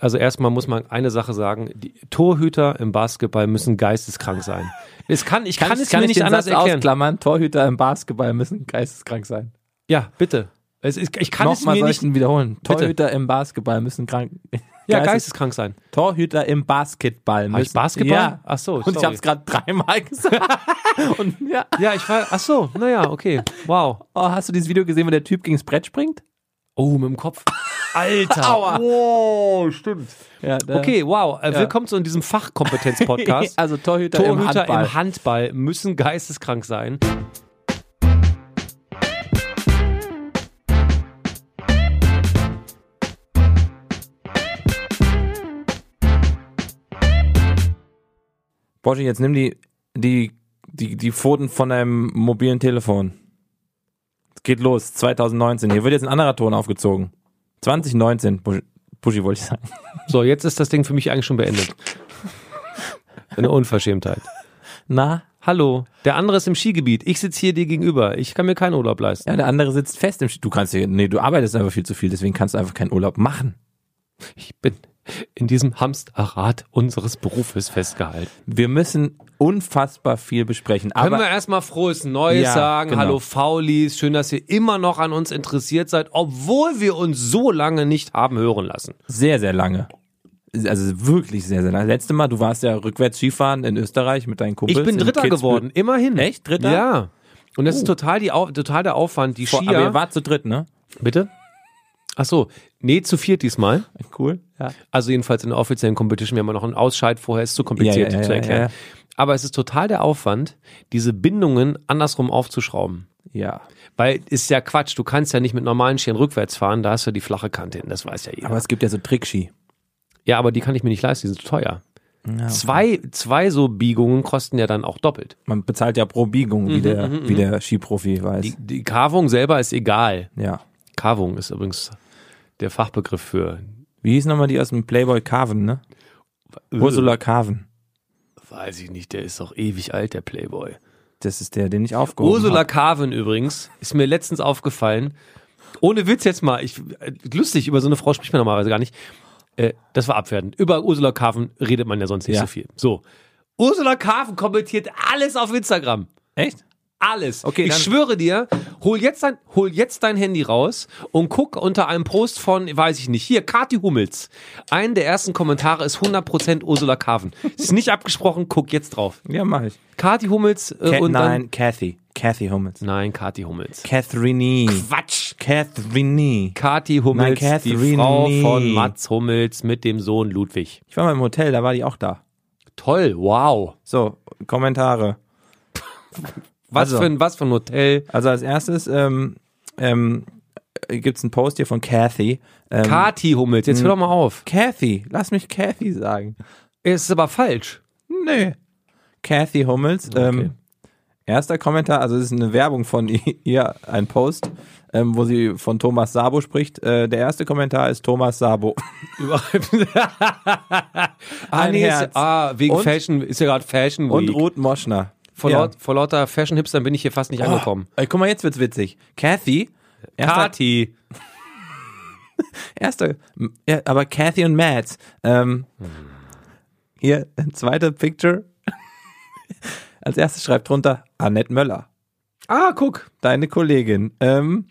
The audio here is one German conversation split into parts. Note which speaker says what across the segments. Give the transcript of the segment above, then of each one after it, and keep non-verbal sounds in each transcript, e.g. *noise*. Speaker 1: also erstmal muss man eine Sache sagen, die Torhüter im Basketball müssen geisteskrank sein. Es kann, ich kann,
Speaker 2: Kannst-
Speaker 1: es mir
Speaker 2: ich
Speaker 1: nicht
Speaker 2: den
Speaker 1: anders
Speaker 2: Satz
Speaker 1: erklären.
Speaker 2: ausklammern, Torhüter im Basketball müssen geisteskrank sein.
Speaker 1: Ja, bitte. Es ist, ich kann es
Speaker 2: Nochmal
Speaker 1: mir
Speaker 2: soll
Speaker 1: nicht.
Speaker 2: ich ihn wiederholen.
Speaker 1: Bitte.
Speaker 2: Torhüter im Basketball müssen krank.
Speaker 1: *laughs* Ja,
Speaker 2: Geistes-
Speaker 1: geisteskrank sein.
Speaker 2: Torhüter im Basketball müssen.
Speaker 1: Habe ich Basketball?
Speaker 2: Ja.
Speaker 1: Ach so,
Speaker 2: Und ich
Speaker 1: sorry.
Speaker 2: habe es gerade dreimal *laughs* gesagt. Und ja.
Speaker 1: Ja, ich war. Ach so, naja, okay. Wow.
Speaker 2: Oh, hast du dieses Video gesehen, wo der Typ gegens Brett springt?
Speaker 1: Oh, mit dem Kopf.
Speaker 2: *laughs*
Speaker 1: Alter.
Speaker 2: Oh, stimmt. Ja, da-
Speaker 1: Okay, wow. Äh, Willkommen zu diesem *laughs* Fachkompetenz-Podcast.
Speaker 2: Also Torhüter, im
Speaker 1: Torhüter
Speaker 2: Handball.
Speaker 1: im Handball müssen geisteskrank sein.
Speaker 2: Boschi, jetzt nimm die, die, die, die Pfoten von deinem mobilen Telefon. Es geht los, 2019. Hier wird jetzt ein anderer Ton aufgezogen. 2019, Boschi, Boschi wollte ich sagen.
Speaker 1: So, jetzt ist das Ding für mich eigentlich schon beendet. Eine Unverschämtheit.
Speaker 2: Na?
Speaker 1: Hallo, der andere ist im Skigebiet. Ich sitze hier dir gegenüber. Ich kann mir keinen Urlaub leisten.
Speaker 2: Ja, der andere sitzt fest im Sch Du kannst hier, nee, du arbeitest einfach viel zu viel, deswegen kannst du einfach keinen Urlaub machen.
Speaker 1: Ich bin in diesem Hamsterrad unseres Berufes festgehalten.
Speaker 2: Wir müssen unfassbar viel besprechen.
Speaker 1: Können wir
Speaker 2: Aber
Speaker 1: erstmal frohes Neues
Speaker 2: Ja,
Speaker 1: sagen?
Speaker 2: genau.
Speaker 1: Hallo Faulis, schön, dass ihr immer noch an uns interessiert seid, obwohl wir uns so lange nicht haben hören lassen.
Speaker 2: sehr, sehr lange. Also wirklich sehr, sehr lange. Letzte Mal, du warst ja rückwärts Skifahren in Österreich mit deinen
Speaker 1: Ich
Speaker 2: Kumpels.
Speaker 1: bin
Speaker 2: in
Speaker 1: Dritter
Speaker 2: Kitzbühel.
Speaker 1: geworden, immerhin.
Speaker 2: Echt? Dritter?
Speaker 1: Ja. Und das ist total, die, Au- total der Aufwand. Die
Speaker 2: Uh. Vor,
Speaker 1: Skier.
Speaker 2: aber ihr wart zu dritt, ne?
Speaker 1: Bitte? Ach so, nee, zu viert diesmal.
Speaker 2: Cool. Ja.
Speaker 1: Also jedenfalls in der offiziellen Competition. Wir haben ja noch einen Ausscheid vorher, ist zu kompliziert
Speaker 2: Ja, ja, ja,
Speaker 1: zu erklären.
Speaker 2: ja, ja.
Speaker 1: Aber es ist total der Aufwand, diese Bindungen andersrum aufzuschrauben.
Speaker 2: ja.
Speaker 1: Weil ist ja Quatsch, du kannst ja nicht mit normalen Skiern rückwärts fahren, da hast du die flache Kante hin, das weiß ja jeder.
Speaker 2: Aber es gibt ja so Trickski.
Speaker 1: ja, aber die kann ich mir nicht leisten, die sind zu teuer. Zwei, zwei so Biegungen kosten ja dann auch doppelt.
Speaker 2: Man bezahlt ja pro Biegung, wie, der, wie der Skiprofi weiß.
Speaker 1: Mhm, Die, die Carvung selber ist egal.
Speaker 2: ja.
Speaker 1: Carvung ist übrigens der Fachbegriff für
Speaker 2: Wie hieß nochmal die aus dem Playboy Carven, ne? Ursula Carven.
Speaker 1: Weiß ich nicht, der ist doch ewig alt, der Playboy.
Speaker 2: Das ist der, den ich aufgehoben
Speaker 1: Ursula
Speaker 2: hab.
Speaker 1: Carven übrigens, ist mir letztens aufgefallen. Ohne Witz jetzt mal, ich, äh, lustig, über so eine Frau spricht man normalerweise gar nicht. Äh, das war abwertend. Über Ursula Carven redet man ja sonst nicht
Speaker 2: Ja.
Speaker 1: so viel. So. Ursula Carven kommentiert alles auf Instagram.
Speaker 2: Echt?
Speaker 1: Alles.
Speaker 2: Okay,
Speaker 1: ich
Speaker 2: dann-
Speaker 1: schwöre dir, hol jetzt, dein, hol jetzt dein Handy raus und guck unter einem Post von, weiß ich nicht, hier, Kati Hummels. Einen der ersten Kommentare ist 100% Ursula Carven. Ist nicht abgesprochen, guck jetzt drauf.
Speaker 2: Ja, mach ich.
Speaker 1: Kati Hummels äh,
Speaker 2: Ca-
Speaker 1: und
Speaker 2: Nein, Kathy. Kathy Hummels.
Speaker 1: dann nein Kati Hummels.
Speaker 2: Catherine.
Speaker 1: Quatsch.
Speaker 2: Catherine.
Speaker 1: Kati Hummels,
Speaker 2: Nein,
Speaker 1: die
Speaker 2: Catherine.
Speaker 1: Frau von Mats Hummels mit dem Sohn Ludwig.
Speaker 2: Ich war mal im Hotel, da war die auch da.
Speaker 1: Toll, wow.
Speaker 2: So, Kommentare.
Speaker 1: Was
Speaker 2: Also.
Speaker 1: für ein was für ein Hotel.
Speaker 2: Also als erstes ähm, ähm, gibt es einen Post hier von Kathy. Ähm,
Speaker 1: Kati Hummels, jetzt hör doch mal auf.
Speaker 2: Kathy. Lass mich Kathy sagen.
Speaker 1: Es ist aber falsch.
Speaker 2: Nee. Kathy Hummels.
Speaker 1: Okay.
Speaker 2: Ähm, erster Kommentar, also es ist eine Werbung von *laughs* i- ihr, ein Post, ähm, wo sie von Thomas Sabo spricht. Äh, der erste Kommentar ist Thomas Sabo.
Speaker 1: *laughs* Überhaupt. ah,
Speaker 2: Ein
Speaker 1: nee,
Speaker 2: Herz.
Speaker 1: ist, ah, wegen
Speaker 2: Und-
Speaker 1: Fashion, ist ja gerade Fashion
Speaker 2: Und
Speaker 1: Week.
Speaker 2: Ruth Moschner.
Speaker 1: vor,
Speaker 2: Ja.
Speaker 1: laut, vor lauter Fashion-Hipstern bin ich hier fast nicht angekommen.
Speaker 2: Oh, ey, guck mal, jetzt wird's witzig. Kathy. Erster,
Speaker 1: Kati.
Speaker 2: erster, ja, aber Kathy und Mads. Ähm, hier, zweite Picture. *laughs* Als erstes schreibt drunter Annette Möller.
Speaker 1: Ah, guck.
Speaker 2: deine Kollegin. Ähm,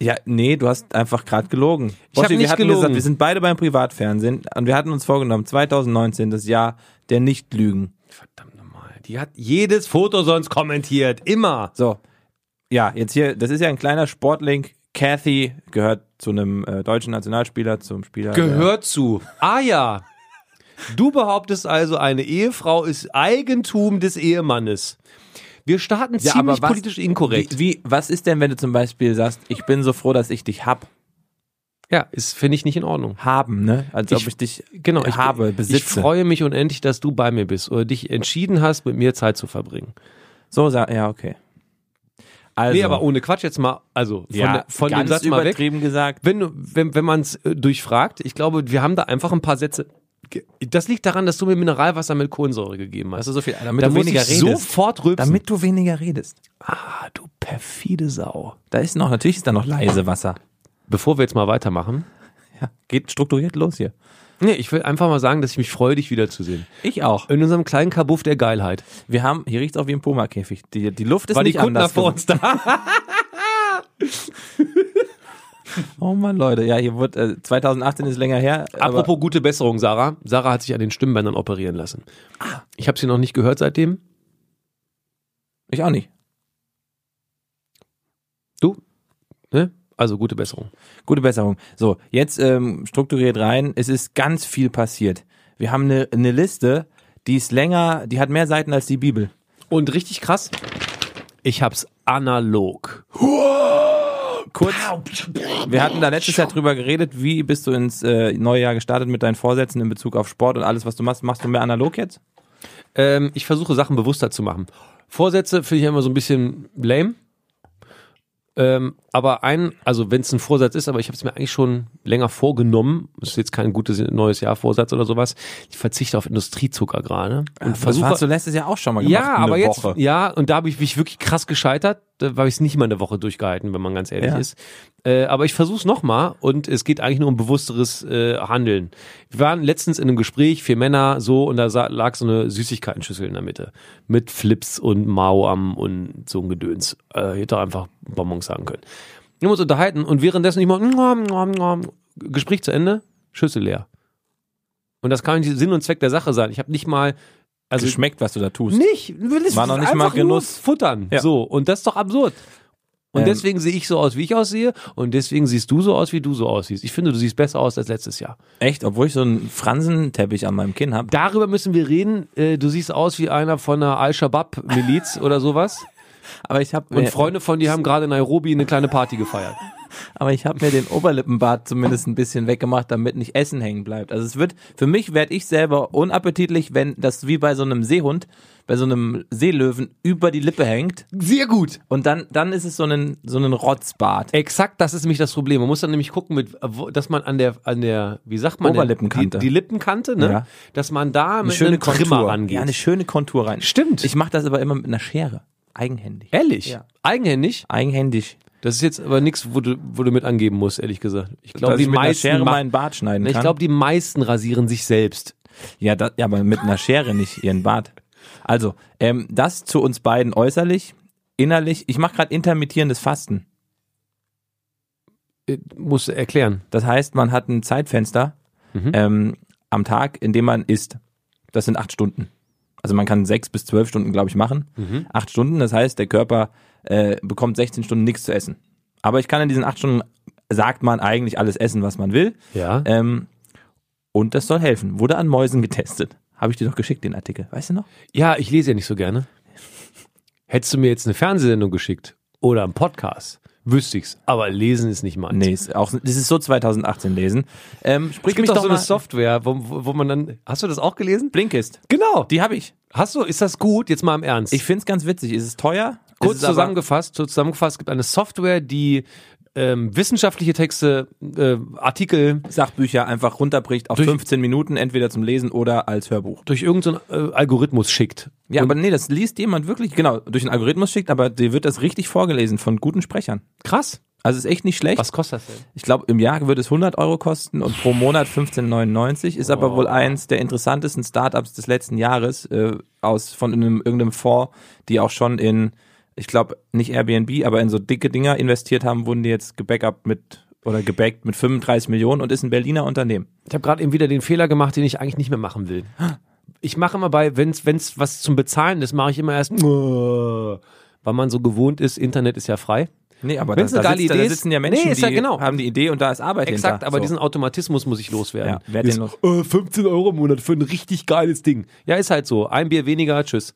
Speaker 2: ja, nee, du hast einfach gerade gelogen.
Speaker 1: hab
Speaker 2: Boschi, wir
Speaker 1: nicht
Speaker 2: hatten
Speaker 1: gelogen.
Speaker 2: Gesagt, wir sind beide beim Privatfernsehen und wir hatten uns vorgenommen, 2019, das Jahr der Nichtlügen.
Speaker 1: Verdammt nochmal. Die hat jedes Foto sonst kommentiert. Immer.
Speaker 2: So, ja, jetzt hier, das ist ja ein kleiner Sportlink. Kathy gehört zu einem äh, deutschen Nationalspieler, zum Spieler. der-
Speaker 1: Gehört zu. Ah ja. Du behauptest also, eine Ehefrau ist Eigentum des Ehemannes. Wir starten
Speaker 2: Ja, aber
Speaker 1: ziemlich
Speaker 2: was-
Speaker 1: politisch inkorrekt.
Speaker 2: Wie, wie, was ist denn, wenn du zum Beispiel sagst, ich bin so froh, dass ich dich hab?
Speaker 1: ja, ist finde ich nicht in Ordnung.
Speaker 2: Haben, ne? Als
Speaker 1: Ich-
Speaker 2: ob ich dich
Speaker 1: Genau, ich
Speaker 2: habe, besitze.
Speaker 1: Ich freue mich unendlich, dass du bei mir bist oder dich entschieden hast, mit mir Zeit zu verbringen.
Speaker 2: so, sa- ja, okay. Also,
Speaker 1: nee, aber ohne Quatsch jetzt mal, also von,
Speaker 2: ja,
Speaker 1: der- von dem
Speaker 2: ganz
Speaker 1: Satz mal weg.
Speaker 2: übertrieben gesagt.
Speaker 1: Wenn, du- wenn, wenn man es durchfragt, ich glaube, wir haben da einfach ein paar Sätze. ge- Das liegt daran, dass du mir Mineralwasser mit Kohlensäure gegeben hast.
Speaker 2: Also so viel, damit
Speaker 1: da
Speaker 2: du
Speaker 1: muss
Speaker 2: weniger
Speaker 1: ich
Speaker 2: redest.
Speaker 1: sofort rülpsen.
Speaker 2: damit du weniger redest.
Speaker 1: Ah, du perfide Sau.
Speaker 2: Da ist noch, natürlich ist da noch leise Wasser.
Speaker 1: Bevor wir jetzt mal weitermachen,
Speaker 2: Ja, geht strukturiert los hier.
Speaker 1: Nee, ich will einfach mal sagen, dass ich mich freue, dich wiederzusehen.
Speaker 2: Ich auch.
Speaker 1: In unserem kleinen Kabuff der Geilheit.
Speaker 2: Wir haben, hier riecht's auch wie im Puma-Käfig. Die, die Luft ist
Speaker 1: War die
Speaker 2: nicht
Speaker 1: Kuttner
Speaker 2: anders.
Speaker 1: vor uns da?
Speaker 2: *laughs* Oh Mann, Leute. Ja, hier wird, äh, 2018 ist länger her. aber-
Speaker 1: Apropos gute Besserung, Sarah. Sarah hat sich an den Stimmbändern operieren lassen. Ich habe sie noch nicht gehört seitdem.
Speaker 2: Ich auch nicht.
Speaker 1: Ne? Also gute Besserung.
Speaker 2: Gute Besserung. So, jetzt ähm, strukturiert rein. Es ist ganz viel passiert. Wir haben eine eine Liste, die ist länger, die hat mehr Seiten als die Bibel.
Speaker 1: Und richtig krass, ich hab's analog.
Speaker 2: Kurz, wir hatten da letztes Jahr drüber geredet, wie bist du ins äh, neue Jahr gestartet mit deinen Vorsätzen in Bezug auf Sport und alles, was du machst. Machst du mehr analog jetzt?
Speaker 1: Ähm, ich versuche Sachen bewusster zu machen. Vorsätze finde ich immer so ein bisschen lame. Ähm, aber ein, also wenn es ein Vorsatz ist, aber ich habe es mir eigentlich schon länger vorgenommen, ist jetzt kein gutes neues Jahr Vorsatz oder sowas, ich verzichte auf Industriezucker gerade
Speaker 2: Ah,
Speaker 1: und
Speaker 2: das hast du
Speaker 1: versuche
Speaker 2: letztes Jahr auch schon mal gemacht.
Speaker 1: ja, aber
Speaker 2: eine
Speaker 1: jetzt
Speaker 2: Woche.
Speaker 1: ja und da habe ich mich wirklich krass gescheitert, da habe ich es nicht mal eine Woche durchgehalten, wenn man ganz ehrlich
Speaker 2: Ja.
Speaker 1: ist. Äh, aber ich versuche es nochmal und es geht eigentlich nur um bewussteres äh, Handeln. Wir waren letztens in einem Gespräch, vier Männer, so, und da sa- lag so eine Süßigkeitenschüssel in der Mitte. Mit Flips und Mauam und so ein Gedöns. Äh, hätte einfach Bonbons sagen können. Wir haben uns unterhalten und währenddessen ich mal nom, nom, nom, Gespräch zu Ende, Schüssel leer. Und das kann nicht Sinn und Zweck der Sache sein. Ich habe nicht mal, also
Speaker 2: Geschmeckt, was du da tust.
Speaker 1: nicht. Will es
Speaker 2: War noch nicht
Speaker 1: einfach
Speaker 2: mal Genuss.
Speaker 1: Nur futtern.
Speaker 2: Ja.
Speaker 1: So. Und das ist doch absurd. Und
Speaker 2: Ähm.
Speaker 1: deswegen sehe ich so aus, wie ich aussehe. Und deswegen siehst du so aus, wie du so aussiehst. Ich finde, du siehst besser aus als letztes Jahr.
Speaker 2: Echt, obwohl ich so einen Fransenteppich an meinem Kinn habe.
Speaker 1: Darüber müssen wir reden. Äh, Du siehst aus wie einer von einer
Speaker 2: *laughs*
Speaker 1: Al-Shabaab-Miliz oder sowas.
Speaker 2: Aber ich habe
Speaker 1: Und Freunde von dir haben gerade in Nairobi eine kleine Party gefeiert.
Speaker 2: Aber ich habe mir den Oberlippenbart zumindest ein bisschen weggemacht, damit nicht Essen hängen bleibt. Also es wird, für mich werde ich selber unappetitlich, wenn das wie bei so einem Seehund, bei so einem Seelöwen über die Lippe hängt.
Speaker 1: Sehr gut.
Speaker 2: Und dann, dann ist es so ein, so ein Rotzbart.
Speaker 1: Exakt, das ist nämlich das Problem. Man muss dann nämlich gucken, mit, wo- dass man an der, an der, wie sagt man, denn?
Speaker 2: Oberlippenkante.
Speaker 1: Die, die Lippenkante, ne?
Speaker 2: Ja.
Speaker 1: Dass man da mit
Speaker 2: Schöne
Speaker 1: einem Trimmer
Speaker 2: Kontur.
Speaker 1: rangeht.
Speaker 2: Ja, eine schöne Kontur rein.
Speaker 1: Stimmt.
Speaker 2: Ich mache das aber immer mit einer Schere. Eigenhändig.
Speaker 1: Ehrlich?
Speaker 2: Ja.
Speaker 1: Eigenhändig?
Speaker 2: Eigenhändig.
Speaker 1: Das ist jetzt aber nichts, wo du, wo du mit angeben musst, ehrlich gesagt. Ich glaube,
Speaker 2: Dass
Speaker 1: die
Speaker 2: ich mit einer
Speaker 1: meisten.
Speaker 2: Schere
Speaker 1: ma-
Speaker 2: meinen Bart schneiden
Speaker 1: ich
Speaker 2: kann.
Speaker 1: glaube, die meisten rasieren sich selbst.
Speaker 2: Ja, da, ja, aber mit einer Schere nicht ihren Bart. Also, ähm, das zu uns beiden äußerlich, innerlich. Ich mache gerade intermittierendes Fasten.
Speaker 1: Äh, Musst du erklären.
Speaker 2: Das heißt, man hat ein Zeitfenster
Speaker 1: Mhm.
Speaker 2: ähm, am Tag, in dem man isst. Das sind acht Stunden. Also man kann sechs bis zwölf Stunden, glaube ich, machen.
Speaker 1: Mhm.
Speaker 2: Acht Stunden, das heißt, der Körper äh, bekommt 16 Stunden nichts zu essen. Aber ich kann in diesen acht Stunden, sagt man, eigentlich alles essen, was man will.
Speaker 1: Ja.
Speaker 2: Ähm, und das soll helfen. Wurde an Mäusen getestet. Habe ich dir doch geschickt, den Artikel. Weißt du noch?
Speaker 1: Ja, ich lese ja nicht so gerne. Hättest du mir jetzt eine Fernsehsendung geschickt oder einen Podcast, wüsste ich's. Aber lesen ist nicht meins.
Speaker 2: Nee, ist auch, das ist so 2018 lesen. Ähm,
Speaker 1: Es
Speaker 2: sprich
Speaker 1: gibt
Speaker 2: mich
Speaker 1: doch,
Speaker 2: doch
Speaker 1: so
Speaker 2: mal.
Speaker 1: eine Software, wo, wo wo man dann. Hast du das auch gelesen?
Speaker 2: Blinkist.
Speaker 1: Genau.
Speaker 2: Die habe ich.
Speaker 1: hast du, ist das gut? Jetzt mal im Ernst.
Speaker 2: Ich find's ganz witzig. Ist es teuer?
Speaker 1: Kurz
Speaker 2: ist es aber-
Speaker 1: zusammengefasst, so zusammengefasst, es gibt eine Software, die ähm, wissenschaftliche Texte, äh, Artikel,
Speaker 2: Sachbücher einfach runterbricht auf
Speaker 1: Durch-
Speaker 2: 15 Minuten, entweder zum Lesen oder als Hörbuch.
Speaker 1: durch irgendeinen äh, Algorithmus schickt.
Speaker 2: Ja,
Speaker 1: Und
Speaker 2: aber nee, das liest jemand wirklich, genau, durch einen Algorithmus schickt, aber dir wird das richtig vorgelesen von guten Sprechern.
Speaker 1: krass.
Speaker 2: Also ist echt nicht schlecht.
Speaker 1: Was kostet das denn?
Speaker 2: Ich glaube, im Jahr wird es 100 Euro kosten und pro Monat 15,99. Ist aber wohl eins der interessantesten Startups des letzten Jahres äh, aus von einem, irgendeinem Fonds, die auch schon in, ich glaube, nicht Airbnb, aber in so dicke Dinger investiert haben, wurden die jetzt gebackupt mit oder gebackt mit 35 Millionen und ist ein Berliner Unternehmen.
Speaker 1: Ich habe gerade eben wieder den Fehler gemacht, den ich eigentlich nicht mehr machen will. Ich mache immer bei, wenn's wenn's was zum Bezahlen ist, mache ich immer erst, äh, weil man so gewohnt ist, Internet ist ja frei.
Speaker 2: Nee, aber
Speaker 1: Wenn's
Speaker 2: da,
Speaker 1: eine
Speaker 2: da,
Speaker 1: geile
Speaker 2: sitzt,
Speaker 1: Idee
Speaker 2: da
Speaker 1: ist-
Speaker 2: sitzen ja Menschen,
Speaker 1: Nee, ist ja
Speaker 2: die
Speaker 1: genau.
Speaker 2: haben die Idee und da ist Arbeit
Speaker 1: Exakt,
Speaker 2: hinter.
Speaker 1: aber
Speaker 2: so.
Speaker 1: diesen Automatismus muss ich loswerden.
Speaker 2: Ja, wer hat den
Speaker 1: Dieses, äh, 15 Euro im Monat für ein richtig geiles Ding. Ja, ist halt so. Ein Bier weniger, tschüss.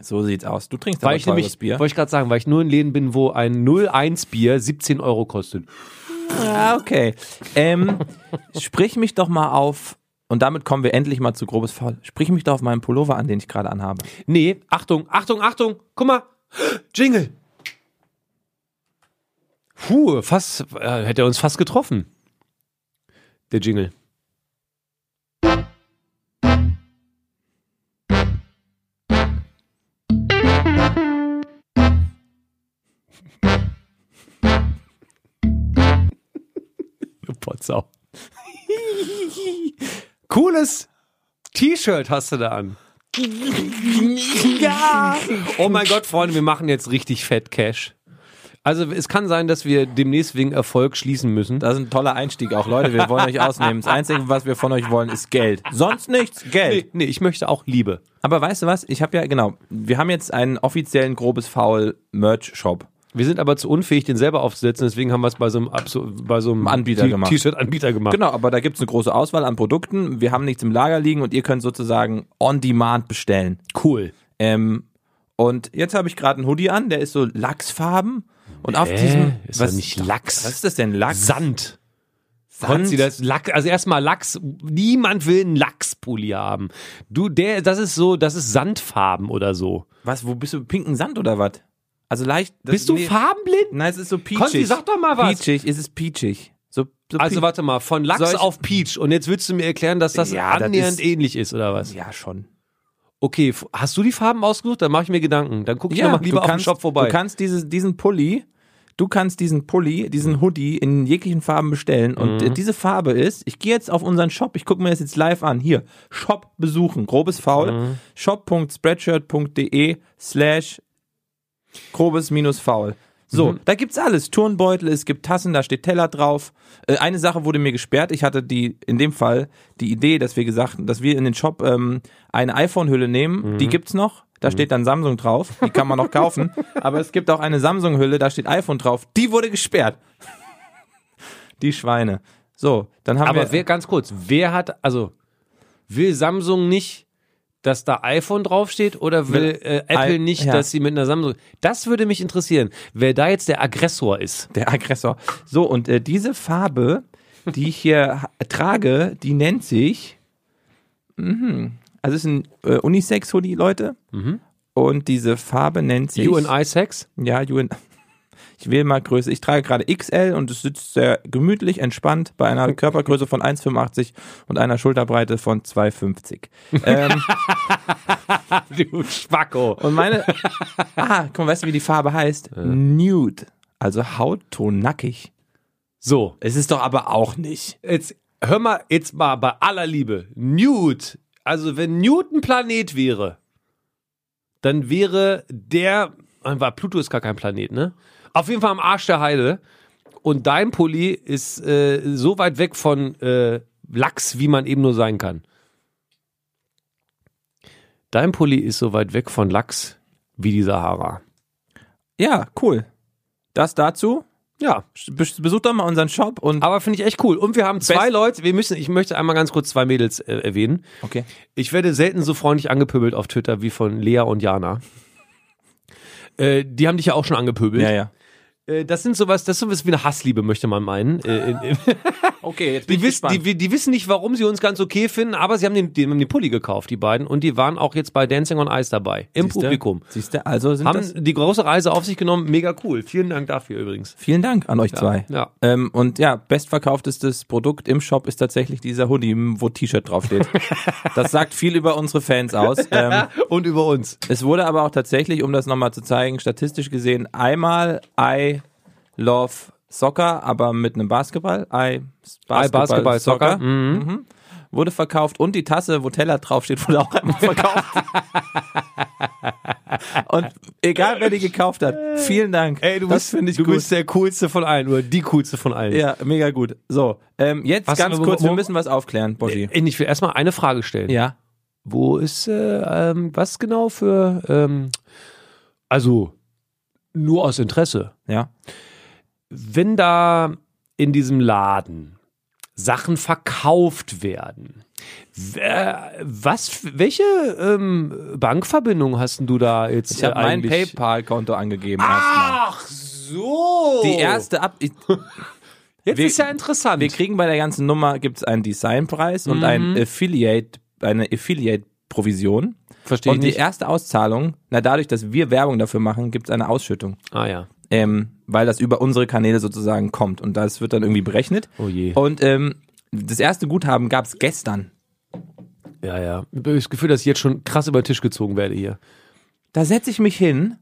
Speaker 2: so sieht's aus. Du trinkst
Speaker 1: Weil
Speaker 2: aber
Speaker 1: ich
Speaker 2: teures
Speaker 1: nämlich,
Speaker 2: Bier.
Speaker 1: wollte ich gerade sagen, weil ich nur in Läden bin, wo ein 01 Bier 17 Euro kostet.
Speaker 2: Ah, okay. Ähm, *laughs* sprich mich doch mal auf, und damit kommen wir endlich mal zu grobes Faul. Sprich mich doch auf meinen Pullover an, den ich gerade anhabe.
Speaker 1: Nee, Achtung, Achtung, Achtung, guck mal. Jingle. Puh, fast, äh, hätte er uns fast getroffen. Der Jingle. Du Potsau. Cooles T-Shirt hast du da an.
Speaker 2: Ja.
Speaker 1: Oh mein Gott, Freunde, wir machen jetzt richtig fett Cash. Also es kann sein, dass wir demnächst wegen Erfolg schließen müssen.
Speaker 2: Das ist ein toller Einstieg auch, Leute. Wir wollen euch ausnehmen. Das Einzige, was wir von euch wollen, ist Geld. Sonst nichts. Geld.
Speaker 1: Nee, nee, ich möchte auch Liebe.
Speaker 2: Aber weißt du was? Ich habe ja, genau, wir haben jetzt einen offiziellen grobes Foul Merch-Shop.
Speaker 1: Wir sind aber zu unfähig, den selber aufzusetzen, deswegen haben wir es bei so einem, Abso- bei so einem
Speaker 2: Anbieter
Speaker 1: T-
Speaker 2: gemacht.
Speaker 1: T-Shirt-Anbieter gemacht.
Speaker 2: Genau, aber da gibt's eine große Auswahl an Produkten. Wir haben nichts im Lager liegen und ihr könnt sozusagen on demand bestellen.
Speaker 1: Cool.
Speaker 2: Ähm, und jetzt habe ich gerade einen Hoodie an, der ist so lachsfarben. Und auf
Speaker 1: Äh,
Speaker 2: diesem.
Speaker 1: ist doch nicht Lachs.
Speaker 2: Was ist das denn? Lachs?
Speaker 1: Sand.
Speaker 2: Sand?
Speaker 1: Sie das Lachs, also erstmal Lachs, niemand will einen Lachspulli haben. Du, der, das ist so, das ist Sandfarben oder so.
Speaker 2: Was, wo bist du? Pinken Sand oder was? Also leicht. das-
Speaker 1: Bist du
Speaker 2: nee.
Speaker 1: farbenblind?
Speaker 2: Nein, es ist so peachig.
Speaker 1: Konsti, sag doch mal was.
Speaker 2: Peachig, es ist peachig. So, so
Speaker 1: Also
Speaker 2: peach-
Speaker 1: warte mal, von Lachs
Speaker 2: Solch-
Speaker 1: auf Peach und jetzt willst du mir erklären, dass das
Speaker 2: Ja, das
Speaker 1: annähernd
Speaker 2: ist-
Speaker 1: ähnlich ist oder was?
Speaker 2: Ja, schon.
Speaker 1: Okay, f- hast du die Farben ausgesucht? Dann mache ich mir Gedanken. Dann gucke ich
Speaker 2: Ja,
Speaker 1: nochmal lieber
Speaker 2: du kannst,
Speaker 1: auf den Shop vorbei.
Speaker 2: Du kannst dieses, diesen Pulli, du kannst diesen Pulli, diesen Hoodie in jeglichen Farben bestellen. Und äh,
Speaker 1: Mhm.
Speaker 2: diese Farbe ist, ich gehe jetzt auf unseren Shop, ich gucke mir das jetzt live an. Hier, Shop besuchen, grobes Faul,
Speaker 1: Mhm.
Speaker 2: shop.spreadshirt.de slash grobes minus faul. So,
Speaker 1: Mhm.
Speaker 2: da gibt's alles. Turnbeutel, es gibt Tassen, da steht Teller drauf. Äh, eine Sache wurde mir gesperrt. Ich hatte die, in dem Fall, die Idee, dass wir gesagt, dass wir in den Shop ähm, eine iPhone-Hülle
Speaker 1: Mhm.
Speaker 2: nehmen. Die gibt's noch. Da steht dann Samsung drauf. Die kann man
Speaker 1: *laughs*
Speaker 2: noch kaufen. Aber es gibt auch eine Samsung-Hülle, da steht iPhone drauf. Die wurde gesperrt. *laughs* die Schweine. So, dann haben
Speaker 1: Aber
Speaker 2: wir.
Speaker 1: wer, ganz kurz, wer hat, also will Samsung nicht, dass da iPhone draufsteht oder will äh, Apple
Speaker 2: I-
Speaker 1: nicht,
Speaker 2: ja.
Speaker 1: dass sie mit einer Samsung. Das würde mich interessieren, wer da jetzt der Aggressor ist.
Speaker 2: Der Aggressor. So, und äh, diese Farbe, die ich hier ha- trage, die nennt sich. Mhm. Also es ist ein äh, Unisex-Hoodie, Leute. Und diese Farbe nennt sich.
Speaker 1: You and I Sex?
Speaker 2: Ja, you and *laughs* Ich wähle mal Größe. Ich trage gerade XL und es sitzt sehr gemütlich, entspannt bei einer Körpergröße von 1,85 und einer Schulterbreite von *laughs* 2,50. Ähm,
Speaker 1: *laughs* Du Spacko.
Speaker 2: und meine. Ah, komm, weißt du, wie die Farbe heißt? Nude. Also Hautton nackig.
Speaker 1: So,
Speaker 2: Es ist doch aber auch nicht.
Speaker 1: jetzt hör mal, jetzt mal bei aller Liebe. Newt, also wenn Newt ein Planet wäre, dann wäre der, ah, war Pluto ist gar kein Planet, ne? Auf jeden Fall am Arsch der Heide. Und dein Pulli ist äh, so weit weg von äh, Lachs, wie man eben nur sein kann. Dein Pulli ist so weit weg von Lachs wie die Sahara.
Speaker 2: Ja, cool. Das dazu.
Speaker 1: Ja,
Speaker 2: Bes- Besucht doch mal unseren Shop und.
Speaker 1: aber finde ich echt cool. Und wir haben zwei
Speaker 2: Best-
Speaker 1: Leute, wir müssen, ich möchte einmal ganz kurz zwei Mädels äh, erwähnen.
Speaker 2: Okay.
Speaker 1: Ich werde selten so freundlich angepöbelt auf Twitter wie von Lea und Jana. Äh, die haben dich ja auch schon angepöbelt.
Speaker 2: Ja, ja.
Speaker 1: Äh, das sind sowas, das ist sowas wie eine Hassliebe, möchte man meinen. Äh, in, in,
Speaker 2: Okay, jetzt
Speaker 1: die, wissen, die, wi- die wissen nicht, warum sie uns ganz okay finden, aber sie haben den, den, haben den Pulli gekauft, die beiden, und die waren auch jetzt bei Dancing on Ice dabei, im Publikum.
Speaker 2: Siehst du, also sind
Speaker 1: Haben
Speaker 2: das.
Speaker 1: die große Reise auf sich genommen, mega cool. Vielen Dank dafür übrigens.
Speaker 2: Vielen Dank an euch zwei.
Speaker 1: ja.
Speaker 2: Ähm, und ja, bestverkauftestes Produkt im Shop ist tatsächlich dieser Hoodie, wo
Speaker 1: *laughs*
Speaker 2: T-Shirt draufsteht. das sagt viel über unsere Fans aus. Ähm,
Speaker 1: Und über uns.
Speaker 2: es wurde aber auch tatsächlich, um das nochmal zu zeigen, statistisch gesehen, einmal I love Soccer, aber mit einem Basketball. I Basketball,
Speaker 1: Bei Basketball, Soccer. Mhm.
Speaker 2: wurde verkauft und die Tasse, wo Teller draufsteht, *laughs* wurde auch
Speaker 1: *laughs*
Speaker 2: einmal verkauft. und egal wer die gekauft hat, vielen Dank.
Speaker 1: Ey, du,
Speaker 2: das
Speaker 1: bist,
Speaker 2: finde ich
Speaker 1: du
Speaker 2: gut.
Speaker 1: bist der coolste von allen, oder die coolste von allen.
Speaker 2: ja, mega gut. So, ähm, jetzt
Speaker 1: Was-
Speaker 2: ganz
Speaker 1: wo-
Speaker 2: kurz, wir
Speaker 1: wo-
Speaker 2: müssen was aufklären, Boschi.
Speaker 1: Ich will erstmal eine Frage stellen.
Speaker 2: Ja.
Speaker 1: Wo ist, äh, ähm, was genau für, ähm, also nur aus Interesse,
Speaker 2: Ja.
Speaker 1: wenn da in diesem Laden Sachen verkauft werden, wer, was, welche ähm, Bankverbindung hast denn du da jetzt
Speaker 2: Ich habe
Speaker 1: äh,
Speaker 2: mein
Speaker 1: eigentlich? Ah!
Speaker 2: PayPal-Konto angegeben erstmal.
Speaker 1: Ach so!
Speaker 2: Die erste ab. Ich,
Speaker 1: Jetzt
Speaker 2: wir-
Speaker 1: ist ja interessant.
Speaker 2: wir kriegen bei der ganzen Nummer gibt's einen Designpreis und ein Affiliate, eine Affiliate-Provision.
Speaker 1: Verstehe ich
Speaker 2: Und die
Speaker 1: nicht.
Speaker 2: erste Auszahlung, na dadurch, dass wir Werbung dafür machen, gibt's eine Ausschüttung.
Speaker 1: Ah ja.
Speaker 2: ähm, weil das über unsere Kanäle sozusagen kommt und das wird dann irgendwie berechnet.
Speaker 1: Oh je.
Speaker 2: Und ähm, das erste Guthaben gab es gestern.
Speaker 1: Ja, ja. Ich habe das Gefühl, dass ich jetzt schon krass über den Tisch gezogen werde hier.
Speaker 2: Da setze ich mich hin.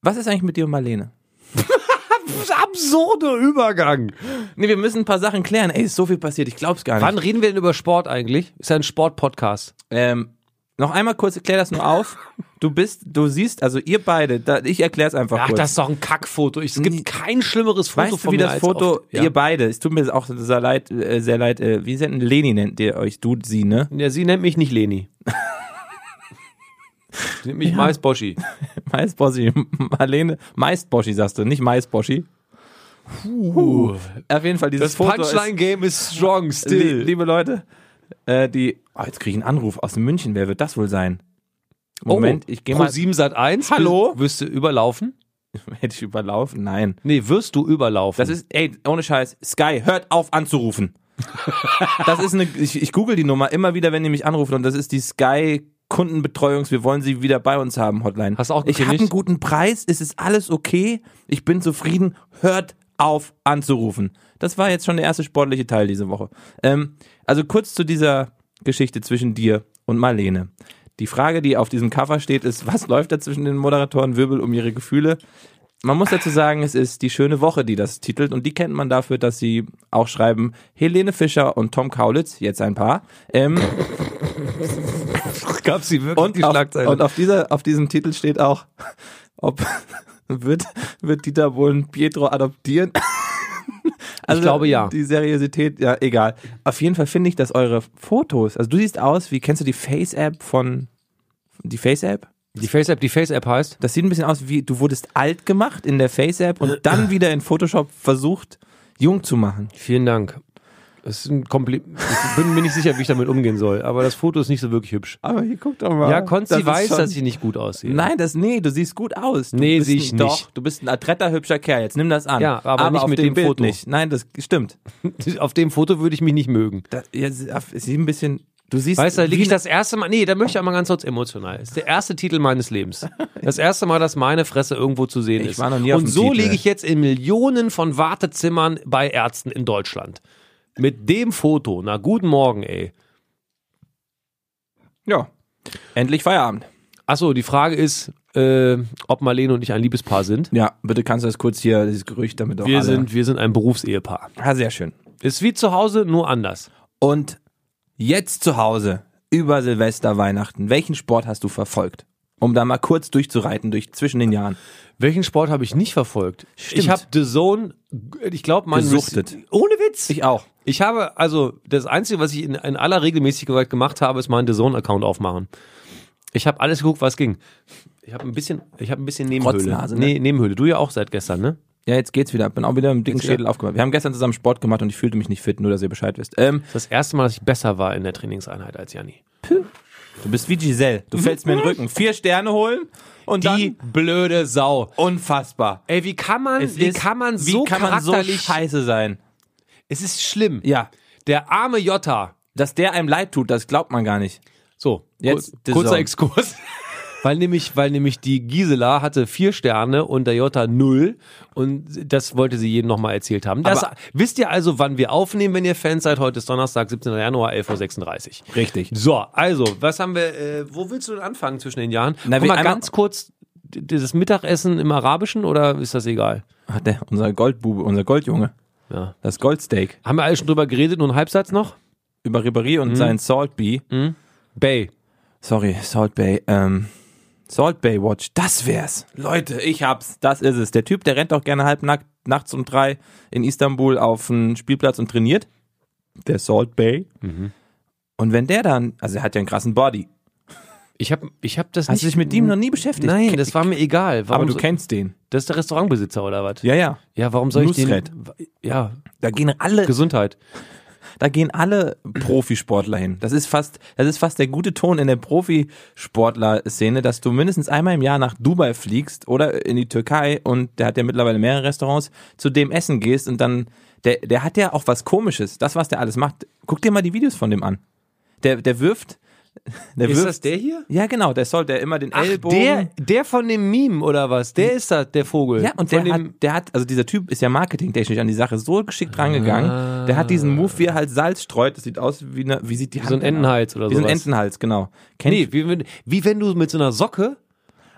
Speaker 2: Was ist eigentlich mit dir und Marlene?
Speaker 1: absurder Übergang.
Speaker 2: Nee, wir müssen ein paar Sachen klären. Ey, ist so viel passiert, ich glaub's gar nicht.
Speaker 1: Wann reden wir denn über Sport eigentlich? Ist ja ein Sport-Podcast.
Speaker 2: Ähm, noch einmal kurz, klär das nur auf. Du bist, du siehst, also ihr beide, da, ich erklär's einfach
Speaker 1: Ach,
Speaker 2: kurz.
Speaker 1: das ist doch ein Kackfoto. Ich- Es gibt
Speaker 2: Nee.
Speaker 1: kein schlimmeres Foto
Speaker 2: weißt
Speaker 1: von
Speaker 2: du, wie
Speaker 1: mir
Speaker 2: das
Speaker 1: als
Speaker 2: Foto,
Speaker 1: auf, ja.
Speaker 2: ihr beide, es tut mir auch sehr leid, äh, sehr leid, äh, wie nennt Leni nennt ihr euch, du, sie, ne? *laughs*
Speaker 1: ja, sie nennt mich nicht Leni. Sie *laughs* nennt mich Mais Boschi.
Speaker 2: Maisboschi, Marlene, Maistboschi sagst du, nicht Maisboschi.
Speaker 1: Uh,
Speaker 2: Auf jeden Fall, dieses
Speaker 1: das
Speaker 2: Foto ist,
Speaker 1: Punchline-Game ist strong
Speaker 2: li
Speaker 1: still.
Speaker 2: liebe Leute, äh, die, oh, jetzt kriege ich einen Anruf aus München, wer wird das wohl sein?
Speaker 1: Oh,
Speaker 2: Moment, ich gehe mal,
Speaker 1: Pro7 Sat 1.
Speaker 2: Hallo?
Speaker 1: Wirst du überlaufen?
Speaker 2: *laughs* hätte ich überlaufen? Nein.
Speaker 1: Nee, wirst du überlaufen.
Speaker 2: Das ist, ey, ohne Scheiß, Sky, hört auf anzurufen. das ist eine, ich, ich google die Nummer immer wieder, wenn die mich anrufen und das ist die Sky Kundenbetreuungs, wir wollen sie wieder bei uns haben, Hotline.
Speaker 1: Hast du auch
Speaker 2: ich habe
Speaker 1: gekriegt?
Speaker 2: einen guten Preis, es ist alles okay, ich bin zufrieden, hört auf anzurufen. Das war jetzt schon der erste sportliche Teil diese Woche. Ähm, also kurz zu dieser Geschichte zwischen dir und Marlene. Die Frage, die auf diesem Cover steht, ist, was *laughs* läuft da zwischen den Moderatoren Wirbel um ihre Gefühle? Man muss dazu sagen, es ist die schöne Woche, die das titelt und die kennt man dafür, dass sie auch schreiben Helene Fischer und Tom Kaulitz, jetzt ein Paar.
Speaker 1: *laughs*
Speaker 2: Ähm,
Speaker 1: gab sie wirklich
Speaker 2: und auf, und auf, dieser, auf diesem Titel steht auch, ob *laughs* wird, wird Dieter Bohlen Pietro adoptieren? Also
Speaker 1: glaube, ja.
Speaker 2: Die Seriosität, ja, egal. Auf jeden Fall finde ich, dass eure Fotos, also du siehst aus wie, kennst du die Face-App von, die Face-App?
Speaker 1: die Face-App, die Face-App heißt?
Speaker 2: Das sieht ein bisschen aus wie, du wurdest alt gemacht in der Face-App und dann wieder in Photoshop versucht, jung zu machen.
Speaker 1: Vielen Dank. Das ist ein Kompli *laughs* ich bin mir nicht sicher, wie ich damit umgehen soll, aber das Foto ist nicht so wirklich hübsch.
Speaker 2: Aber hier guck doch mal.
Speaker 1: Ja, Konzi
Speaker 2: Das ist
Speaker 1: weiß,
Speaker 2: schon-
Speaker 1: dass ich nicht gut aussehe.
Speaker 2: Nein, das, nee, du siehst gut aus. Du
Speaker 1: Nee,
Speaker 2: bist
Speaker 1: sehe
Speaker 2: ein-
Speaker 1: ich
Speaker 2: Doch,
Speaker 1: nicht.
Speaker 2: du bist ein adretter, hübscher Kerl, jetzt nimm das an.
Speaker 1: Ja, aber nicht
Speaker 2: auf
Speaker 1: mit dem
Speaker 2: Bild
Speaker 1: Foto.
Speaker 2: nicht. Nein, das stimmt.
Speaker 1: Auf dem Foto würde ich mich nicht mögen.
Speaker 2: Das, ja, es sieht ein bisschen, du siehst...
Speaker 1: Weißt du, da liege
Speaker 2: wie-
Speaker 1: ich das erste Mal, nee, da möchte ich auch mal ganz kurz emotional. Das ist der erste Titel meines
Speaker 2: *laughs*
Speaker 1: Lebens. Das erste Mal, dass meine Fresse irgendwo zu sehen
Speaker 2: Ich
Speaker 1: ist.
Speaker 2: war noch nie auf
Speaker 1: Und
Speaker 2: dem
Speaker 1: so
Speaker 2: Titel.
Speaker 1: liege ich jetzt in Millionen von Wartezimmern bei Ärzten in Deutschland. Mit dem Foto. Na, guten Morgen, ey.
Speaker 2: Ja, endlich Feierabend.
Speaker 1: Achso, die Frage ist, äh, ob Marlene und ich ein Liebespaar sind.
Speaker 2: Ja, bitte kannst du das kurz hier, dieses Gerücht damit auch
Speaker 1: Wir
Speaker 2: alle-
Speaker 1: sind, wir sind ein Berufsehepaar.
Speaker 2: Ah, sehr schön.
Speaker 1: Ist wie zu Hause, nur anders.
Speaker 2: Und jetzt zu Hause, über Silvester, Weihnachten, welchen Sport hast du verfolgt? Um da mal kurz durchzureiten, durch zwischen den Jahren.
Speaker 1: Welchen Sport habe ich nicht verfolgt?
Speaker 2: Stimmt.
Speaker 1: Ich habe The Zone, ich glaube, man
Speaker 2: Gesuchtet.
Speaker 1: Ohne Witz.
Speaker 2: Ich auch.
Speaker 1: Ich habe, also das Einzige, was ich in, in aller Regelmäßigkeit gemacht habe, ist meinen The Zone-Account aufmachen. Ich habe alles geguckt, was ging. Ich habe ein bisschen, ich habe ein bisschen Nebenhöhle.
Speaker 2: Rotznase, ne?
Speaker 1: Nee, Nebenhöhle. Du ja auch seit gestern, ne?
Speaker 2: Ja, jetzt geht's wieder. Bin auch wieder im dicken
Speaker 1: Jetzt wieder-
Speaker 2: Schädel aufgewacht. Wir haben gestern zusammen Sport gemacht und ich fühlte mich nicht fit, nur dass ihr Bescheid wisst. Ähm,
Speaker 1: Das ist das erste Mal, dass ich besser war in der Trainingseinheit als Janni.
Speaker 2: du bist wie Giselle. Du fällst mir in den Rücken. Vier Sterne holen und
Speaker 1: Mhm. Die blöde Sau.
Speaker 2: dann unfassbar.
Speaker 1: Ey, wie kann man,
Speaker 2: Es
Speaker 1: wie
Speaker 2: ist-
Speaker 1: kann man so
Speaker 2: wie kann man so
Speaker 1: charakterlich?
Speaker 2: scheiße sein?
Speaker 1: es ist schlimm.
Speaker 2: Ja,
Speaker 1: Der arme Jota.
Speaker 2: dass der einem leid tut, das glaubt man gar nicht.
Speaker 1: So,
Speaker 2: Jetzt
Speaker 1: kur-
Speaker 2: The
Speaker 1: kurzer
Speaker 2: Zone.
Speaker 1: Exkurs. *laughs* Weil nämlich, weil nämlich die Gisela hatte vier Sterne und der Jota null. Und das wollte sie jedem nochmal erzählt haben. Das,
Speaker 2: Aber-
Speaker 1: wisst ihr also, wann wir aufnehmen, wenn ihr Fans seid? Heute ist Donnerstag, 17. Januar, 11.36 Uhr.
Speaker 2: Richtig.
Speaker 1: So, also, was haben wir, äh, wo willst du denn anfangen zwischen den Jahren? Na,
Speaker 2: Na, wir
Speaker 1: Guck mal
Speaker 2: einmal-
Speaker 1: ganz kurz, d- dieses Mittagessen im Arabischen oder ist das egal?
Speaker 2: Ach, der, unser Goldbube, unser Goldjunge.
Speaker 1: Ja.
Speaker 2: Das Goldsteak.
Speaker 1: Haben wir alle schon drüber geredet, nur ein Halbsatz noch?
Speaker 2: Über Ribéry
Speaker 1: Mhm.
Speaker 2: und sein Salt Bee.
Speaker 1: Bay.
Speaker 2: Sorry, Salt Bay. Ähm, Salt Bay Watch, das wär's. Leute, ich hab's. Das ist es. Der Typ, der rennt doch gerne halbnackt nachts um drei in Istanbul auf einen Spielplatz und trainiert. Der Salt Bay. Und wenn der dann, also er hat ja einen krassen Body.
Speaker 1: Ich habe ich hab das
Speaker 2: Hast du
Speaker 1: nicht.
Speaker 2: dich mit ihm noch nie beschäftigt?
Speaker 1: Nein,
Speaker 2: Ke-
Speaker 1: das war mir egal. Warum
Speaker 2: aber du
Speaker 1: so-
Speaker 2: kennst den.
Speaker 1: Das ist der Restaurantbesitzer oder was?
Speaker 2: Ja, ja.
Speaker 1: Ja, warum soll
Speaker 2: Nusret.
Speaker 1: ich den? Ja,
Speaker 2: Da gehen alle
Speaker 1: Gesundheit.
Speaker 2: Da gehen alle Profisportler hin. Das ist fast, das ist fast der gute Ton in der Profisportler-Szene, dass du mindestens einmal im Jahr nach Dubai fliegst oder in die Türkei und der hat ja mittlerweile mehrere Restaurants, zu dem essen gehst und dann, der, der hat ja auch was Komisches. Das, was der alles macht. Guck dir mal die Videos von dem an. Der, der wirft, *laughs* der wirft.
Speaker 1: der hier?
Speaker 2: ja, genau, der soll, der immer den
Speaker 1: Ach,
Speaker 2: Ellbogen.
Speaker 1: der, der von dem Meme oder was? Der ist das, Hm. der Vogel.
Speaker 2: Ja, und
Speaker 1: von
Speaker 2: der
Speaker 1: dem,
Speaker 2: hat, Äh, der hat, also dieser Typ ist ja marketingtechnisch an die Sache so geschickt rangegangen.
Speaker 1: Ah.
Speaker 2: Der hat diesen Move, wie er halt Salz streut. Das sieht aus wie eine, wie sieht die Hand
Speaker 1: so ein
Speaker 2: denn aus?
Speaker 1: Entenhals oder
Speaker 2: Wie so ein
Speaker 1: sowas.
Speaker 2: Entenhals, genau. Kennt
Speaker 1: Nee, wie, wenn- wie wenn du mit so einer Socke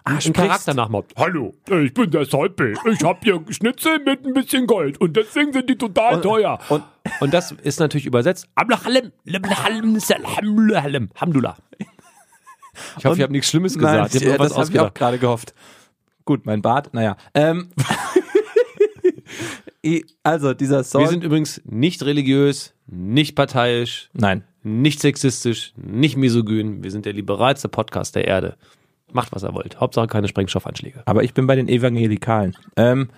Speaker 1: einen Charakter äh, nachmacht.
Speaker 3: Hallo, ich bin der Solpe. Ich hab hier Schnitzel mit ein bisschen Gold und deswegen sind die total teuer.
Speaker 1: Und, und das ist natürlich übersetzt. Ablahalem, leblahalem, salhamlahalem, hamdullah. Ich hoffe, ich habe nichts Schlimmes gesagt.
Speaker 2: Nein,
Speaker 1: ich
Speaker 2: äh,
Speaker 1: habe was
Speaker 2: das habe ich auch
Speaker 1: ausgedacht.
Speaker 2: gerade gehofft. Gut, mein Bart, naja. Ähm, *laughs* I- also, dieser Song.
Speaker 1: Wir sind übrigens nicht religiös, nicht parteiisch,
Speaker 2: nein,
Speaker 1: nicht sexistisch, nicht misogyn. Wir sind der liberalste Podcast der Erde. Macht, was ihr wollt. Hauptsache keine Sprengstoffanschläge.
Speaker 2: aber ich bin bei den Evangelikalen. Ähm,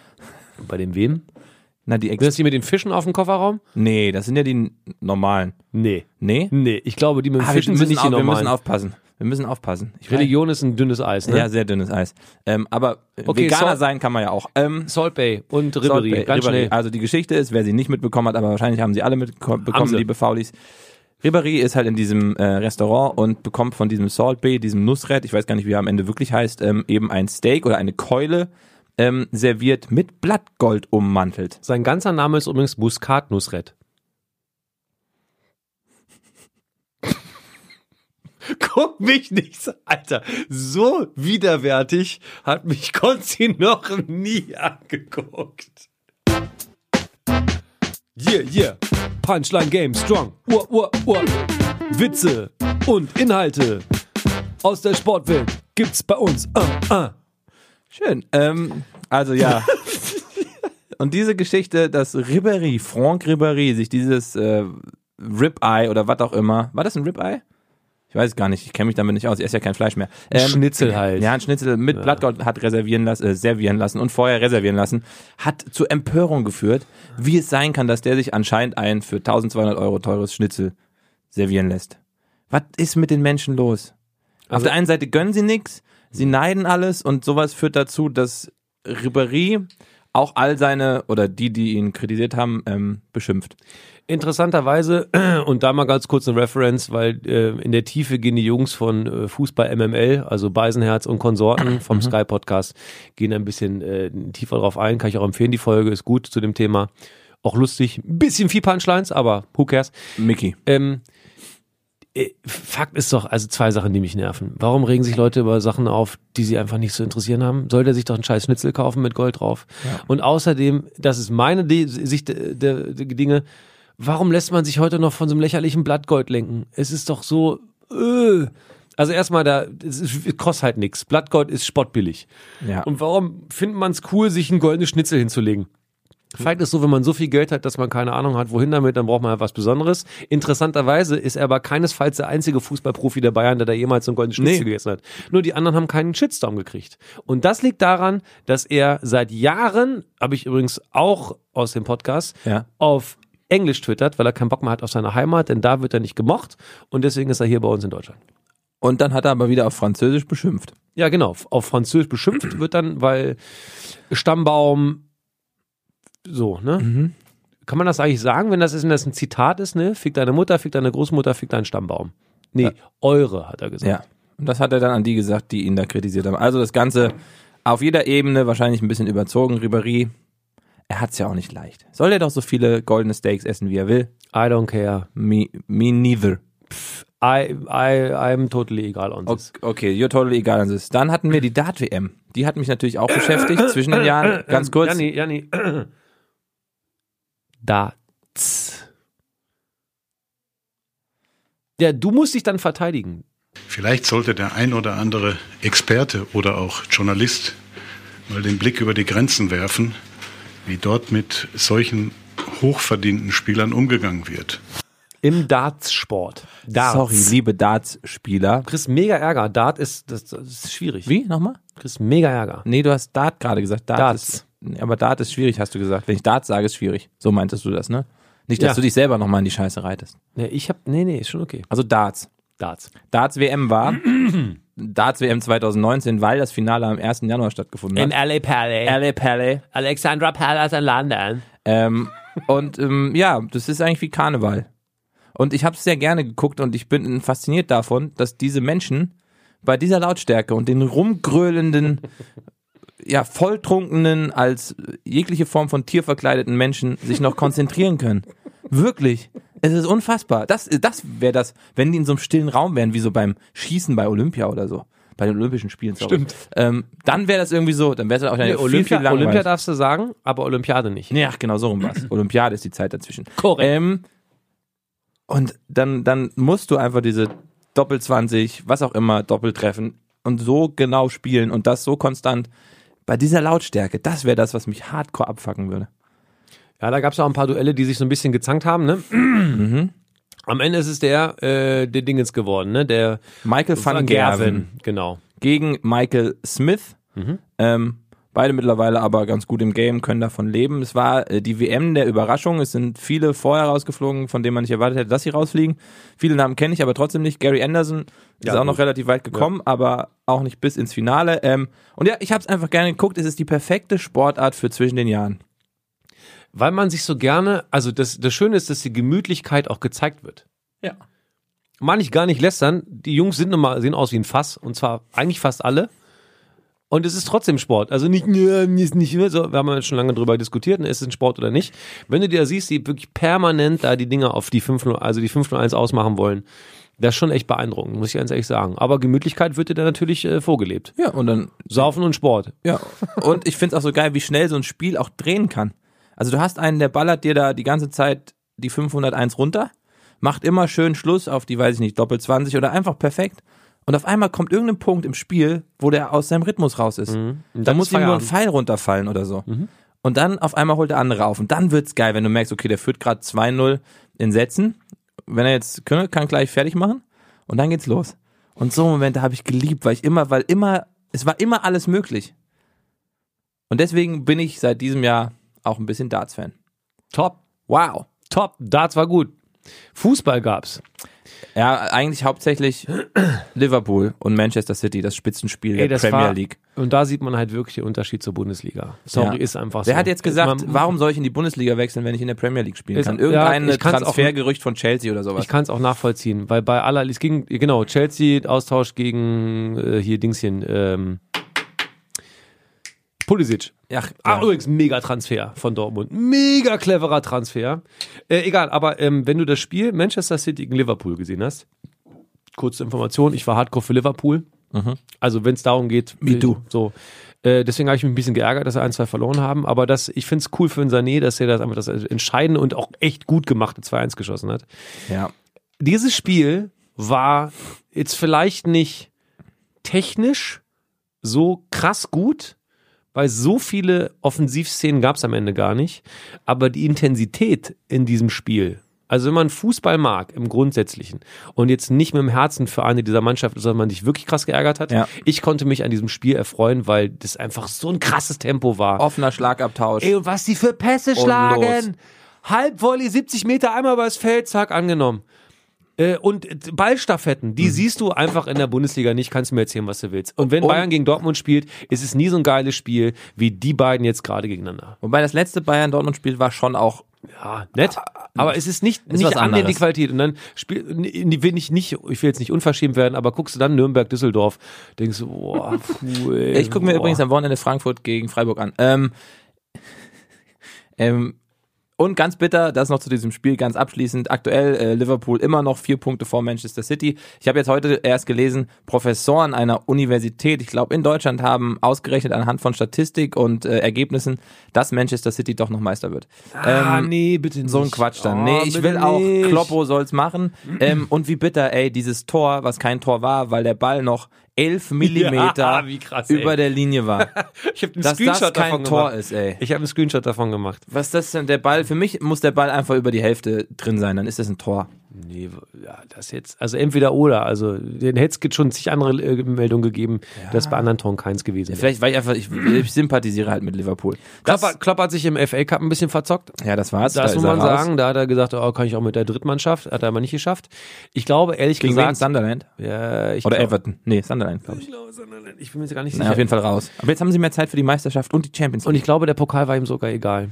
Speaker 1: Und bei dem wem?
Speaker 2: na, die
Speaker 1: Sind
Speaker 2: Ex
Speaker 1: das die mit den Fischen auf dem Kofferraum?
Speaker 2: Nee, das sind ja die n- normalen.
Speaker 1: Nee.
Speaker 2: Nee?
Speaker 1: Nee, ich glaube, die mit den
Speaker 2: Ah, wir,
Speaker 1: Fischen
Speaker 2: müssen
Speaker 1: sind nicht die
Speaker 2: auf, wir müssen
Speaker 1: normalen.
Speaker 2: aufpassen. Wir müssen aufpassen. Ich
Speaker 1: Religion ist ein dünnes Eis, ne?
Speaker 2: Ja, sehr dünnes Eis. Ähm, aber äh,
Speaker 1: Okay,
Speaker 2: Veganer
Speaker 1: so-
Speaker 2: sein kann man ja auch. Ähm,
Speaker 1: Salt Bay und Ribery,
Speaker 2: Salt Bae,
Speaker 1: ganz
Speaker 2: Ribéry.
Speaker 1: schnell.
Speaker 2: Also die Geschichte ist, wer sie nicht mitbekommen hat, aber wahrscheinlich haben sie alle
Speaker 1: Haben
Speaker 2: mitbekommen,
Speaker 1: sie.
Speaker 2: liebe Faulis. Ribéry ist halt in diesem äh, Restaurant und bekommt von diesem Salt Bay, diesem Nusret, ich weiß gar nicht, wie er am Ende wirklich heißt, ähm, eben ein Steak oder eine Keule ähm, serviert mit Blattgold ummantelt.
Speaker 1: Sein ganzer Name ist übrigens Muskatnussret. *laughs* Guck mich nicht, so- Alter. So widerwärtig hat mich Konzi noch nie angeguckt. Yeah, yeah. Punchline Game Strong. Uah, uah, uah. Witze und Inhalte aus der Sportwelt gibt's bei uns. Ah, ah.
Speaker 2: Schön. Ähm,
Speaker 1: *laughs*
Speaker 2: also ja. Und diese Geschichte, dass Ribéry, Franck Ribéry, sich dieses äh, Ribeye oder was auch immer, war das ein Ribeye? Ich weiß es gar nicht, ich kenne mich damit nicht aus, ich esse ja kein Fleisch mehr. Ähm,
Speaker 1: Schnitzel halt.
Speaker 2: Ja, ein Schnitzel mit Blattgold hat reservieren lassen, äh, servieren lassen und vorher reservieren lassen, hat zu Empörung geführt, wie es sein kann, dass der sich anscheinend ein für 1200 Euro teures Schnitzel servieren lässt. Was ist mit den Menschen los? Auf
Speaker 1: Also-
Speaker 2: der einen Seite gönnen sie nichts, sie neiden alles und sowas führt dazu, dass Ribéry auch all seine oder die, die ihn kritisiert haben, ähm, beschimpft.
Speaker 1: Interessanterweise, *clears throat* und da mal ganz kurz eine Reference, weil äh, in der Tiefe gehen die Jungs von äh, Fußball MML, also Beisenherz und Konsorten vom Sky Podcast, gehen ein bisschen äh, tiefer drauf ein. Kann ich auch empfehlen, die Folge ist gut zu dem Thema. Auch lustig, ein bisschen viel Punchlines, aber who cares.
Speaker 2: Mickey.
Speaker 1: Ähm, äh, Fakt ist doch, also zwei Sachen, die mich nerven. Warum regen sich Leute über Sachen auf, die sie einfach nicht zu interessieren haben? Soll der sich doch einen scheiß Schnitzel kaufen mit Gold drauf? Und außerdem, das ist meine De Sicht der, der, der Dinge, warum lässt man sich heute noch von so einem lächerlichen Blattgold lenken? Es ist doch so, äh. Also erstmal, da, es ist- kostet halt nichts. Blattgold ist spottbillig.
Speaker 2: Ja.
Speaker 1: Und warum findet man es cool, sich ein goldenes Schnitzel hinzulegen? Vielleicht ist es so, wenn man so viel Geld hat, dass man keine Ahnung hat, wohin damit, dann braucht man halt was Besonderes. Interessanterweise ist er aber keinesfalls der einzige Fußballprofi der Bayern, der da jemals so einen goldenen Schnitzel
Speaker 2: Nee.
Speaker 1: gegessen hat. Nur die anderen haben keinen Shitstorm gekriegt. Und das liegt daran, dass er seit Jahren, habe ich übrigens auch aus dem Podcast,
Speaker 2: Ja.
Speaker 1: auf Englisch twittert, weil er keinen Bock mehr hat auf seine Heimat, denn da wird er nicht gemocht und deswegen ist er hier bei uns in Deutschland.
Speaker 2: Und dann hat er aber wieder auf Französisch beschimpft.
Speaker 1: Ja, genau. Auf Französisch
Speaker 2: *clears throat*
Speaker 1: beschimpft wird dann, weil Stammbaum so, ne?
Speaker 2: Mhm.
Speaker 1: Kann man das eigentlich sagen, wenn das, ist, wenn das ein Zitat ist, ne? Fick deine Mutter, fick deine Großmutter, fick deinen Stammbaum. Nee, eure, hat er gesagt.
Speaker 2: Ja. Und das hat er dann an die gesagt, die ihn da kritisiert haben. Also das Ganze auf jeder Ebene wahrscheinlich ein bisschen überzogen, Ribéry. Er hat's ja auch nicht leicht. Soll er doch so viele goldene Steaks essen, wie er will?
Speaker 1: I don't care.
Speaker 2: Me, me neither.
Speaker 1: I, I, I'm totally egal on this.
Speaker 2: Okay, okay, you're totally egal an this. Dann hatten wir die Dart-WM. Die hat mich natürlich auch beschäftigt zwischen den Jahren. Ganz kurz.
Speaker 1: Äh, Ähm, Janni, Janni. *clears throat* Darts. Ja, du musst dich dann verteidigen.
Speaker 4: Vielleicht sollte der ein oder andere Experte oder auch Journalist mal den Blick über die Grenzen werfen, wie dort mit solchen hochverdienten Spielern umgegangen wird.
Speaker 1: Im Darts-Sport. Darts.
Speaker 2: Sorry, liebe Darts-Spieler.
Speaker 1: Chris mega Ärger. Dart ist, das, das ist schwierig.
Speaker 2: Wie? Nochmal?
Speaker 1: Chris mega Ärger.
Speaker 2: Nee, du hast Dart gerade gesagt. Dart
Speaker 1: Darts.
Speaker 2: Ist, Nee, aber Dart ist schwierig, hast du gesagt. Wenn ich Dart sage, ist schwierig. So meintest du das, ne? Nicht, dass
Speaker 1: Ja.
Speaker 2: du dich selber nochmal in die Scheiße reitest.
Speaker 1: Nee, ich hab, nee, nee, ist schon okay.
Speaker 2: Also Darts.
Speaker 1: Darts.
Speaker 2: Darts
Speaker 1: *clears throat*
Speaker 2: WM war Darts WM 2019, weil das Finale am 1. Januar stattgefunden hat.
Speaker 1: LA Palace.
Speaker 2: LA Palais.
Speaker 1: Alexandra Palace in London.
Speaker 2: Ähm, und ähm, ja, das ist eigentlich wie Karneval. Und ich habe es sehr gerne geguckt und ich bin fasziniert davon, dass diese Menschen bei dieser Lautstärke und den rumgröhlenden, ja, volltrunkenen, als jegliche Form von Tier verkleideten Menschen sich noch konzentrieren können. Wirklich. Es ist unfassbar. Das, das wäre das, wenn die in so einem stillen Raum wären, wie so beim Schießen bei Olympia oder so. bei den Olympischen Spielen. sorry. Ähm, dann wäre das irgendwie so, dann wäre es auch eine
Speaker 1: Nee,
Speaker 2: viel, viel
Speaker 1: Olympia,
Speaker 2: langweilig.
Speaker 1: Olympia darfst du sagen, aber Olympiade nicht.
Speaker 2: Nee, ach genau, so rum war's. Olympiade ist die Zeit dazwischen.
Speaker 1: Korrekt.
Speaker 2: Ähm, und dann, dann musst du einfach diese Doppel-20, was auch immer, Doppeltreffen und so genau spielen und das so konstant bei dieser Lautstärke. Das wäre das, was mich hardcore abfacken würde.
Speaker 1: Ja, da gab es auch ein paar Duelle, die sich so ein bisschen gezankt haben. Ne?
Speaker 2: Mhm.
Speaker 1: Am Ende ist es der, äh, der Dingens geworden, ne? der
Speaker 2: Michael van Gerven
Speaker 1: Genau.
Speaker 2: gegen Michael Smith. Ähm, beide mittlerweile aber ganz gut im Game, können davon leben. Es war äh, die WM der Überraschung. Es sind viele vorher rausgeflogen, von denen man nicht erwartet hätte, dass sie rausfliegen. Viele Namen kenne ich aber trotzdem nicht. Gary Anderson ist
Speaker 1: Ja,
Speaker 2: auch
Speaker 1: gut.
Speaker 2: noch relativ weit gekommen, aber auch nicht bis ins Finale. Ähm, und ja, ich habe es einfach gerne geguckt. Es ist die perfekte Sportart für zwischen den Jahren.
Speaker 1: Weil man sich so gerne, also das, das Schöne ist, dass die Gemütlichkeit auch gezeigt wird.
Speaker 2: Ja.
Speaker 1: Mann, ich gar nicht lästern. Die Jungs sind nun mal, sehen aus wie ein Fass und zwar eigentlich fast alle. Und es ist trotzdem Sport. Also nicht, ja, mir ist nicht, so, wir haben ja schon lange drüber diskutiert, ne, ist es ein Sport oder nicht. Wenn du dir da siehst, die wirklich permanent da die Dinger auf die 501, also die 501 ausmachen wollen, das ist schon echt beeindruckend, muss ich ganz ehrlich sagen. Aber Gemütlichkeit wird dir da natürlich äh, vorgelebt.
Speaker 2: Ja, und dann
Speaker 1: Saufen und Sport.
Speaker 2: Ja, und ich find's auch so geil, wie schnell so ein Spiel auch drehen kann. Also du hast einen, der ballert dir da die ganze Zeit die 501 runter, macht immer schön Schluss auf die, weiß ich nicht, Doppel 20 oder einfach perfekt. Und auf einmal kommt irgendein Punkt im Spiel, wo der aus seinem Rhythmus raus ist. Da
Speaker 1: Mhm. dann
Speaker 2: muss
Speaker 1: ist
Speaker 2: ihm nur ein
Speaker 1: Feierabend. Mhm.
Speaker 2: Pfeil runterfallen oder so. Und dann auf einmal holt der andere auf. Und dann wird's geil, wenn du merkst, okay, der führt gerade 2-0 in Sätzen. Wenn er jetzt kann, kann gleich fertig machen. Und dann geht's los. Und so Momente habe ich geliebt, weil ich immer, weil immer, es war immer alles möglich. Und deswegen bin ich seit diesem Jahr auch ein bisschen Darts-Fan.
Speaker 1: Top,
Speaker 2: Wow.
Speaker 1: top. Darts war gut. Fußball gab's.
Speaker 2: Ja, eigentlich hauptsächlich *clears throat* Liverpool und Manchester City, das Spitzenspiel
Speaker 1: Ey,
Speaker 2: der
Speaker 1: das
Speaker 2: Premier
Speaker 1: war-
Speaker 2: League.
Speaker 1: Und da sieht man halt wirklich den Unterschied zur Bundesliga. Sorry,
Speaker 2: Ja.
Speaker 1: ist einfach so.
Speaker 2: Wer hat jetzt gesagt,
Speaker 1: Man-
Speaker 2: warum soll ich in die Bundesliga wechseln, wenn ich in der Premier League spielen
Speaker 1: Ist-
Speaker 2: kann?
Speaker 1: ja,
Speaker 2: Irgendein
Speaker 1: ich kann's auch-
Speaker 2: Transfergerücht von Chelsea oder sowas.
Speaker 1: Ich kann es auch nachvollziehen, weil bei aller, es ging, genau, Chelsea Austausch gegen äh, hier Dingschen, ähm, Pulisic.
Speaker 2: Ach, ja.
Speaker 1: Ah, übrigens, mega Transfer von Dortmund. Mega cleverer Transfer. Äh, egal, aber ähm, wenn du das Spiel Manchester City gegen Liverpool gesehen hast, kurze Information, ich war hardcore für Liverpool. Also wenn es darum geht,
Speaker 2: Wie du.
Speaker 1: So. Äh, deswegen habe ich mich ein bisschen geärgert, dass wir ein, zwei verloren haben. Aber das, ich finde es cool für den Sané, dass er das einfach das entscheidende und auch echt gut gemachte 2-1 geschossen hat
Speaker 2: ja.
Speaker 1: dieses Spiel war jetzt vielleicht nicht technisch so krass gut, weil so viele Offensivszenen gab es am Ende gar nicht. Aber die Intensität in diesem Spiel, also wenn man Fußball mag im Grundsätzlichen und jetzt nicht mit dem Herzen für eine dieser Mannschaften, sondern man sich wirklich krass geärgert hat,
Speaker 2: Ja.
Speaker 1: ich konnte mich an diesem Spiel erfreuen, weil das einfach so ein krasses Tempo war.
Speaker 2: Offener Schlagabtausch.
Speaker 1: Ey, und was die für Pässe
Speaker 2: Oh, los.
Speaker 1: schlagen. Halbvolley, 70 Meter einmal übers Feld, zack, angenommen. Äh, Und äh, Ballstaffetten, die siehst du einfach in der Bundesliga nicht, kannst du mir erzählen, was du willst. Und wenn
Speaker 2: Mhm. Und-
Speaker 1: Bayern gegen Dortmund spielt, ist es nie so ein geiles Spiel wie die beiden jetzt gerade gegeneinander.
Speaker 2: Wobei das letzte Bayern-Dortmund-Spiel war schon auch
Speaker 1: Ja, nett. Aber es ist nicht, nicht
Speaker 2: Ah, was
Speaker 1: annähernd die
Speaker 2: anderes.
Speaker 1: Qualität. Und dann spiel, n- will ich nicht, ich will jetzt nicht unverschämt werden, aber guckst du dann Nürnberg, Düsseldorf, denkst du,
Speaker 2: *laughs*
Speaker 1: boah, puh, ey,
Speaker 2: Äh, Ich gucke mir
Speaker 1: boah.
Speaker 2: übrigens am Wochenende Frankfurt gegen Freiburg an. Ähm, ähm, und ganz bitter, das noch zu diesem Spiel ganz abschließend. Aktuell äh, Liverpool immer noch vier Punkte vor Manchester City. Ich habe jetzt heute erst gelesen, Professoren einer Universität, ich glaube in Deutschland, haben ausgerechnet anhand von Statistik und äh, Ergebnissen, dass Manchester City doch noch Meister wird.
Speaker 1: ah,
Speaker 2: Ähm,
Speaker 1: nee, bitte nicht.
Speaker 2: so ein Quatsch dann.
Speaker 1: Oh,
Speaker 2: nee, ich
Speaker 1: bitte
Speaker 2: will auch,
Speaker 1: nicht.
Speaker 2: Kloppo soll's machen. Ähm, und wie bitter, ey, dieses Tor, was kein Tor war, weil der Ball noch
Speaker 1: *laughs*
Speaker 2: elf Millimeter
Speaker 1: wie krass, ey.
Speaker 2: über der
Speaker 1: *laughs*
Speaker 2: Linie war.
Speaker 1: Ich habe einen
Speaker 2: Dass
Speaker 1: Screenshot
Speaker 2: das kein
Speaker 1: davon
Speaker 2: Tor
Speaker 1: gemacht.
Speaker 2: ist, ey.
Speaker 1: Ich habe einen Screenshot davon gemacht.
Speaker 2: Was ist das denn? Der Ball, für mich muss der Ball einfach über die Hälfte drin sein, dann ist das ein Tor.
Speaker 1: Nee, ja, das jetzt, also entweder oder. Also den hätte es schon zig andere äh, Meldungen gegeben, dass bei anderen Toren keins gewesen wäre.
Speaker 2: Vielleicht, weil ich einfach, ich, ich sympathisiere halt mit Liverpool.
Speaker 1: Klopp, Klopp hat sich im FA Cup ein bisschen verzockt.
Speaker 2: Ja, das war's.
Speaker 1: Das
Speaker 2: da
Speaker 1: muss
Speaker 2: ist er
Speaker 1: man
Speaker 2: raus.
Speaker 1: sagen. Da hat er gesagt, oh, kann ich auch mit der Drittmannschaft. Hat er aber nicht geschafft. Ich glaube, ehrlich
Speaker 2: Gegen wen?
Speaker 1: gesagt.
Speaker 2: Sunderland?
Speaker 1: Ja, ich
Speaker 2: Oder
Speaker 1: glaub,
Speaker 2: Everton? Nee, Sunderland, glaube ich.
Speaker 1: Ich glaube, Sunderland. Ich bin mir jetzt gar nicht
Speaker 2: Na, auf
Speaker 1: sicher.
Speaker 2: jeden Fall raus. Aber jetzt haben sie mehr Zeit für die Meisterschaft und die Champions
Speaker 1: Und
Speaker 2: League.
Speaker 1: ich glaube, der Pokal war ihm sogar egal.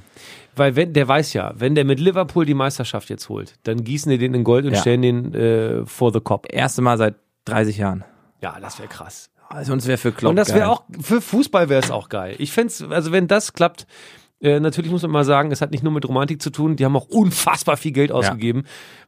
Speaker 1: Weil wenn, der weiß ja, wenn der mit Liverpool die Meisterschaft jetzt holt, dann gießen die den in Gold und
Speaker 2: Ja.
Speaker 1: stellen den äh, for the cop.
Speaker 2: Erste Mal seit 30 Jahren.
Speaker 1: Ja, das wäre krass.
Speaker 2: Also uns wäre für Klopp
Speaker 1: Und das
Speaker 2: geil.
Speaker 1: wäre auch, für Fußball wäre es auch geil. Ich fände also wenn das klappt, Äh, natürlich muss man mal sagen, es hat nicht nur mit Romantik zu tun, die haben auch unfassbar viel Geld ausgegeben.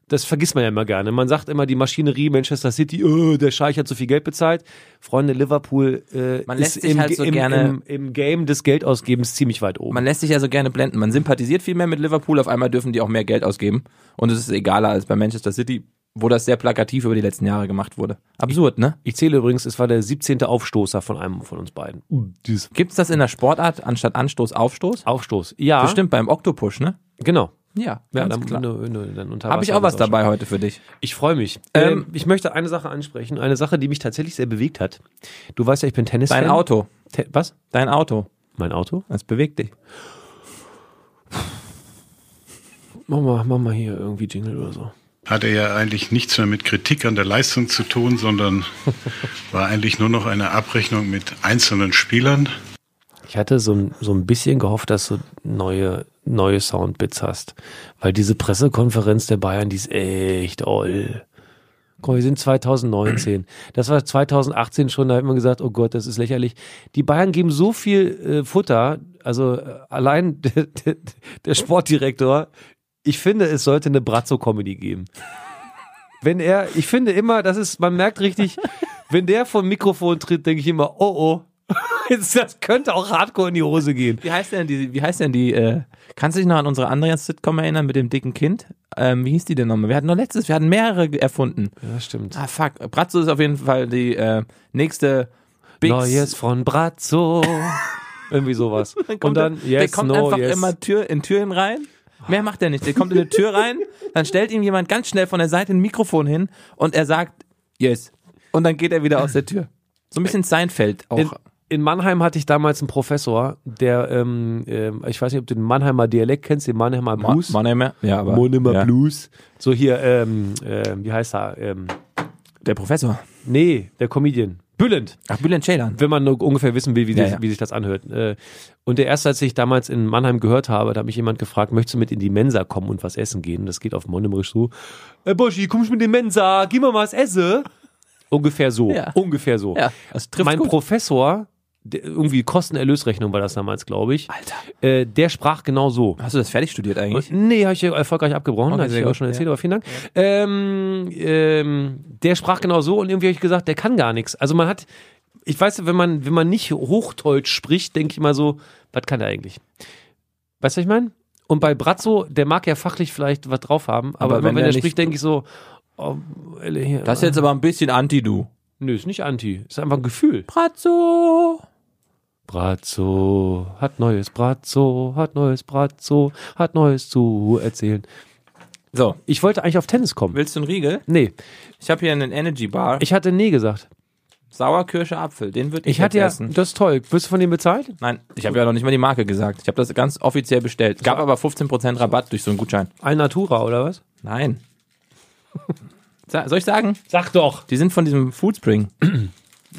Speaker 1: Das vergisst man ja immer gerne. Man sagt immer, die Maschinerie Manchester City, öh, der Scheich hat so viel Geld bezahlt. Freunde, Liverpool äh,
Speaker 2: Man lässt
Speaker 1: ist
Speaker 2: sich
Speaker 1: im,
Speaker 2: halt so
Speaker 1: im,
Speaker 2: gerne-
Speaker 1: im, im Game des Geldausgebens ziemlich weit oben.
Speaker 2: Man lässt sich ja so gerne blenden. Man sympathisiert viel mehr mit Liverpool. Auf einmal dürfen die auch mehr Geld ausgeben. Und es ist egaler als bei Manchester City, wo das sehr plakativ über die letzten Jahre gemacht wurde. Absurd, ne?
Speaker 1: ich zähle übrigens, es war der 17. Aufstoßer von einem von uns beiden.
Speaker 2: Uh, Gibt's das in der Sportart anstatt Anstoß, Aufstoß?
Speaker 1: Aufstoß. Ja,
Speaker 2: Bestimmt beim Oktopush, ne?
Speaker 1: genau.
Speaker 2: Ja,
Speaker 1: Ja,
Speaker 2: ganz
Speaker 1: dann,
Speaker 2: klar.
Speaker 1: nö, nö, dann unter
Speaker 2: Habe ich
Speaker 1: Wasser
Speaker 2: auch was
Speaker 1: ist schon-
Speaker 2: dabei heute für dich.
Speaker 1: Ich freue mich.
Speaker 2: Ähm,
Speaker 1: Ähm, ich möchte eine Sache ansprechen, eine Sache, die mich tatsächlich sehr bewegt hat. Du weißt ja, ich bin Tennis.
Speaker 2: Dein Auto.
Speaker 1: Te was?
Speaker 2: Dein Auto.
Speaker 1: Mein Auto?
Speaker 2: Das bewegt dich.
Speaker 1: Mach mal, mach mal hier irgendwie Jingle oder so.
Speaker 4: Hatte ja eigentlich nichts mehr mit Kritik an der Leistung zu tun, sondern war eigentlich nur noch eine Abrechnung mit einzelnen Spielern.
Speaker 1: Ich hatte so ein, so ein bisschen gehofft, dass du neue, neue Soundbits hast. Weil diese Pressekonferenz der Bayern, die ist echt oll. Guck, wir sind 2019. Das war 2018 schon, da hat man gesagt, oh Gott, das ist lächerlich. Die Bayern geben so viel äh, Futter, also äh, allein *laughs* der, der, der Sportdirektor, ich finde, es sollte eine Brazzo-Comedy geben. Wenn er, ich finde immer, das ist, man merkt richtig, wenn der vom Mikrofon tritt, denke ich immer, oh oh, jetzt, *laughs* das könnte auch hardcore in die Hose gehen.
Speaker 2: Wie heißt denn die, wie heißt denn die, äh, kannst du dich noch an unsere Andreas-Sitcom erinnern mit dem dicken Kind? Ähm, wie hieß die denn nochmal? Wir hatten noch letztes, wir hatten mehrere ge- erfunden.
Speaker 1: Ja, stimmt.
Speaker 2: Ah, fuck. Bratzo ist auf jeden Fall die äh, nächste Big
Speaker 1: Neues von *laughs* Brazzo. Irgendwie sowas. Und dann,
Speaker 2: der, der
Speaker 1: yes,
Speaker 2: kommt
Speaker 1: no,
Speaker 2: einfach
Speaker 1: yes.
Speaker 2: immer Tür, in Türen rein. Mehr macht er nicht. Der kommt in eine Tür rein, dann stellt ihm jemand ganz schnell von der Seite ein Mikrofon hin und er sagt Yes. Und dann geht er wieder aus der Tür. So ein bisschen Seinfeld auch.
Speaker 1: In, in Mannheim hatte ich damals einen Professor, der, ähm, ähm, ich weiß nicht, ob du den Mannheimer Dialekt kennst, den Mannheimer
Speaker 2: Ma-
Speaker 1: Blues.
Speaker 2: Mannheimer, ja, aber,
Speaker 1: Mannheimer
Speaker 2: ja.
Speaker 1: Blues. So hier, ähm, ähm, wie heißt er? Ähm,
Speaker 2: Der Professor.
Speaker 1: nee, der Comedian. Bülent.
Speaker 2: Ach, Bülent Ceylan.
Speaker 1: wenn man nur ungefähr wissen will, wie,
Speaker 2: Ja,
Speaker 1: sich-
Speaker 2: ja.
Speaker 1: wie sich das anhört. Äh, Und der erste, als ich damals in Mannheim gehört habe, da hat mich jemand gefragt, möchtest du mit in die Mensa kommen und was essen gehen? Das geht auf Mondemrisch so. Äh, Boschi, komm ich mit in die Mensa, gib mal was essen. Ungefähr so.
Speaker 2: Ja.
Speaker 1: Ungefähr so.
Speaker 2: Ja, das trifft
Speaker 1: mein
Speaker 2: gut.
Speaker 1: Professor, der, irgendwie Kostenerlösrechnung war das damals, glaube ich,
Speaker 2: Alter.
Speaker 1: äh, der sprach genau so.
Speaker 2: Hast du das fertig studiert eigentlich?
Speaker 1: Nee, habe ich ja erfolgreich abgebrochen,
Speaker 2: Okay,
Speaker 1: hatte
Speaker 2: sehr
Speaker 1: ich ja auch
Speaker 2: gut,
Speaker 1: schon
Speaker 2: ja.
Speaker 1: erzählt, aber vielen Dank. Ähm, ähm, der sprach genau so und irgendwie habe ich gesagt, der kann gar nichts. Also man hat, ich weiß, wenn man, wenn man nicht Hochdeutsch spricht, denke ich immer so, was kann der eigentlich? Weißt du, was ich meine? Und bei Brazzo, der mag ja fachlich vielleicht was drauf haben, aber,
Speaker 2: Aber
Speaker 1: immer
Speaker 2: wenn
Speaker 1: wenn,
Speaker 2: der
Speaker 1: er
Speaker 2: nicht-
Speaker 1: spricht, denke ich so, oh, hier,
Speaker 2: Das ist jetzt aber ein bisschen Anti-Du.
Speaker 1: nö, ist nicht Anti, ist einfach ein Gefühl.
Speaker 2: Bratzo.
Speaker 1: Brazzo hat neues Brazzo, hat neues Brazzo, hat neues zu erzählen.
Speaker 2: So,
Speaker 1: Ich wollte eigentlich auf Tennis kommen.
Speaker 2: willst du einen Riegel?
Speaker 1: Nee,
Speaker 2: Ich habe hier einen Energy Bar.
Speaker 1: ich hatte nee gesagt.
Speaker 2: Sauerkirsche Apfel, den würde ich,
Speaker 1: Ich hatte
Speaker 2: jetzt
Speaker 1: ja,
Speaker 2: essen.
Speaker 1: das ist toll. Wirst du von dem bezahlt?
Speaker 2: Nein, ich habe ja noch nicht mal die Marke gesagt. Ich habe das ganz offiziell bestellt. Gab aber 15% Rabatt durch so einen Gutschein.
Speaker 1: Ein Natura oder was?
Speaker 2: Nein. *laughs* Sa- Soll ich sagen?
Speaker 1: Sag doch.
Speaker 2: Die sind von diesem Foodspring.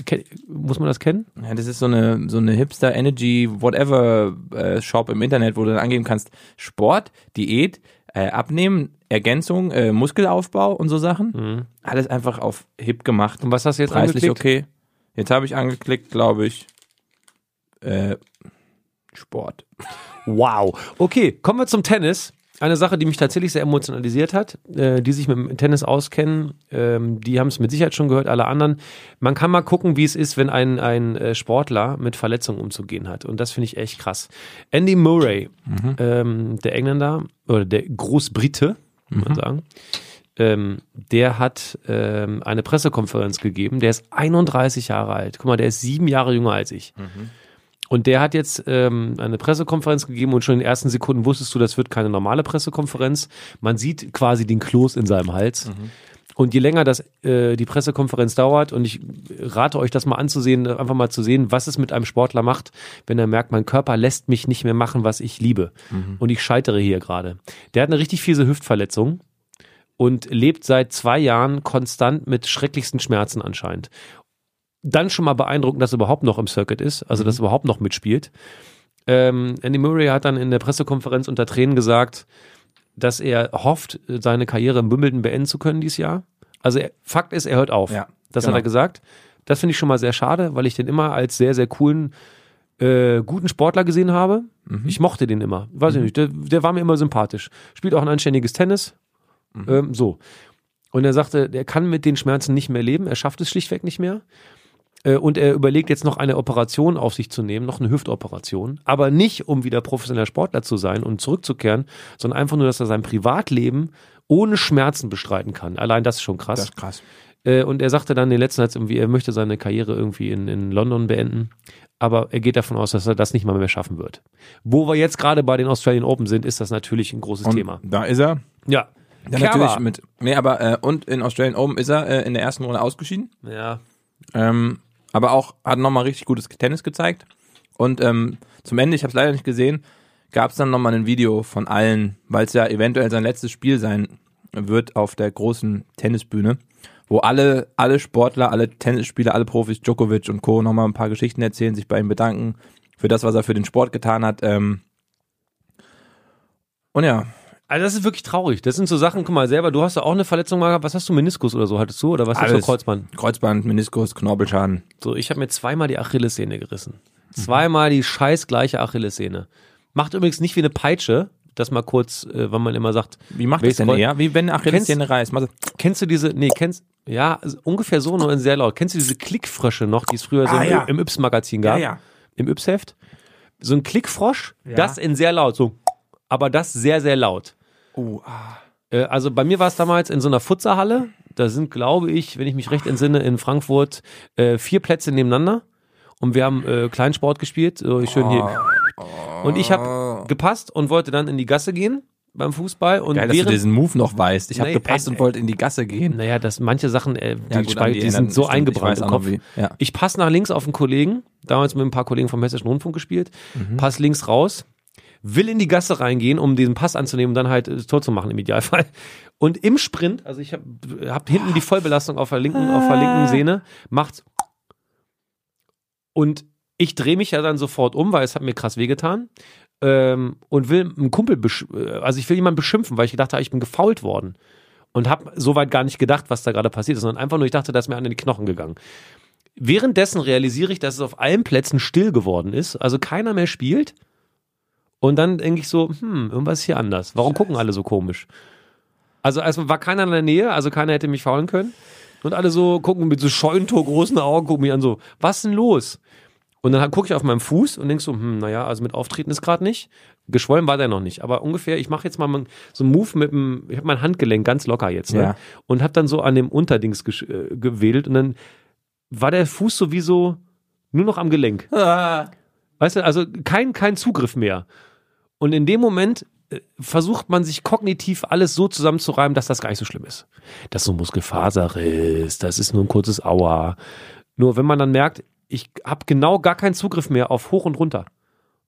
Speaker 1: Ken, muss man das kennen?
Speaker 2: Ja, das ist so eine, so eine Hipster Energy Whatever äh, Shop im Internet, wo du dann angeben kannst: Sport, Diät, äh, Abnehmen, Ergänzung, äh, Muskelaufbau und so Sachen. Alles einfach auf hip gemacht.
Speaker 1: Und was hast du jetzt
Speaker 2: Preislich
Speaker 1: angeklickt?
Speaker 2: okay. Jetzt habe ich angeklickt, glaube ich, äh, Sport.
Speaker 1: Wow. Okay, kommen wir zum Tennis. Eine Sache, die mich tatsächlich sehr emotionalisiert hat, äh, die sich mit dem Tennis auskennen, ähm, die haben es mit Sicherheit schon gehört, alle anderen. Man kann mal gucken, wie es ist, wenn ein, ein äh, Sportler mit Verletzungen umzugehen hat. Und das finde ich echt krass. Andy Murray, ähm, der Engländer oder der Großbrite, muss man sagen, ähm, der hat ähm, eine Pressekonferenz gegeben. Der ist 31 Jahre alt. Guck mal, der ist sieben Jahre jünger als ich. Und der hat jetzt ähm, eine Pressekonferenz gegeben und schon in den ersten Sekunden wusstest du, das wird keine normale Pressekonferenz. Man sieht quasi den Kloß in seinem Hals. Und je länger das, äh, die Pressekonferenz dauert, und ich rate euch, das mal anzusehen, einfach mal zu sehen, was es mit einem Sportler macht, wenn er merkt, mein Körper lässt mich nicht mehr machen, was ich liebe. Und ich scheitere hier gerade. Der hat eine richtig fiese Hüftverletzung und lebt seit zwei Jahren konstant mit schrecklichsten Schmerzen anscheinend. Dann schon mal beeindruckend, dass er überhaupt noch im Circuit ist,
Speaker 2: Mhm.
Speaker 1: also dass er überhaupt noch mitspielt. Ähm, Andy Murray hat dann in der Pressekonferenz unter Tränen gesagt, dass er hofft, seine Karriere im Wimbledon beenden zu können dieses Jahr. Also er, Fakt ist, er hört auf.
Speaker 2: Ja,
Speaker 1: das
Speaker 2: genau.
Speaker 1: hat er gesagt. Das finde ich schon mal sehr schade, weil ich den immer als sehr, sehr coolen äh, guten Sportler gesehen habe.
Speaker 2: Mhm.
Speaker 1: Ich mochte den immer. Weiß ich nicht, der, der war mir immer sympathisch. Spielt auch ein anständiges Tennis. Ähm, so. Und er sagte, er kann mit den Schmerzen nicht mehr leben, er schafft es schlichtweg nicht mehr. Äh, Und er überlegt jetzt noch eine Operation auf sich zu nehmen, noch eine Hüftoperation, aber nicht, um wieder professioneller Sportler zu sein und zurückzukehren, sondern einfach nur, dass er sein Privatleben ohne Schmerzen bestreiten kann. Allein das ist schon krass.
Speaker 2: krass.
Speaker 1: Äh, und er sagte dann den letzten Satz irgendwie, er möchte seine Karriere irgendwie in, in London beenden. Aber er geht davon aus, dass er das nicht mal mehr schaffen wird. Wo wir jetzt gerade bei den Australian Open sind, ist das natürlich ein großes
Speaker 2: Und
Speaker 1: Thema.
Speaker 2: Da ist er.
Speaker 1: Ja.
Speaker 2: Ja,
Speaker 1: Kerber.
Speaker 2: natürlich mit. Nee, aber äh, und in Australian Open ist er äh, in der ersten Runde ausgeschieden.
Speaker 1: Ja.
Speaker 2: Ähm, aber auch hat nochmal richtig gutes Tennis gezeigt. Und ähm, zum Ende, ich habe es leider nicht gesehen, gab es dann nochmal ein Video von allen, weil es ja eventuell sein letztes Spiel sein wird auf der großen Tennisbühne, wo alle, alle Sportler, alle Tennisspieler, alle Profis, Djokovic und Co. nochmal ein paar Geschichten erzählen, sich bei ihm bedanken für das, was er für den Sport getan hat. Ähm, und ja,
Speaker 1: Also das ist wirklich traurig. Das sind so Sachen, guck mal selber, du hast ja auch eine Verletzung mal gehabt. Was hast du, Meniskus oder so hattest du? Oder was hast du,
Speaker 2: Alles.
Speaker 1: Kreuzband?
Speaker 2: Kreuzband, Meniskus, Knorpelschaden.
Speaker 1: So, ich habe mir zweimal die Achillessehne gerissen. Zweimal die scheiß gleiche Achillessehne. Macht übrigens nicht wie eine Peitsche, das mal kurz, äh, wenn man immer sagt,
Speaker 2: Wie macht
Speaker 1: Welches
Speaker 2: das denn
Speaker 1: Kreuz-
Speaker 2: ja? Wie wenn Achillessehne reißt. Machst du-
Speaker 1: Kennst du diese, nee, kennst, ja, also ungefähr so, nur in sehr laut. Kennst du diese Klickfrösche noch, die es früher so
Speaker 2: Ah,
Speaker 1: im,
Speaker 2: ja.
Speaker 1: im Yps-Magazin gab?
Speaker 2: ja.
Speaker 1: Im Yps-Heft? So ein Klickfrosch, das in sehr laut, so, aber das sehr, sehr laut.
Speaker 2: Oh,
Speaker 1: Äh, also bei mir war es damals in so einer Futzerhalle. Da sind, glaube ich, wenn ich mich recht entsinne, in Frankfurt äh, vier Plätze nebeneinander. Und wir haben äh, Kleinsport gespielt, so schön hier.
Speaker 2: Oh.
Speaker 1: Und ich habe gepasst und wollte dann in die Gasse gehen beim Fußball. Und
Speaker 2: Geil, dass du
Speaker 1: während,
Speaker 2: diesen Move noch weißt. Ich habe
Speaker 1: Nee,
Speaker 2: gepasst
Speaker 1: ey,
Speaker 2: und wollte in die Gasse *laughs* gehen.
Speaker 1: Naja, dass manche Sachen, äh, die,
Speaker 2: Ja, gut,
Speaker 1: spei-
Speaker 2: an
Speaker 1: die,
Speaker 2: die
Speaker 1: sind
Speaker 2: erinnern,
Speaker 1: so
Speaker 2: stimmt,
Speaker 1: eingebrannt
Speaker 2: ich weiß
Speaker 1: im
Speaker 2: auch noch
Speaker 1: Kopf.
Speaker 2: wie, ja.
Speaker 1: Ich passe nach links auf einen Kollegen, damals mit ein paar Kollegen vom Hessischen Rundfunk gespielt,
Speaker 2: Mhm.
Speaker 1: pass links raus, will in die Gasse reingehen, um diesen Pass anzunehmen und dann halt äh, das Tor zu machen im Idealfall. Und im Sprint, also ich habe hab hinten die Vollbelastung auf der linken, auf der linken Sehne, macht's und ich drehe mich ja dann sofort um, weil es hat mir krass wehgetan. Ähm, und will einen Kumpel, besch äh, also ich will jemanden beschimpfen, weil ich gedacht habe, ich bin gefault worden. Und habe soweit gar nicht gedacht, was da gerade passiert ist, sondern einfach nur, ich dachte, da ist mir einer in die Knochen gegangen. Währenddessen realisiere ich, dass es auf allen Plätzen still geworden ist, also keiner mehr spielt. Und dann denke ich so, hm, irgendwas ist hier anders. Warum gucken alle so komisch? Also erstmal war keiner in der Nähe, also keiner hätte mich faulen können. Und alle so gucken mit so scheuentor großen Augen, gucken mich an so, was denn los? Und dann gucke ich auf meinem Fuß und denk so, hm, naja, also mit Auftreten ist gerade nicht. Geschwollen war der noch nicht. Aber ungefähr, ich mache jetzt mal mein- so einen Move mit dem, ich habe mein Handgelenk ganz locker jetzt, ne?
Speaker 2: Ja.
Speaker 1: Und habe dann so an dem Unterdings gesch- äh, gewedelt und dann war der Fuß sowieso nur noch am Gelenk.
Speaker 2: Ah.
Speaker 1: Weißt du, also kein, kein Zugriff mehr. Und in dem Moment äh, versucht man sich kognitiv alles so zusammenzureimen, dass das gar nicht so schlimm ist. Das ist so ein Muskelfaserriss, das ist nur ein kurzes Aua. Nur wenn man dann merkt, ich habe genau gar keinen Zugriff mehr auf hoch und runter.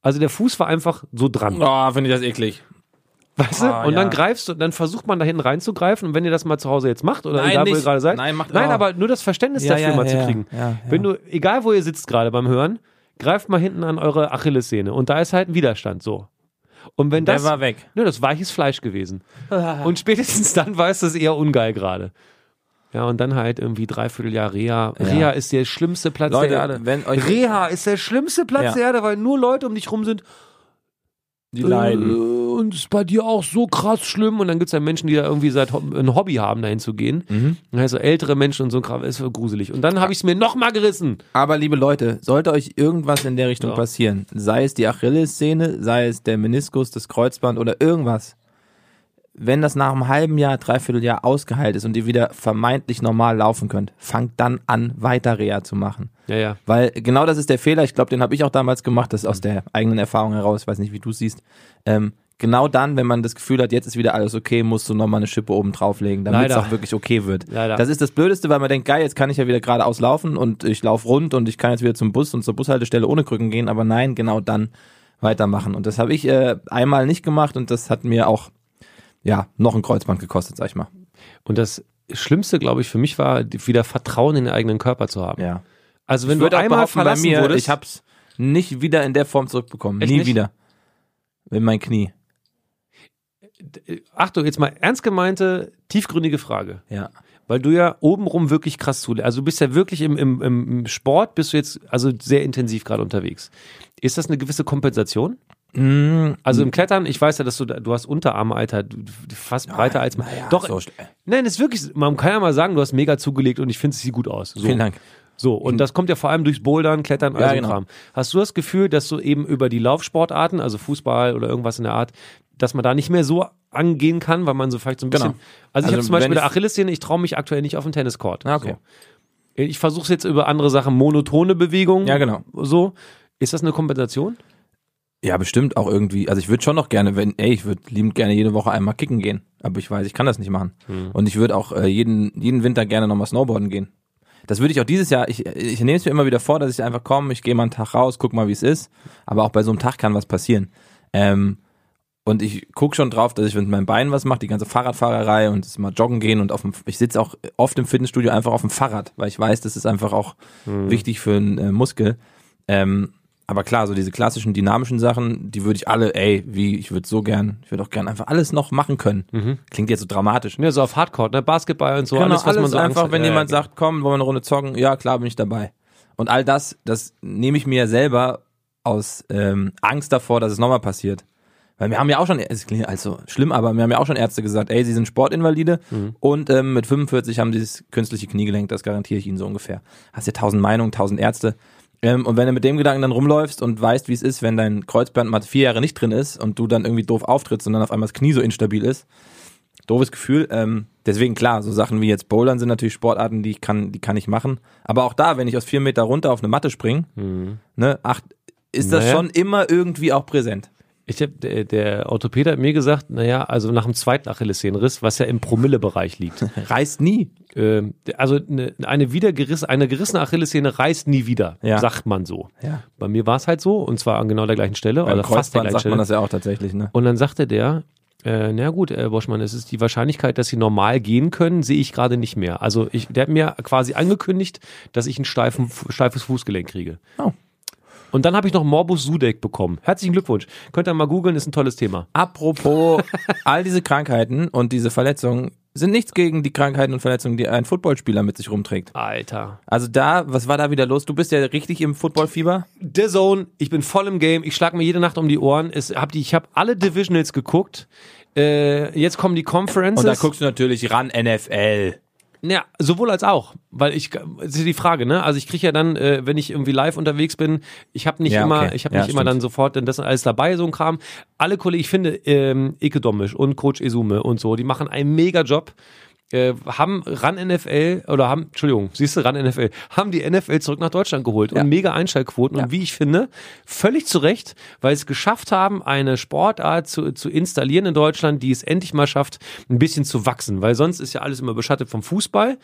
Speaker 1: Also der Fuß war einfach so dran.
Speaker 2: Oh, finde ich das eklig.
Speaker 1: Weißt du?
Speaker 2: Ah,
Speaker 1: und dann
Speaker 2: ja.
Speaker 1: greifst du, dann versucht man da hinten reinzugreifen. Und wenn ihr das mal zu Hause jetzt macht oder
Speaker 2: Nein,
Speaker 1: egal, wo ihr
Speaker 2: nicht.
Speaker 1: gerade seid.
Speaker 2: Nein, macht-
Speaker 1: nein
Speaker 2: oh.
Speaker 1: aber nur das Verständnis
Speaker 2: Ja,
Speaker 1: dafür
Speaker 2: ja,
Speaker 1: mal
Speaker 2: ja,
Speaker 1: zu
Speaker 2: ja.
Speaker 1: kriegen.
Speaker 2: Ja, ja.
Speaker 1: Wenn du, egal wo ihr sitzt gerade beim Hören, greift mal hinten an eure Achillessehne. Und da ist halt ein Widerstand so. Und wenn
Speaker 2: Der
Speaker 1: das.
Speaker 2: war weg.
Speaker 1: Nö, das ist weiches Fleisch
Speaker 2: *laughs*
Speaker 1: gewesen. Und spätestens dann war es das eher ungeil gerade. Ja, und dann halt irgendwie dreiviertel Jahr Reha. Reha ist der schlimmste Platz
Speaker 2: Leute,
Speaker 1: der Erde.
Speaker 2: wenn euch-
Speaker 1: Reha ist der schlimmste Platz
Speaker 2: Ja.
Speaker 1: der Erde, weil nur Leute um dich rum sind,
Speaker 2: Die
Speaker 1: äh, Und ist bei dir auch so krass schlimm. Und dann gibt es ja Menschen, die da irgendwie seit Hob- ein Hobby haben, dahin zu gehen. Dann heißt so ältere Menschen und so ein Kram, ist so gruselig. Und dann habe ich es mir nochmal gerissen.
Speaker 2: Aber liebe Leute, sollte euch irgendwas in der Richtung
Speaker 1: Ja.
Speaker 2: passieren, sei es die Achillessehne, sei es der Meniskus, das Kreuzband oder irgendwas, wenn das nach einem halben Jahr, dreiviertel Jahr ausgeheilt ist und ihr wieder vermeintlich normal laufen könnt, fangt dann an, weiter Reha zu machen.
Speaker 1: Ja, ja.
Speaker 2: Weil genau das ist der Fehler, ich glaube, den habe ich auch damals gemacht, das ist
Speaker 1: Mhm.
Speaker 2: aus der eigenen Erfahrung heraus, ich weiß nicht, wie du es siehst. Ähm, genau dann, wenn man das Gefühl hat, jetzt ist wieder alles okay, musst du nochmal eine Schippe oben drauflegen, damit es
Speaker 1: Leider.
Speaker 2: auch wirklich okay wird.
Speaker 1: Leider.
Speaker 2: Das ist das Blödeste, weil man denkt, geil, jetzt kann ich ja wieder geradeaus laufen und ich laufe rund und ich kann jetzt wieder zum Bus und zur Bushaltestelle ohne Krücken gehen, aber nein, genau dann weitermachen. Und das habe ich äh, einmal nicht gemacht und das hat mir auch, ja, noch ein Kreuzband gekostet, sag ich mal.
Speaker 1: Und das Schlimmste, glaube ich, für mich war, die- wieder Vertrauen in den eigenen Körper zu haben.
Speaker 2: Ja.
Speaker 1: Also wenn
Speaker 2: Ich
Speaker 1: du
Speaker 2: würd auch
Speaker 1: einmal
Speaker 2: behaupten,
Speaker 1: verlassen
Speaker 2: bei mir,
Speaker 1: wurdest,
Speaker 2: Ich hab's nicht wieder in der Form zurückbekommen.
Speaker 1: Echt
Speaker 2: Nie
Speaker 1: nicht?
Speaker 2: wieder. In mein Knie.
Speaker 1: äh, Achtung, jetzt mal ernst gemeinte, tiefgründige Frage.
Speaker 2: Ja.
Speaker 1: weil du ja obenrum wirklich krass zu, also du bist ja wirklich im, im, im Sport, bist du jetzt also sehr intensiv gerade unterwegs. Ist das eine gewisse Kompensation? Also
Speaker 2: Mhm.
Speaker 1: im Klettern, ich weiß ja, dass du da- du hast Unterarme, Alter, du- du- fast breiter als man. Doch, äh,
Speaker 2: so schl-
Speaker 1: nein, ist wirklich. Man kann ja mal sagen, du hast mega zugelegt und ich finde es sieht gut aus. So.
Speaker 2: Vielen Dank. Mhm.
Speaker 1: So und das kommt ja vor allem durchs Bouldern, Klettern, all
Speaker 2: Ja,
Speaker 1: so ein
Speaker 2: genau.
Speaker 1: Kram. Hast du das Gefühl, dass du eben über die Laufsportarten, also Fußball oder irgendwas in der Art, dass man da nicht mehr so angehen kann, weil man so vielleicht so ein bisschen.
Speaker 2: Genau.
Speaker 1: Also ich
Speaker 2: Also
Speaker 1: habe zum Beispiel
Speaker 2: wenn
Speaker 1: mit der
Speaker 2: ich-
Speaker 1: Achillessehne, ich traue mich aktuell nicht auf den Tenniscourt.
Speaker 2: Ah, okay.
Speaker 1: So. Ich versuche es jetzt über andere Sachen, monotone Bewegungen.
Speaker 2: Ja, genau.
Speaker 1: So ist das eine Kompensation?
Speaker 2: Ja, bestimmt auch irgendwie. Also ich würde schon noch gerne, wenn, ey, ich würde liebend gerne jede Woche einmal kicken gehen. Aber ich weiß, ich kann das nicht machen.
Speaker 1: Hm.
Speaker 2: Und ich würde auch äh, jeden, jeden Winter gerne nochmal snowboarden gehen. Das würde ich auch dieses Jahr, ich, ich nehme es mir immer wieder vor, dass ich einfach komme, ich gehe mal einen Tag raus, guck mal, wie es ist. Aber auch bei so einem Tag kann was passieren. Ähm, und ich guck schon drauf, dass ich mit meinem Bein was mache, die ganze Fahrradfahrerei und das mal joggen gehen und auf dem, ich sitze auch oft im Fitnessstudio einfach auf dem Fahrrad, weil ich weiß, das ist einfach auch wichtig für einen äh, Muskel. Ähm, aber klar, so diese klassischen dynamischen Sachen, die würde ich alle, ey, wie, ich würde so gern, ich würde auch gern einfach alles noch machen können. Klingt jetzt so dramatisch.
Speaker 1: Ja, so auf Hardcore, ne? Basketball und so,
Speaker 2: Genau,
Speaker 1: alles, was man so Angst
Speaker 2: einfach,
Speaker 1: hat.
Speaker 2: wenn
Speaker 1: Ja, genau.
Speaker 2: jemand
Speaker 1: ja.
Speaker 2: sagt, komm, wollen wir eine Runde zocken, ja klar, bin ich dabei. Und all das, das nehme ich mir ja selber aus ähm, Angst davor, dass es nochmal passiert. Weil wir haben ja auch schon, es klingt also schlimm, aber wir haben ja auch schon Ärzte gesagt, ey, sie sind Sportinvalide und ähm, mit 45 haben sie das künstliche Kniegelenk, das garantiere ich ihnen so ungefähr. Hast ja tausend Meinungen, tausend Ärzte. Ähm, und wenn du mit dem Gedanken dann rumläufst und weißt, wie es ist, wenn dein Kreuzband mal vier Jahre nicht drin ist und du dann irgendwie doof auftrittst und dann auf einmal das Knie so instabil ist, doofes Gefühl. Ähm, deswegen klar, so Sachen wie jetzt Bouldern sind natürlich Sportarten, die ich kann, die kann ich machen. Aber auch da, wenn ich aus vier Meter runter auf eine Matte springe, ne, ach, ist das
Speaker 1: Naja.
Speaker 2: schon immer irgendwie auch präsent.
Speaker 1: Ich hab, der, der Orthopäde hat mir gesagt, naja, also nach dem zweiten Achillessehnenriss, was ja im Promillebereich
Speaker 2: *laughs*
Speaker 1: liegt.
Speaker 2: Reißt nie.
Speaker 1: ähm, also eine, eine, wieder geriss, eine gerissene Achillessehne reißt nie wieder,
Speaker 2: Ja.
Speaker 1: sagt man so.
Speaker 2: Ja.
Speaker 1: Bei mir war es halt so, und zwar an genau der gleichen Stelle,
Speaker 2: Beim
Speaker 1: oder fast der
Speaker 2: Kreuzband
Speaker 1: gleichen
Speaker 2: sagt man
Speaker 1: Stelle.
Speaker 2: das ja auch tatsächlich, ne?
Speaker 1: Und dann sagte der, äh, na gut, äh, Boschmann, es ist die Wahrscheinlichkeit, dass Sie normal gehen können, sehe ich gerade nicht mehr. Also ich, der hat mir quasi angekündigt, dass ich ein steifen, steifes Fußgelenk kriege.
Speaker 2: Oh.
Speaker 1: Und dann habe ich noch Morbus Sudeck bekommen. Herzlichen Glückwunsch. Könnt ihr mal googeln, ist ein tolles Thema.
Speaker 2: Apropos, all diese Krankheiten und diese Verletzungen sind nichts gegen die Krankheiten und Verletzungen, die ein Footballspieler mit sich rumträgt.
Speaker 1: Alter.
Speaker 2: Also da, was war da wieder los? Du bist ja richtig im Footballfieber.
Speaker 1: The Zone, ich bin voll im Game, ich schlage mir jede Nacht um die Ohren. Es, hab die, ich habe alle Divisionals geguckt. Äh, jetzt kommen die Conferences.
Speaker 2: Und da guckst du natürlich ran, NFL.
Speaker 1: Ja, sowohl als auch, weil ich das ist die Frage, ne? Also ich kriege ja dann, äh, wenn ich irgendwie live unterwegs bin, ich habe nicht
Speaker 2: Ja,
Speaker 1: immer,
Speaker 2: okay.
Speaker 1: ich habe
Speaker 2: Ja,
Speaker 1: nicht immer
Speaker 2: stimmt.
Speaker 1: dann sofort, denn das ist alles dabei, so ein Kram. Alle Kollegen, ich finde, ähm, Ike Domisch und Coach Esume und so, die machen einen mega Job. Äh, haben ran NFL oder haben, Entschuldigung, siehst du, ran NFL, haben die NFL zurück nach Deutschland geholt
Speaker 2: Ja.
Speaker 1: und mega Einschaltquoten und wie ich finde, völlig zu Recht, weil sie es geschafft haben, eine Sportart zu, zu installieren in Deutschland, die es endlich mal schafft, ein bisschen zu wachsen, weil sonst ist ja alles immer beschattet vom Fußball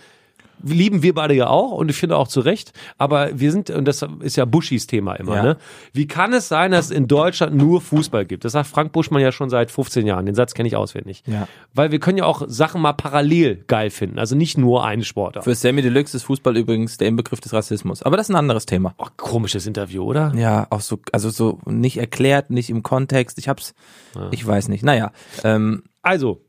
Speaker 1: lieben wir beide ja auch und ich finde auch zu Recht, aber wir sind, und das ist ja Buschis Thema immer,
Speaker 2: Ja.
Speaker 1: ne? Wie kann es sein, dass es in Deutschland nur Fußball gibt? Das sagt Frank Buschmann ja schon seit 15 Jahren, den Satz kenne ich auswendig.
Speaker 2: Ja.
Speaker 1: Weil wir können ja auch Sachen mal parallel geil finden, also nicht nur einen Sportart.
Speaker 2: Für Sammy Deluxe ist Fußball übrigens der Inbegriff des Rassismus. Aber das ist ein anderes Thema.
Speaker 1: Oh, komisches Interview, oder?
Speaker 2: Ja, auch so, also so nicht erklärt, nicht im Kontext. Ich hab's, ich weiß nicht. Naja, ähm,
Speaker 1: Also,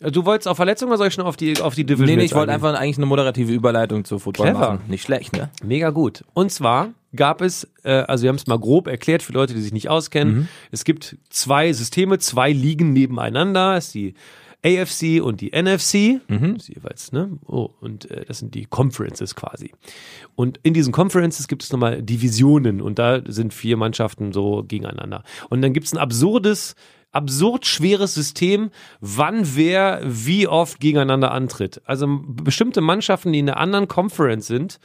Speaker 1: du wolltest auf Verletzung oder soll ich schon auf die, auf die Division?
Speaker 2: nee, nee,
Speaker 1: jetzt
Speaker 2: ich wollte
Speaker 1: eingehen?
Speaker 2: einfach eigentlich eine moderative Überleitung zu Football
Speaker 1: Clever.
Speaker 2: machen. Nicht schlecht, ne?
Speaker 1: Mega gut. Und zwar gab es, äh, also wir haben es mal grob erklärt für Leute, die sich nicht auskennen. Es gibt zwei Systeme, zwei Ligen nebeneinander. Es ist die AFC und die NFC. Das ist jeweils, ne? Oh, und äh, das sind die Conferences quasi. Und in diesen Conferences gibt es nochmal Divisionen und da sind vier Mannschaften so gegeneinander. Und dann gibt es ein absurdes, absurd schweres System, wann wer wie oft gegeneinander antritt. Also bestimmte Mannschaften, die in einer anderen Conference sind,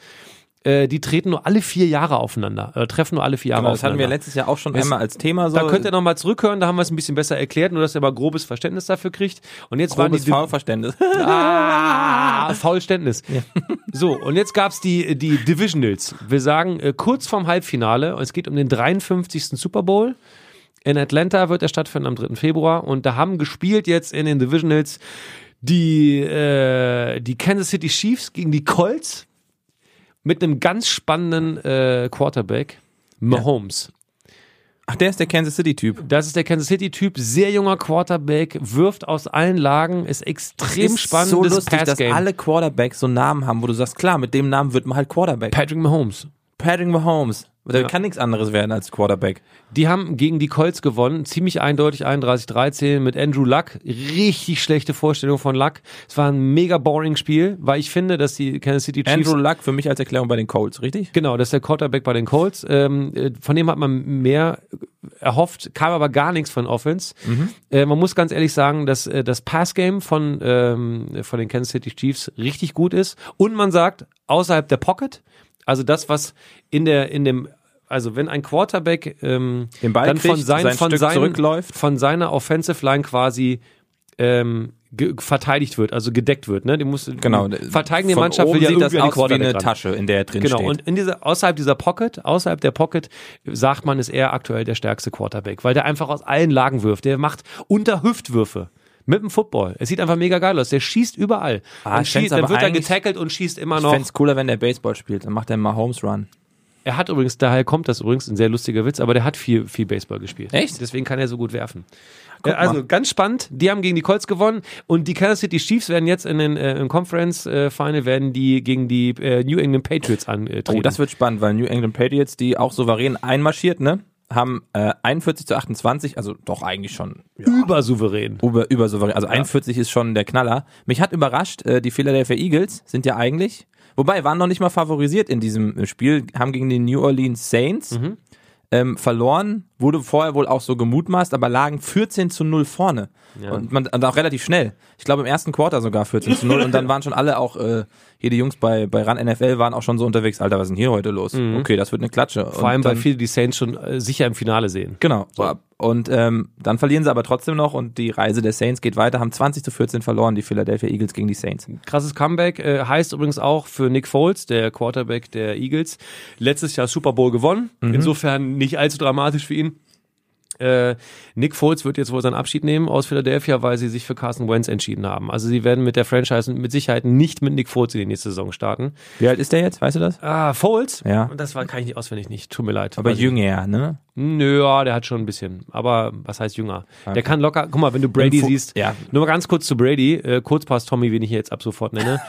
Speaker 1: äh, die treten nur alle vier Jahre aufeinander, äh, treffen nur alle vier Jahre
Speaker 2: Aber Genau, das hatten
Speaker 1: aufeinander.
Speaker 2: wir letztes Jahr auch schon einmal als Thema so.
Speaker 1: da könnt ihr nochmal zurückhören, da haben wir es ein bisschen besser erklärt, nur dass ihr mal grobes Verständnis dafür kriegt. Und jetzt waren die
Speaker 2: grobes Faulverständnis.
Speaker 1: Ah, Faulständnis. *laughs* So, und jetzt gab's die, die Divisionals. Wir sagen äh, kurz vorm Halbfinale, es geht um den 53. Super Bowl. In Atlanta wird er stattfinden am 3. Februar und da haben gespielt jetzt in den Divisionals die, äh, die Kansas City Chiefs gegen die Colts mit einem ganz spannenden äh, Quarterback, Mahomes.
Speaker 2: *laughs* Ach, der ist der Kansas City-Typ.
Speaker 1: Das ist der Kansas City-Typ, sehr junger Quarterback, wirft aus allen Lagen, ist extrem spannendes
Speaker 2: so lustig, dass
Speaker 1: Passgame.
Speaker 2: alle Quarterbacks so einen Namen haben, wo du sagst, klar, mit dem Namen wird man halt Quarterback.
Speaker 1: Patrick Mahomes.
Speaker 2: Patrick Mahomes. Der kann nichts anderes werden als Quarterback.
Speaker 1: Die haben gegen die Colts gewonnen, ziemlich eindeutig 31-13 mit Andrew Luck. Richtig schlechte Vorstellung von Luck. Es war ein mega boring Spiel, weil ich finde, dass die Kansas City Chiefs
Speaker 2: Andrew Luck für mich als Erklärung bei den Colts, richtig?
Speaker 1: Genau, das ist der Quarterback bei den Colts. Ähm, äh, von dem hat man mehr erhofft, kam aber gar nichts von Offense.
Speaker 2: Mhm.
Speaker 1: Äh, man muss ganz ehrlich sagen, dass äh, das Passgame von, ähm, von den Kansas City Chiefs richtig gut ist. Und man sagt, außerhalb der Pocket, also das, was in der, in dem, also wenn ein Quarterback ähm,
Speaker 2: Den Ball
Speaker 1: dann von,
Speaker 2: kriegt,
Speaker 1: sein,
Speaker 2: sein
Speaker 1: von,
Speaker 2: Stück
Speaker 1: seinen,
Speaker 2: zurückläuft.
Speaker 1: von seiner Offensive Line quasi ähm, ge- verteidigt wird, also gedeckt wird. Ne? Die muss,
Speaker 2: Genau.
Speaker 1: die verteidigende
Speaker 2: Von
Speaker 1: Mannschaft
Speaker 2: oben
Speaker 1: will ja
Speaker 2: sieht das
Speaker 1: irgendwie an den
Speaker 2: aus wie
Speaker 1: Quarterback
Speaker 2: eine
Speaker 1: ran.
Speaker 2: Tasche, in der er drin
Speaker 1: Genau,
Speaker 2: steht.
Speaker 1: und in dieser, außerhalb dieser Pocket, außerhalb der Pocket, äh, sagt man, ist er aktuell der stärkste Quarterback, weil der einfach aus allen Lagen wirft. Der macht Unterhüftwürfe mit dem Football. Es sieht einfach mega geil aus. Der schießt überall.
Speaker 2: Ah,
Speaker 1: und
Speaker 2: ich fänd's
Speaker 1: schießt, dann
Speaker 2: aber
Speaker 1: wird er
Speaker 2: eigentlich-
Speaker 1: getackelt und schießt immer
Speaker 2: ich
Speaker 1: noch.
Speaker 2: fände es cooler, wenn der Baseball spielt. Dann macht er mal Mahomes Run.
Speaker 1: Er hat übrigens, daher kommt das übrigens, ein sehr lustiger Witz, aber der hat viel, viel Baseball gespielt.
Speaker 2: Echt? Ah,
Speaker 1: Deswegen kann er so gut werfen. Äh, also ganz spannend. Die haben gegen die Colts gewonnen und die Kansas City Chiefs werden jetzt in den äh, im Conference äh, Final werden die gegen die äh, New England Patriots antreten.
Speaker 2: Oh, das wird spannend, weil New England Patriots, die auch souverän einmarschiert, ne? Haben äh, 41 zu 28, also doch eigentlich schon
Speaker 1: übersouverän.
Speaker 2: über, übersouverän. Also 41 ist schon der Knaller. Mich hat überrascht, äh, die Philadelphia Eagles sind ja eigentlich, wobei waren noch nicht mal favorisiert in diesem äh, Spiel, haben gegen die New Orleans Saints
Speaker 1: Mhm.
Speaker 2: ähm, verloren, wurde vorher wohl auch so gemutmaßt, aber lagen 14 zu 0 vorne. Und, man, und auch relativ schnell. Ich glaube im ersten Quarter sogar 14 zu 0 und
Speaker 1: *laughs*
Speaker 2: dann waren schon alle auch, äh, hier die Jungs bei, bei RAN NFL waren auch schon so unterwegs, Alter, was ist denn hier heute los? Okay, das wird eine Klatsche.
Speaker 1: Mhm. Vor allem, weil viele die Saints schon äh, sicher im Finale sehen.
Speaker 2: Genau. Und ähm, dann verlieren sie aber trotzdem noch und die Reise der Saints geht weiter, haben 20 zu 14 verloren, die Philadelphia Eagles gegen die Saints.
Speaker 1: Krasses Comeback äh, heißt übrigens auch für Nick Foles, der Quarterback der Eagles, letztes Jahr Super Bowl gewonnen. Insofern nicht allzu dramatisch für ihn. Äh, Nick Foles wird jetzt wohl seinen Abschied nehmen aus Philadelphia, weil sie sich für Carson Wentz entschieden haben. Also sie werden mit der Franchise mit Sicherheit nicht mit Nick Foles in die nächste Saison starten.
Speaker 2: Wie alt ist der jetzt? Weißt du das?
Speaker 1: Ah, Foles?
Speaker 2: Ja.
Speaker 1: Das war, kann ich nicht auswendig nicht. Tut mir leid.
Speaker 2: Aber
Speaker 1: Weiß ich
Speaker 2: jünger, ne?
Speaker 1: Nö, ja, der hat schon ein bisschen. Aber was heißt jünger? Der kann locker. Guck mal, wenn du Brady
Speaker 2: Info-
Speaker 1: siehst.
Speaker 2: Ja.
Speaker 1: Nur mal ganz kurz zu Brady. Äh, Kurzpass Tommy, wen ich hier jetzt ab sofort nenne.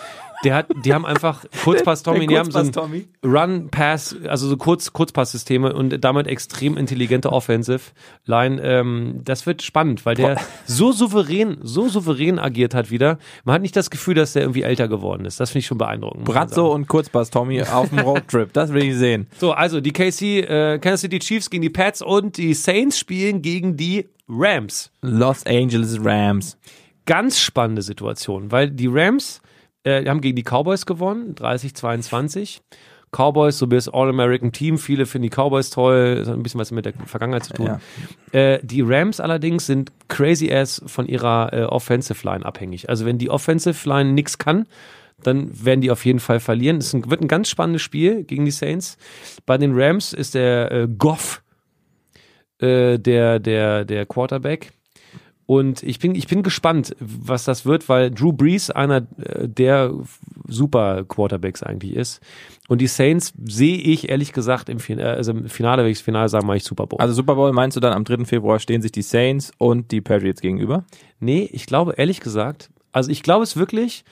Speaker 1: Der hat, die haben
Speaker 2: *laughs*
Speaker 1: einfach Kurzpass Tommy, die haben so ein
Speaker 2: Tommy.
Speaker 1: Run, Pass, also so Kurz, Kurzpass-Systeme und damit extrem intelligente Offensive Line. Ähm, das wird spannend, weil der so souverän, so souverän agiert hat wieder. Man hat nicht das Gefühl, dass der irgendwie älter geworden ist. Das finde ich schon beeindruckend. muss man sagen.
Speaker 2: Brazzo und Kurzpass Tommy auf dem Roadtrip, das will ich sehen.
Speaker 1: So, also die KC, äh, Kansas City Chiefs gegen die Pats und die Saints spielen gegen die Rams.
Speaker 2: Los Angeles Rams.
Speaker 1: Ganz spannende Situation, weil die Rams äh, haben gegen die Cowboys gewonnen, 30-22. Cowboys, so bis All-American-Team, viele finden die Cowboys toll, das hat ein bisschen was mit der Vergangenheit zu tun. Äh, die Rams allerdings sind crazy ass von ihrer äh, Offensive Line abhängig. Also wenn die Offensive Line nichts kann, dann werden die auf jeden Fall verlieren. Es ist ein, wird ein ganz spannendes Spiel gegen die Saints. Bei den Rams ist der äh, Goff äh, der, der, der Quarterback. Und ich bin, ich bin gespannt, was das wird, weil Drew Brees einer äh, der super Quarterbacks eigentlich ist. Und die Saints sehe ich ehrlich gesagt im Finale, also im Finale, wenn ich das Finale sage, mache ich Super Bowl.
Speaker 2: Also Super Bowl meinst du dann am 3. Februar stehen sich die Saints und die Patriots gegenüber?
Speaker 1: Nee, ich glaube ehrlich gesagt, also ich glaube es wirklich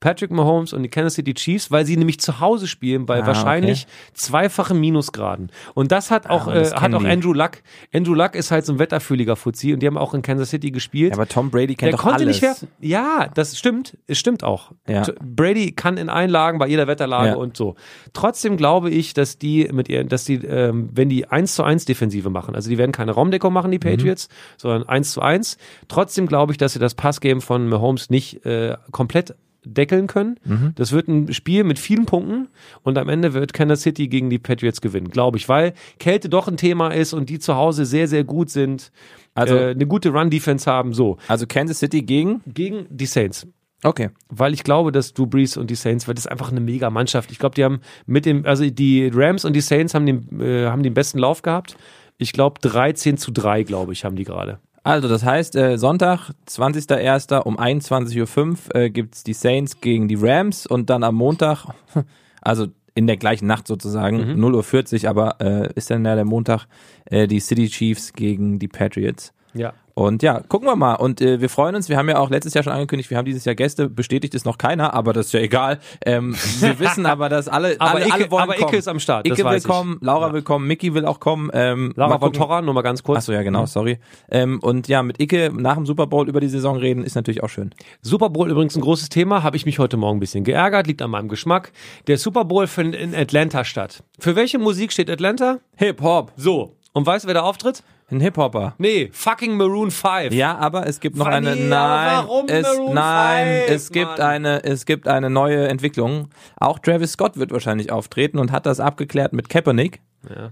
Speaker 1: Patrick Mahomes und die Kansas City Chiefs, weil sie nämlich zu Hause spielen bei
Speaker 2: Ah,
Speaker 1: wahrscheinlich zweifachen Minusgraden. Und das hat auch,
Speaker 2: Ah, das
Speaker 1: äh, hat
Speaker 2: kennen
Speaker 1: auch
Speaker 2: die.
Speaker 1: Andrew Luck. Andrew Luck ist halt so ein wetterfühliger Fuzzi und die haben auch in Kansas City gespielt.
Speaker 2: Ja, aber Tom Brady kennt
Speaker 1: der
Speaker 2: doch
Speaker 1: konnte
Speaker 2: alles.
Speaker 1: nicht werfen. Ja, das stimmt. Es stimmt auch.
Speaker 2: Ja.
Speaker 1: T- Brady kann in allen Lagen, bei jeder Wetterlage
Speaker 2: Ja.
Speaker 1: und so. Trotzdem glaube ich, dass die mit ihr, dass die, ähm, wenn die 1 zu 1 Defensive machen, also die werden keine Raumdeckung machen,
Speaker 2: Mhm.
Speaker 1: die Patriots, sondern 1 zu 1. Trotzdem glaube ich, dass sie das Passgame von Mahomes nicht äh, komplett deckeln können.
Speaker 2: Mhm.
Speaker 1: Das wird ein Spiel mit vielen Punkten und am Ende wird Kansas City gegen die Patriots gewinnen, glaube ich, weil Kälte doch ein Thema ist und die zu Hause sehr, sehr gut sind,
Speaker 2: Also-
Speaker 1: äh, eine gute Run-Defense haben, so
Speaker 2: Also Kansas City gegen?
Speaker 1: gegen die Saints.
Speaker 2: Okay.
Speaker 1: Weil ich glaube, dass Drew Brees und die Saints, weil das ist einfach eine mega Mannschaft. Ich glaube, die haben mit dem, also die Rams und die Saints haben den, äh, haben den besten Lauf gehabt. Ich glaube, 13 zu 3, glaube ich, haben die gerade.
Speaker 2: Also, das heißt, äh, Sonntag, 20.01. um 21.05 Uhr äh, gibt's die Saints gegen die Rams und dann am Montag, *laughs* also in der gleichen Nacht
Speaker 1: Mhm.
Speaker 2: sozusagen, 0.40 Uhr, aber äh, ist dann ja der Montag, äh, die City Chiefs gegen die Patriots.
Speaker 1: Ja.
Speaker 2: Und ja, gucken wir mal. Und äh, wir freuen uns. Wir haben ja auch letztes Jahr schon angekündigt, wir haben dieses Jahr Gäste. Bestätigt ist noch keiner, aber das ist ja egal. Ähm,
Speaker 1: *laughs*
Speaker 2: wir wissen aber, dass alle,
Speaker 1: Aber
Speaker 2: alle,
Speaker 1: Icke-
Speaker 2: alle wollen
Speaker 1: aber Icke
Speaker 2: kommen.
Speaker 1: ist am Start, das
Speaker 2: Icke will
Speaker 1: weiß ich.
Speaker 2: kommen, Laura will kommen, Mickey will auch kommen. Ähm,
Speaker 1: Lara
Speaker 2: mal
Speaker 1: von
Speaker 2: gucken.
Speaker 1: Torra, nur mal ganz kurz.
Speaker 2: Achso, ja, genau, sorry. Ähm, und ja, mit Icke nach dem Super Bowl über die Saison reden, ist natürlich auch schön.
Speaker 1: Super Bowl übrigens ein großes Thema, habe ich mich heute Morgen ein bisschen geärgert, liegt an meinem Geschmack. Der Super Bowl findet in Atlanta statt. Für welche Musik steht Atlanta?
Speaker 2: Hip-Hop.
Speaker 1: So. Und weißt du, wer da auftritt?
Speaker 2: Ein Hip-Hopper.
Speaker 1: Nee, fucking Maroon 5.
Speaker 2: Ja, aber es gibt noch
Speaker 1: Fanny,
Speaker 2: eine.
Speaker 1: aber
Speaker 2: Nein,
Speaker 1: warum
Speaker 2: es,
Speaker 1: Maroon
Speaker 2: nein,
Speaker 1: five,
Speaker 2: es gibt
Speaker 1: Mann?
Speaker 2: eine, es gibt eine neue Entwicklung. Auch Travis Scott wird wahrscheinlich auftreten und hat das abgeklärt mit Kaepernick,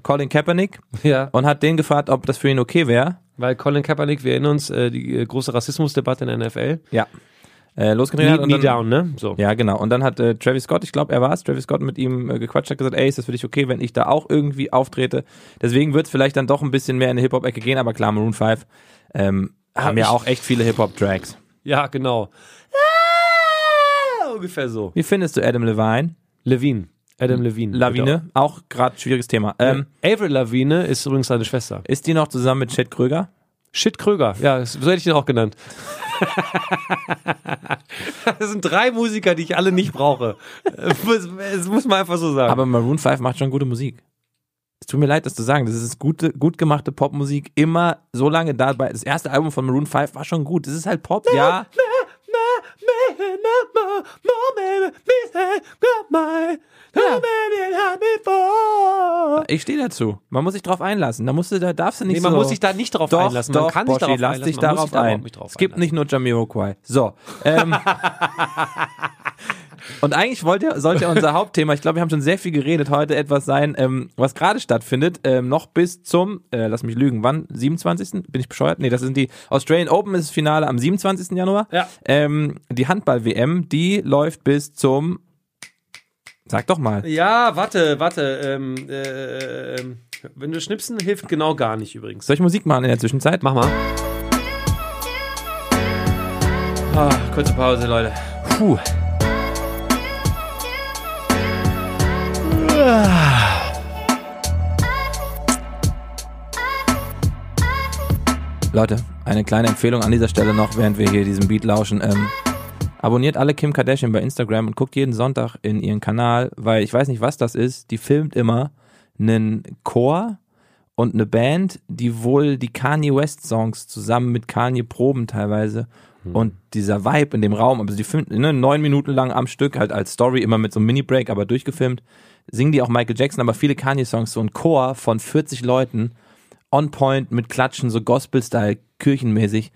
Speaker 2: Colin Kaepernick,
Speaker 1: Ja.
Speaker 2: und hat den gefragt, ob das für ihn okay wäre.
Speaker 1: Weil Colin Kaepernick, wir erinnern uns, äh, die äh, große Rassismusdebatte in der NFL.
Speaker 2: Ja, äh, losgedreht hat
Speaker 1: Lead
Speaker 2: und
Speaker 1: me
Speaker 2: dann,
Speaker 1: down, ne? So.
Speaker 2: Ja, genau. Und dann hat äh, Travis Scott, ich glaube, er war es, Travis Scott mit ihm äh, gequatscht, hat gesagt, ey, ist das für dich okay, wenn ich da auch irgendwie auftrete? Deswegen wird es vielleicht dann doch ein bisschen mehr in die Hip-Hop-Ecke gehen, aber klar, Maroon 5 ähm, haben ja
Speaker 1: ich-
Speaker 2: auch echt viele Hip-Hop-Tracks.
Speaker 1: Ja, genau. Ah, ungefähr so.
Speaker 2: Wie findest du Adam Levine?
Speaker 1: Levine. Adam Levine.
Speaker 2: Lawine, auch gerade schwieriges Thema. Ähm,
Speaker 1: Ähm, Avril Lavigne ist übrigens seine Schwester.
Speaker 2: Ist die noch zusammen mit Chad Kröger?
Speaker 1: Shit Kröger, ja, so hätte ich den auch genannt. das sind drei Musiker, die ich alle nicht brauche. Es muss- Es muss man einfach so sagen.
Speaker 2: Aber Maroon 5 macht schon gute Musik. Es tut mir leid, das zu sagen. Das ist gute, gut gemachte Popmusik. Immer so lange dabei. Das erste Album von Maroon 5 war schon gut. Das ist halt Pop, ja. Ich stehe dazu. Man muss sich drauf einlassen. Da, musst du, da darfst du nicht
Speaker 1: Nee, man
Speaker 2: so.
Speaker 1: muss sich da nicht drauf
Speaker 2: doch,
Speaker 1: einlassen. Man
Speaker 2: Doch,
Speaker 1: kann sich
Speaker 2: Boschi,
Speaker 1: darauf
Speaker 2: lass
Speaker 1: einlassen.
Speaker 2: dich
Speaker 1: Man muss
Speaker 2: darauf
Speaker 1: sich darauf
Speaker 2: ein.
Speaker 1: nicht drauf
Speaker 2: es gibt
Speaker 1: einlassen.
Speaker 2: nicht nur Jamiroquai. So.
Speaker 1: *laughs*
Speaker 2: Ähm, und eigentlich wollte, sollte unser Hauptthema, ich glaube, wir haben schon sehr viel geredet heute, etwas sein, ähm, was gerade stattfindet, ähm, noch bis zum, äh, lass mich lügen, wann? 27. Bin ich bescheuert? Nee, das sind die Australian Open ist das Finale am 27. Januar.
Speaker 1: Ja.
Speaker 2: Ähm, die Handball-WM, die läuft bis zum, sag doch mal,
Speaker 1: Ja, warte, warte. Ähm, äh, ähm, wenn du schnipsen, hilft genau gar nicht übrigens.
Speaker 2: soll ich Musik machen in der Zwischenzeit?
Speaker 1: Mach mal. Ah, kurze Pause, Leute. Puh.
Speaker 2: Leute, eine kleine Empfehlung an dieser Stelle noch, während wir hier diesem Beat lauschen. Ähm, abonniert alle Kim Kardashian bei Instagram und guckt jeden Sonntag in ihren Kanal, weil ich weiß nicht, was das ist. Die filmt immer einen Chor und eine Band, die wohl die Kanye West Songs zusammen mit Kanye proben teilweise.
Speaker 1: Hm.
Speaker 2: Und dieser Vibe in dem Raum, also die filmt ne, neun Minuten lang am Stück, halt als Story, immer mit so einem Mini-Break, aber durchgefilmt, singen die auch Michael Jackson, aber viele Kanye-Songs, so ein Chor von 40 Leuten on point mit Klatschen, so Gospel-Style, kirchenmäßig.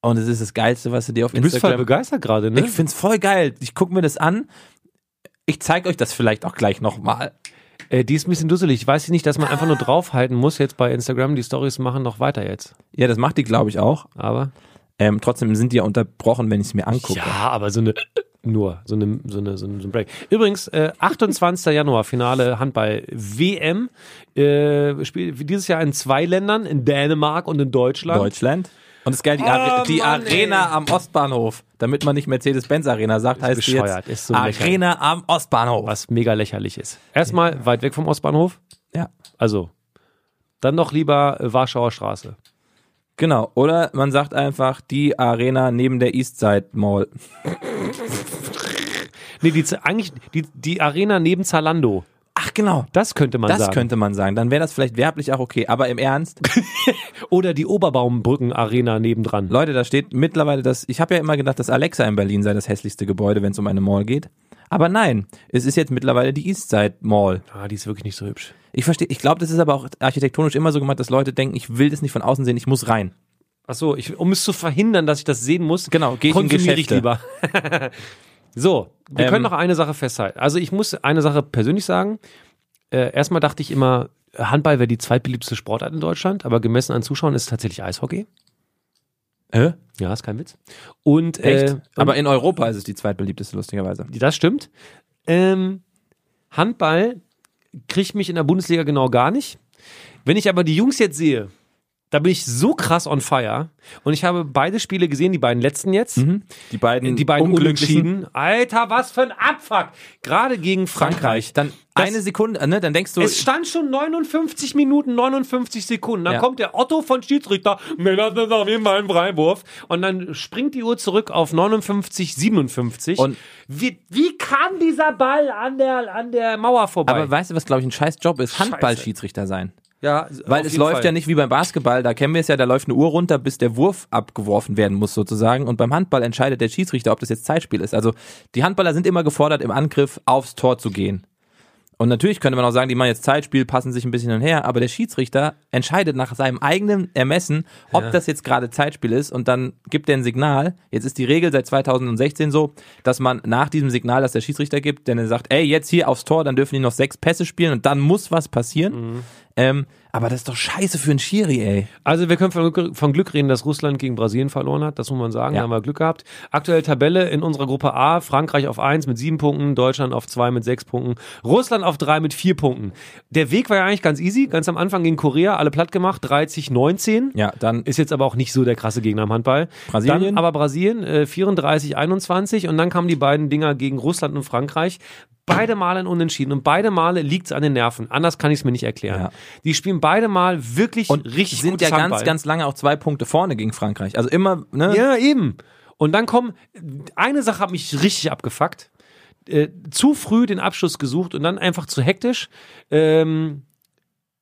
Speaker 2: Und es ist das Geilste, was du dir auf
Speaker 1: Du bist voll
Speaker 2: Instagram.
Speaker 1: begeistert gerade, ne?
Speaker 2: Ich find's voll geil. Ich guck mir das an. Ich zeig euch das vielleicht auch gleich nochmal.
Speaker 1: Äh, die ist ein bisschen dusselig. Ich weiß nicht, dass man einfach nur draufhalten muss jetzt bei Instagram. Die Stories machen noch weiter jetzt.
Speaker 2: Ja, das macht die, glaube ich, auch.
Speaker 1: Aber.
Speaker 2: Ähm, trotzdem sind die ja unterbrochen, wenn ich es mir angucke.
Speaker 1: Ja, aber so eine. Nur, so eine, so eine, so eine so ein Break. Übrigens, äh, 28. Januar, Finale Handball WM. Äh, spielt dieses Jahr in zwei Ländern, in Dänemark und in Deutschland.
Speaker 2: Deutschland. Und es ist geil, die, Are
Speaker 1: Oh,
Speaker 2: die
Speaker 1: Mann,
Speaker 2: Arena am Ostbahnhof. Damit man nicht Mercedes-Benz Arena sagt, heißt sie
Speaker 1: bescheuert,
Speaker 2: jetzt
Speaker 1: ist so lächerlich.
Speaker 2: Arena am Ostbahnhof.
Speaker 1: Was mega lächerlich ist. Erstmal weit weg vom Ostbahnhof.
Speaker 2: Ja.
Speaker 1: Also. Dann noch lieber äh, Warschauer Straße.
Speaker 2: Genau. Oder man sagt einfach die Arena neben der Eastside Mall.
Speaker 1: Nee, die, Z- eigentlich die, die Arena neben Zalando.
Speaker 2: Ach genau.
Speaker 1: Das könnte man
Speaker 2: Das
Speaker 1: sagen.
Speaker 2: könnte man sagen. Dann wäre das vielleicht werblich auch okay. Aber im Ernst,
Speaker 1: Oder die Oberbaumbrücken-Arena nebendran.
Speaker 2: Leute, da steht mittlerweile das. Ich habe ja immer gedacht, dass Alexa in Berlin sei das hässlichste Gebäude, wenn es um eine Mall geht. Aber nein, es ist jetzt mittlerweile die Eastside Mall.
Speaker 1: Ah, die ist wirklich nicht so hübsch.
Speaker 2: Ich verstehe, ich glaube, das ist aber auch architektonisch immer so gemacht, dass Leute denken, ich will das nicht von außen sehen, ich muss rein.
Speaker 1: Ach so, ich, um es zu verhindern, dass ich das sehen muss,
Speaker 2: Genau, gehe ich in
Speaker 1: konsumiere
Speaker 2: Geschäfte.
Speaker 1: ich lieber. *laughs* so, wir
Speaker 2: Ähm.
Speaker 1: können noch eine Sache festhalten. Also ich muss eine Sache persönlich sagen. Äh, erstmal dachte ich immer, Handball wäre die zweitbeliebteste Sportart in Deutschland, aber gemessen an Zuschauern ist es tatsächlich Eishockey.
Speaker 2: Hä?
Speaker 1: Ja, ist kein Witz. Und
Speaker 2: Echt?
Speaker 1: Äh, und
Speaker 2: aber in Europa ist es die zweitbeliebteste, lustigerweise.
Speaker 1: Das stimmt. Ähm, Handball kriegt mich in der Bundesliga genau gar nicht. Wenn ich aber die Jungs jetzt sehe, Da bin ich so krass on fire. Und ich habe beide Spiele gesehen, die beiden letzten jetzt.
Speaker 2: Mhm. Die beiden,
Speaker 1: Die beiden
Speaker 2: Unglücklichen.
Speaker 1: Unentschieden. Alter, was für ein Abfuck. Gerade gegen Frankreich.
Speaker 2: Frankreich. Dann
Speaker 1: Das-
Speaker 2: eine Sekunde, ne, dann denkst du,
Speaker 1: Es stand schon 59 Minuten, 59 Sekunden. Dann
Speaker 2: Ja.
Speaker 1: kommt der Otto von Schiedsrichter. Nee, das ist auf jeden Fall ein Freiwurf. Und dann springt die Uhr zurück auf 59, 57.
Speaker 2: Und-
Speaker 1: wie, wie kam dieser Ball an der, an der Mauer vorbei?
Speaker 2: aber weißt du, was glaube ich ein scheiß Job ist? Handballschiedsrichter sein.
Speaker 1: ja,
Speaker 2: Weil es läuft ja nicht wie beim Basketball, da kennen wir es ja, da läuft eine Uhr runter, bis der Wurf abgeworfen werden muss sozusagen. Und beim Handball entscheidet der Schiedsrichter, ob das jetzt Zeitspiel ist. Also die Handballer sind immer gefordert, im Angriff aufs Tor zu gehen. Und natürlich könnte man auch sagen, die machen jetzt Zeitspiel, passen sich ein bisschen hin und her, aber der Schiedsrichter entscheidet nach seinem eigenen Ermessen, ob das jetzt gerade Zeitspiel ist und dann gibt er ein Signal. Jetzt ist die Regel seit 2016 so, dass man nach diesem Signal, das der Schiedsrichter gibt, denn er sagt, ey, jetzt hier aufs Tor, dann dürfen die noch sechs Pässe spielen und dann muss was
Speaker 1: Mhm.
Speaker 2: passieren. Ähm, aber das ist doch scheiße für einen Schiri, ey.
Speaker 1: Also wir können von, Glück- von Glück reden, dass Russland gegen Brasilien verloren hat. Das muss man sagen.
Speaker 2: Ja.
Speaker 1: Da haben wir Glück gehabt. Aktuell Tabelle in unserer Gruppe A. Frankreich auf 1 mit 7 Punkten, Deutschland auf 2 mit 6 Punkten, Russland auf 3 mit 4 Punkten. Der Weg war ja eigentlich ganz easy. Ganz am Anfang gegen Korea, alle platt gemacht, 30, 19.
Speaker 2: Ja, dann
Speaker 1: Ist jetzt aber auch nicht so der krasse Gegner im Handball.
Speaker 2: Brasilien?
Speaker 1: Dann aber Brasilien, äh, 34, 21. Und dann kamen die beiden Dinger gegen Russland und Frankreich. Beide Male ein Unentschieden und beide Male liegt's an den Nerven. Anders kann ich's mir nicht erklären.
Speaker 2: Ja.
Speaker 1: Die spielen beide Mal wirklich
Speaker 2: und
Speaker 1: richtig
Speaker 2: sind
Speaker 1: gutes
Speaker 2: ja ganz,
Speaker 1: Handball.
Speaker 2: ganz lange auch zwei Punkte vorne gegen Frankreich. Also immer, ne?
Speaker 1: Ja, eben. Und dann kommen, eine Sache hat mich richtig abgefuckt. Äh, zu früh den Abschluss gesucht und dann einfach zu hektisch. Ähm,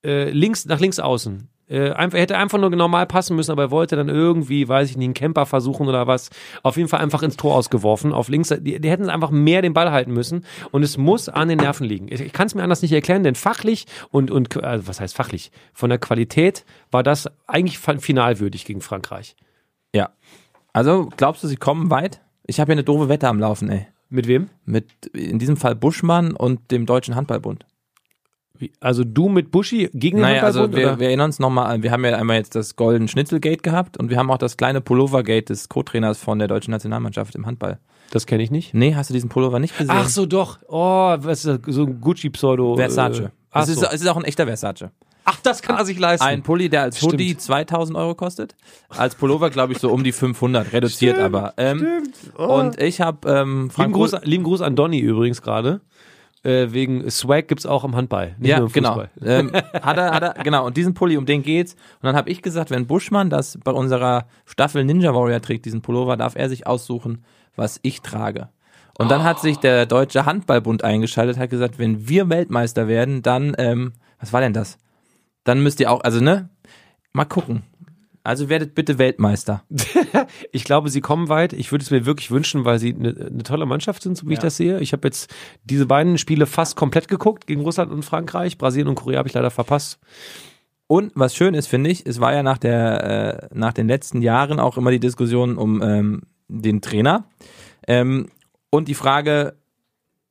Speaker 1: äh, links, nach links außen. Äh, einfach, hätte einfach nur normal passen müssen, aber er wollte dann irgendwie, weiß ich nicht, einen Camper versuchen oder was. Auf jeden Fall einfach ins Tor ausgeworfen. Auf links, die, die hätten einfach mehr den Ball halten müssen. Und es muss an den Nerven liegen. Ich, ich kann es mir anders nicht erklären, denn fachlich und, und also was heißt fachlich? Von der Qualität war das eigentlich fa- finalwürdig gegen Frankreich.
Speaker 2: Ja. Also glaubst du, sie kommen weit? Ich habe hier eine doofe Wette am Laufen, ey.
Speaker 1: Mit wem?
Speaker 2: Mit in diesem Fall Buschmann und dem Deutschen Handballbund.
Speaker 1: Wie, Also du mit Buschi gegen den
Speaker 2: Naja, also
Speaker 1: Handballbund?
Speaker 2: wir,
Speaker 1: oder?
Speaker 2: wir erinnern uns nochmal, an- wir haben ja einmal jetzt das Golden Schnitzelgate gehabt und wir haben auch das kleine Pullovergate des Co-Trainers von der deutschen Nationalmannschaft im Handball.
Speaker 1: das kenne ich nicht.
Speaker 2: Nee, hast du diesen Pullover nicht gesehen?
Speaker 1: Ach so, doch. Oh, was ist das? so ein Gucci-Pseudo.
Speaker 2: Versace.
Speaker 1: Äh, ach,
Speaker 2: es, ist,
Speaker 1: so.
Speaker 2: es ist auch ein echter Versace.
Speaker 1: ach, das kann er sich leisten.
Speaker 2: Ein Pulli, der als
Speaker 1: Stimmt.
Speaker 2: Hoodie 2000 Euro kostet. Als Pullover, glaube ich, so um die 500, reduziert aber. Ähm, Und ich habe ähm,
Speaker 1: Oh. lieben,
Speaker 2: Frank
Speaker 1: Gruß, lieben Gruß an Donny übrigens gerade. Äh, wegen Swag gibt's auch im Handball. Nicht
Speaker 2: Ja,
Speaker 1: nur im
Speaker 2: genau.
Speaker 1: Fußball.
Speaker 2: *laughs* Ähm, hat er, hat er, genau. Und diesen Pulli, um den geht's. Und dann habe ich gesagt, wenn Buschmann das bei unserer Staffel Ninja Warrior trägt, diesen Pullover, darf er sich aussuchen, was ich trage. Und dann hat sich der Deutsche Handballbund eingeschaltet, hat gesagt, wenn wir Weltmeister werden, dann, ähm, was war denn das? Dann müsst ihr auch, also ne, mal gucken. Also werdet bitte Weltmeister.
Speaker 1: Ich glaube, sie kommen weit. Ich würde es mir wirklich wünschen, weil sie eine eine tolle Mannschaft sind, so wie ich das sehe. Ich habe jetzt diese beiden Spiele fast komplett geguckt, gegen Russland und Frankreich. Brasilien und Korea habe ich leider verpasst.
Speaker 2: Und was schön ist, finde ich, es war ja nach, der, äh, nach den letzten Jahren auch immer die Diskussion um ähm, den Trainer ähm, und die Frage,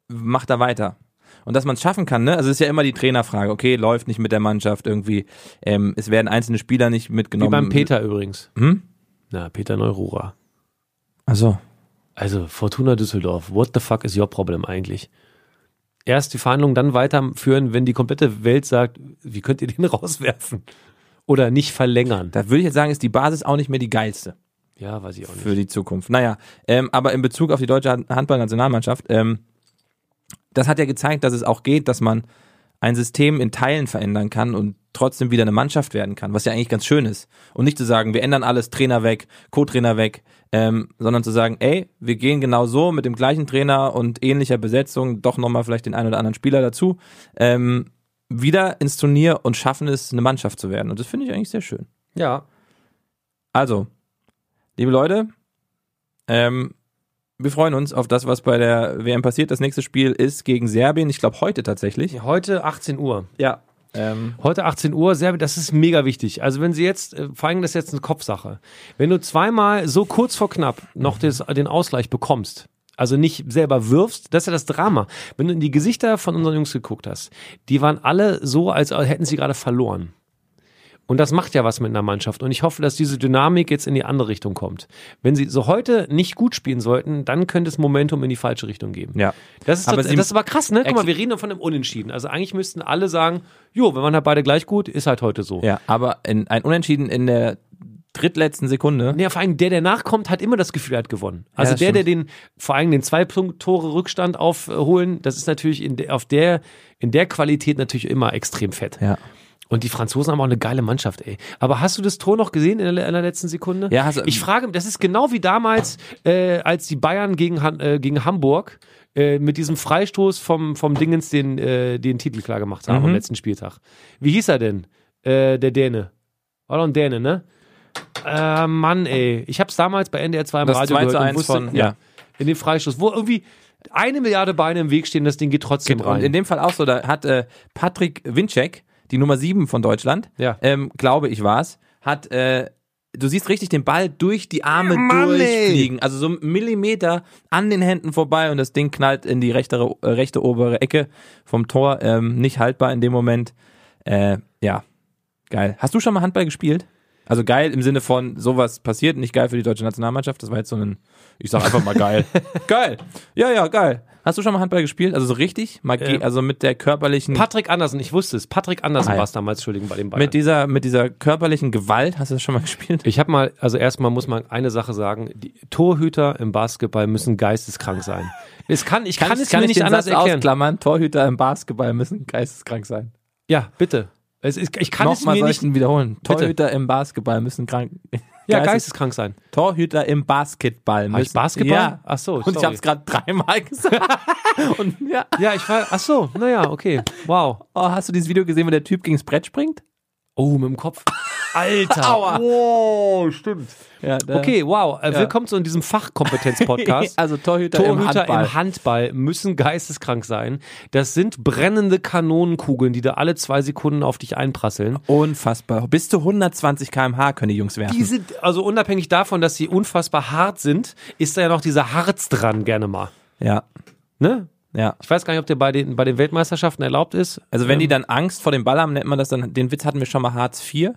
Speaker 2: macht er weiter? Und dass man es schaffen kann, ne? Also es ist ja immer die Trainerfrage, okay, läuft nicht mit der Mannschaft irgendwie, ähm, es werden einzelne Spieler nicht
Speaker 1: Wie
Speaker 2: mitgenommen.
Speaker 1: beim Peter übrigens.
Speaker 2: Hm?
Speaker 1: Na, Peter Neururer.
Speaker 2: Achso.
Speaker 1: Also Fortuna Düsseldorf, what the fuck is your problem eigentlich? Erst die Verhandlungen dann weiterführen, wenn die komplette Welt sagt, wie könnt ihr den *laughs* rauswerfen? Oder nicht verlängern.
Speaker 2: Da würde ich jetzt sagen, ist die Basis auch nicht mehr die geilste.
Speaker 1: Ja, weiß ich auch nicht.
Speaker 2: für die Zukunft. Naja, ähm, aber in Bezug auf die deutsche Hand- Handballnationalmannschaft, ähm, das hat ja gezeigt, dass es auch geht, dass man ein System in Teilen verändern kann und trotzdem wieder eine Mannschaft werden kann, was ja eigentlich ganz schön ist. Und nicht zu sagen, wir ändern alles, Trainer weg, Co-Trainer weg, ähm, sondern zu sagen, ey, wir gehen genau so mit dem gleichen Trainer und ähnlicher Besetzung, doch nochmal vielleicht den einen oder anderen Spieler dazu, ähm, wieder ins Turnier und schaffen es, eine Mannschaft zu werden. Und das finde ich eigentlich sehr schön.
Speaker 1: Ja.
Speaker 2: Also, liebe Leute, ähm, wir freuen uns auf das, was bei der WM passiert. Das nächste Spiel ist gegen Serbien, ich glaube heute tatsächlich.
Speaker 1: Heute 18 Uhr.
Speaker 2: Ja. Ähm,
Speaker 1: Heute 18 Uhr, Serbien, das ist mega wichtig. Also wenn sie jetzt, äh, vor allem das ist jetzt eine Kopfsache, wenn du zweimal so kurz vor knapp noch des, den Ausgleich bekommst, also nicht selber wirfst, das ist ja das Drama. Wenn du in die Gesichter von unseren Jungs geguckt hast, die waren alle so, als hätten sie gerade verloren. Und das macht ja was mit einer Mannschaft. Und ich hoffe, dass diese Dynamik jetzt in die andere Richtung kommt. Wenn sie so heute nicht gut spielen sollten, dann könnte es Momentum in die falsche Richtung geben.
Speaker 2: Ja.
Speaker 1: Das ist,
Speaker 2: Aber
Speaker 1: aber das
Speaker 2: sie-
Speaker 1: ist aber krass, ne? Guck mal,
Speaker 2: Ex-
Speaker 1: wir reden von einem Unentschieden. Also eigentlich müssten alle sagen, jo, wenn man halt beide gleich gut, ist halt heute so.
Speaker 2: Ja, aber in, ein Unentschieden in der drittletzten Sekunde.
Speaker 1: Ja, vor allem der, der nachkommt, hat immer das Gefühl, er hat gewonnen. Also
Speaker 2: das
Speaker 1: der, der den vor allem den zwei Tore Rückstand aufholen, das ist natürlich in der, auf der in der Qualität natürlich immer extrem fett.
Speaker 2: Ja.
Speaker 1: Und die Franzosen haben auch eine geile Mannschaft, ey. Aber hast du das Tor noch gesehen in der, in der letzten Sekunde?
Speaker 2: Ja, hast du-
Speaker 1: ich frage, mich, das ist genau wie damals, äh, als die Bayern gegen, Han- äh, gegen Hamburg äh, mit diesem Freistoß vom, vom Dingens den, äh, den Titel klar gemacht haben
Speaker 2: Mhm.
Speaker 1: am letzten Spieltag. Wie hieß er denn? Äh, der Däne. War doch ein Däne, ne? Äh, Mann, ey. Ich hab's damals bei NDR 2 im
Speaker 2: Das
Speaker 1: Radio
Speaker 2: 2 zu
Speaker 1: gehört und
Speaker 2: 1
Speaker 1: wusste,
Speaker 2: von,
Speaker 1: ja,
Speaker 2: ja.
Speaker 1: in dem Freistoß, wo irgendwie eine Milliarde Beine im Weg stehen, das Ding geht trotzdem
Speaker 2: Und
Speaker 1: rein.
Speaker 2: in dem Fall auch so, da hat äh, Patrick Winczek, die Nummer 7 von Deutschland,
Speaker 1: Ja.
Speaker 2: ähm, glaube ich war's, hat, äh, du siehst richtig den Ball durch die Arme
Speaker 1: Mann,
Speaker 2: durchfliegen. Also so einen Millimeter an den Händen vorbei und das Ding knallt in die rechtere, äh, rechte obere Ecke vom Tor. Ähm, nicht haltbar in dem Moment. Äh, ja, geil. Hast du schon mal Handball gespielt? Also geil im Sinne von sowas passiert, nicht geil für die deutsche Nationalmannschaft. Das war jetzt so ein, ich sag einfach
Speaker 1: *laughs*
Speaker 2: mal geil. geil. Ja, ja, geil. Hast du schon mal Handball gespielt? Also so richtig? Mal ge-
Speaker 1: Ähm,
Speaker 2: also mit der körperlichen,
Speaker 1: Patrick Andersen, ich wusste es. Patrick Andersen
Speaker 2: Ah, ja.
Speaker 1: war es damals, Entschuldigung, bei den Bayern.
Speaker 2: mit dieser, mit dieser körperlichen Gewalt, hast du das schon mal gespielt?
Speaker 1: Ich habe mal, also erstmal muss man eine Sache sagen, die Torhüter im Basketball müssen geisteskrank sein. Es kann, ich *laughs* kann, es mir nicht
Speaker 2: den
Speaker 1: anders
Speaker 2: Satz
Speaker 1: erklären.
Speaker 2: ausklammern? Torhüter im Basketball müssen geisteskrank sein.
Speaker 1: Ja, bitte. Es ist, ich kann es
Speaker 2: Nochmal
Speaker 1: mir
Speaker 2: soll
Speaker 1: nicht.
Speaker 2: ich ihn wiederholen.
Speaker 1: Bitte.
Speaker 2: Torhüter im Basketball müssen krank.
Speaker 1: Ja,
Speaker 2: Geistes-
Speaker 1: geisteskrank sein.
Speaker 2: Torhüter im Basketball müssen.
Speaker 1: Hab ich Basketball?
Speaker 2: Ja.
Speaker 1: Ach so,
Speaker 2: Und ich
Speaker 1: sorry.
Speaker 2: habe es gerade dreimal *laughs* gesagt. Und ja.
Speaker 1: Ja, ich war, ach so, naja, okay. Wow.
Speaker 2: Oh, hast du dieses Video gesehen, wo der Typ gegens Brett springt?
Speaker 1: Oh, mit dem Kopf.
Speaker 2: *laughs*
Speaker 1: Alter.
Speaker 2: Wow, stimmt. Ja, da,
Speaker 1: Okay, wow. Äh, Willkommen zu diesem
Speaker 2: *laughs*
Speaker 1: Fachkompetenz-Podcast.
Speaker 2: Also Torhüter, im
Speaker 1: Torhüter
Speaker 2: Handball.
Speaker 1: im Handball müssen geisteskrank sein. Das sind brennende Kanonenkugeln, die da alle zwei Sekunden auf dich einprasseln.
Speaker 2: Unfassbar. Bis zu 120 km/h können die Jungs werfen.
Speaker 1: Die sind, also unabhängig davon, dass sie unfassbar hart sind, ist da ja noch dieser Harz dran gerne mal.
Speaker 2: ja,
Speaker 1: Ne?
Speaker 2: ja.
Speaker 1: Ich weiß gar nicht, ob der bei den, bei den Weltmeisterschaften erlaubt ist. Ähm,
Speaker 2: Also wenn die dann Angst vor dem Ball haben, nennt man das dann, den Witz hatten wir schon mal Hartz IV.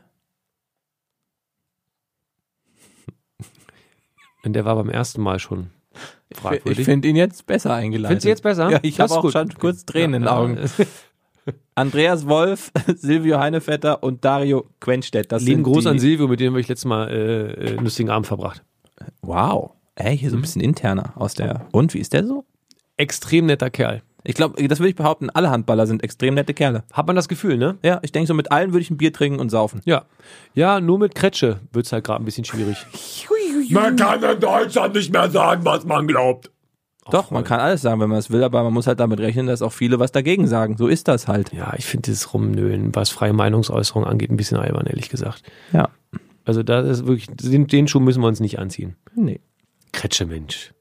Speaker 1: Und der war beim ersten Mal schon fragwürdig.
Speaker 2: Ich finde ihn jetzt besser eingeleitet.
Speaker 1: Findest du jetzt besser?
Speaker 2: Ja, ich
Speaker 1: Das
Speaker 2: habe
Speaker 1: ist
Speaker 2: auch
Speaker 1: gut.
Speaker 2: schon kurz Tränen in den
Speaker 1: Ja,
Speaker 2: Augen. Andreas Wolf, *laughs* Silvio Heinevetter und Dario Quenstedt. Das
Speaker 1: Lieben
Speaker 2: sind
Speaker 1: Gruß
Speaker 2: die,
Speaker 1: an Silvio, mit dem habe ich letztes Mal äh, äh, lustigen Abend verbracht.
Speaker 2: Wow. Ey, hier so ein bisschen interner aus der. Und wie ist der so?
Speaker 1: Extrem netter Kerl.
Speaker 2: Ich glaube, das würde ich behaupten, alle Handballer sind extrem nette Kerle.
Speaker 1: Hat man das Gefühl, ne?
Speaker 2: Ja, ich denke so, mit allen würde ich ein Bier trinken und saufen.
Speaker 1: Ja. Ja, nur mit Kretsche wird es halt gerade ein bisschen schwierig.
Speaker 3: Man kann in Deutschland nicht mehr sagen, was man glaubt.
Speaker 2: Doch, man kann alles sagen, wenn man es will, aber man muss halt damit rechnen, dass auch viele was dagegen sagen. So ist das halt.
Speaker 1: Ja, ich finde dieses Rumnölen, was freie Meinungsäußerung angeht, ein bisschen albern, ehrlich gesagt.
Speaker 2: Ja.
Speaker 1: Also da ist wirklich, den, den Schuh müssen wir uns nicht anziehen.
Speaker 2: Nee.
Speaker 1: Kretsche, Mensch.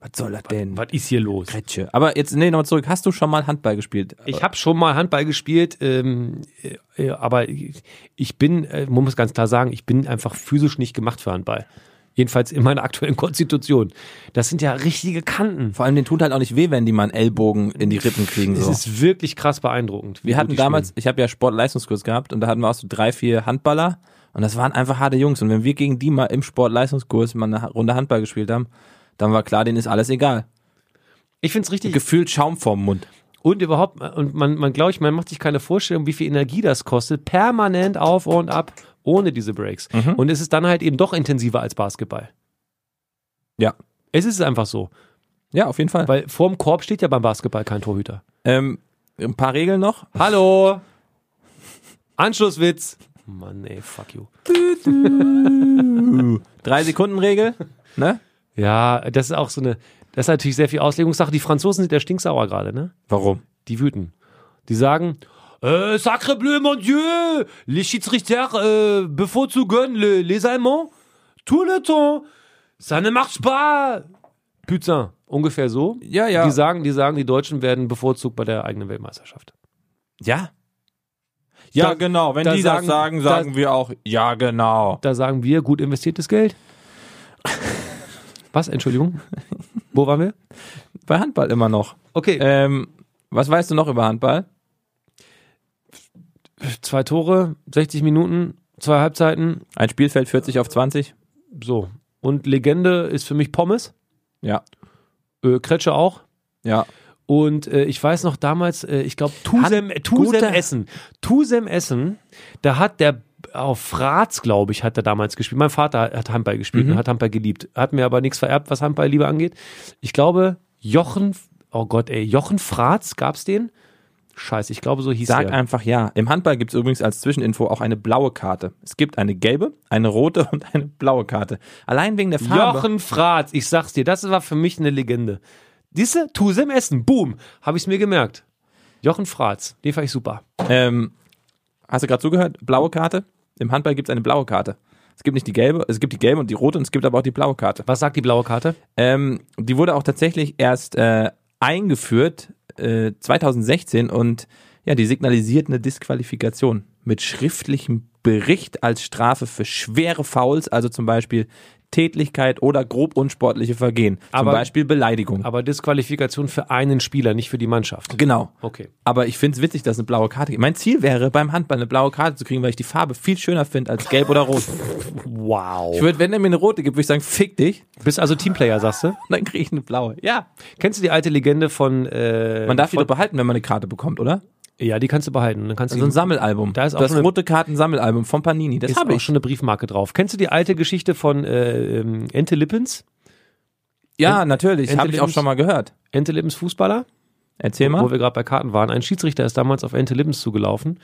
Speaker 2: Was soll das denn?
Speaker 1: Was ist hier los?
Speaker 2: Kretsche. Aber jetzt, nee, nochmal zurück. Hast du schon mal Handball gespielt?
Speaker 1: Ich habe schon mal Handball gespielt, ähm, äh, aber ich ich bin, äh, man muss ganz klar sagen, ich bin einfach physisch nicht gemacht für Handball. Jedenfalls in meiner aktuellen *laughs* Konstitution. Das sind ja richtige Kanten.
Speaker 2: Vor allem, den tut halt auch nicht weh, wenn die mal einen Ellbogen in die Rippen kriegen.
Speaker 1: Es
Speaker 2: So.
Speaker 1: ist wirklich krass beeindruckend. wie
Speaker 2: Wir
Speaker 1: gut
Speaker 2: hatten
Speaker 1: die
Speaker 2: damals, ich habe ja Sportleistungskurs gehabt und da hatten wir auch so drei, vier Handballer und das waren einfach harte Jungs. Und wenn wir gegen die mal im Sportleistungskurs mal eine Ha- Runde Handball gespielt haben, dann war klar, denen ist alles egal.
Speaker 1: spielen. Ich finde es richtig
Speaker 2: Gefühlt Schaum vorm Mund.
Speaker 1: Und überhaupt, und man, man glaube ich, man macht sich keine Vorstellung, wie viel Energie das kostet, permanent auf und ab, ohne diese Breaks. Und es ist dann halt eben doch intensiver als Basketball.
Speaker 2: Ja.
Speaker 1: Es ist einfach so.
Speaker 2: Ja, auf jeden Fall.
Speaker 1: Weil vorm Korb steht ja beim Basketball kein Torhüter.
Speaker 2: Ähm, ein paar Regeln noch.
Speaker 1: Hallo! Anschlusswitz! Mann, ey, fuck you.
Speaker 2: Drei Sekunden Regel. Ne?
Speaker 1: Ja, das ist auch so eine, das ist natürlich sehr viel Auslegungssache. Die Franzosen sind ja stinksauer gerade, ne?
Speaker 2: Warum?
Speaker 1: die wüten. Die sagen, äh, sacre bleu, mon Dieu, les Schiedsrichter äh, bevorzugen le, les Allemands tout le temps, ça ne marche pas. Putain, ungefähr so.
Speaker 2: Ja, ja.
Speaker 1: Die sagen, die sagen, die Deutschen werden bevorzugt bei der eigenen Weltmeisterschaft.
Speaker 2: Ja. Ja,
Speaker 1: Da-
Speaker 2: genau. Wenn
Speaker 1: da
Speaker 2: die
Speaker 1: sagen-
Speaker 2: das sagen,
Speaker 1: da-
Speaker 2: sagen wir auch, ja, genau.
Speaker 1: Da sagen wir, gut investiertes Geld. Was, Entschuldigung? Wo waren wir? Äh,
Speaker 2: Bei Handball immer noch.
Speaker 1: Okay,
Speaker 2: Ähm, was weißt du noch über Handball?
Speaker 1: zwei Tore, 60 Minuten, zwei Halbzeiten,
Speaker 2: Ein Spielfeld 40 auf 20?
Speaker 1: so. Und Legende ist für mich Pommes,
Speaker 2: Ja.
Speaker 1: äh, Kretsche auch.
Speaker 2: Ja.
Speaker 1: Und äh, ich weiß noch damals, äh, ich glaube, Tusem,
Speaker 2: Hat-
Speaker 1: Tusem
Speaker 2: guter-
Speaker 1: Essen. Tusem Essen, da hat der auf Rats, glaube ich, hat er damals gespielt. Mein Vater hat Handball gespielt
Speaker 2: Mhm.
Speaker 1: und hat Handball geliebt. Hat mir aber nichts vererbt, was Handballliebe angeht. Ich glaube, Jochen, oh Gott, ey, Jochen Fratz, gab's den? Scheiße, ich glaube, so hieß
Speaker 2: Sag
Speaker 1: der.
Speaker 2: einfach ja. Im Handball gibt es übrigens als Zwischeninfo auch eine blaue Karte. Es gibt eine gelbe, eine rote und eine blaue Karte. Allein wegen der Farbe.
Speaker 1: Jochen Fratz, ich sag's dir, das war für mich eine Legende. Diese Tusem Essen, boom, habe ich's mir gemerkt. Jochen Fratz, den fand ich super.
Speaker 2: Ähm, hast du gerade zugehört? Blaue Karte? Im Handball gibt es eine blaue Karte. Es gibt nicht die gelbe, es gibt die gelbe und die rote und es gibt aber auch die blaue Karte.
Speaker 1: Was sagt die blaue Karte?
Speaker 2: Ähm, die wurde auch tatsächlich erst äh, eingeführt äh, 2016 und ja, die signalisiert eine Disqualifikation mit schriftlichem Bericht als Strafe für schwere Fouls, also zum Beispiel Tätlichkeit oder grob unsportliche Vergehen, zum
Speaker 1: Aber-
Speaker 2: Beispiel Beleidigung.
Speaker 1: Aber Disqualifikation für einen Spieler, nicht für die Mannschaft.
Speaker 2: genau.
Speaker 1: Okay.
Speaker 2: Aber ich finde es witzig, dass es eine blaue Karte gibt. Mein Ziel wäre, beim Handball eine blaue Karte zu kriegen, weil ich die Farbe viel schöner finde als gelb oder rot.
Speaker 1: Wow.
Speaker 2: Ich würde, wenn er mir eine rote gibt, würde ich sagen, fick dich,
Speaker 1: Du bist also Teamplayer, sagst du?
Speaker 2: und dann kriege ich eine blaue. Ja.
Speaker 1: Kennst du die alte Legende von. Äh,
Speaker 2: Man darf die
Speaker 1: von,
Speaker 2: doch behalten, wenn man eine Karte bekommt, oder?
Speaker 1: Ja, die kannst du behalten. Dann kannst
Speaker 2: So ein
Speaker 1: du.
Speaker 2: Sammelalbum.
Speaker 1: Da ist auch
Speaker 2: das
Speaker 1: schon eine-
Speaker 2: rote Karten-Sammelalbum von Panini. Das
Speaker 1: Ist
Speaker 2: habe
Speaker 1: auch
Speaker 2: ich.
Speaker 1: schon eine Briefmarke drauf. Kennst du die alte Geschichte von äh, ähm, Ente Lippens?
Speaker 2: Ja, natürlich.
Speaker 1: Ente
Speaker 2: Habe ich auch
Speaker 1: Lippens-
Speaker 2: schon mal gehört.
Speaker 1: Ente Lippens Fußballer?
Speaker 2: Erzähl mal.
Speaker 1: Wo wir gerade bei Karten waren. Ein Schiedsrichter ist damals auf Ente Lippens zugelaufen.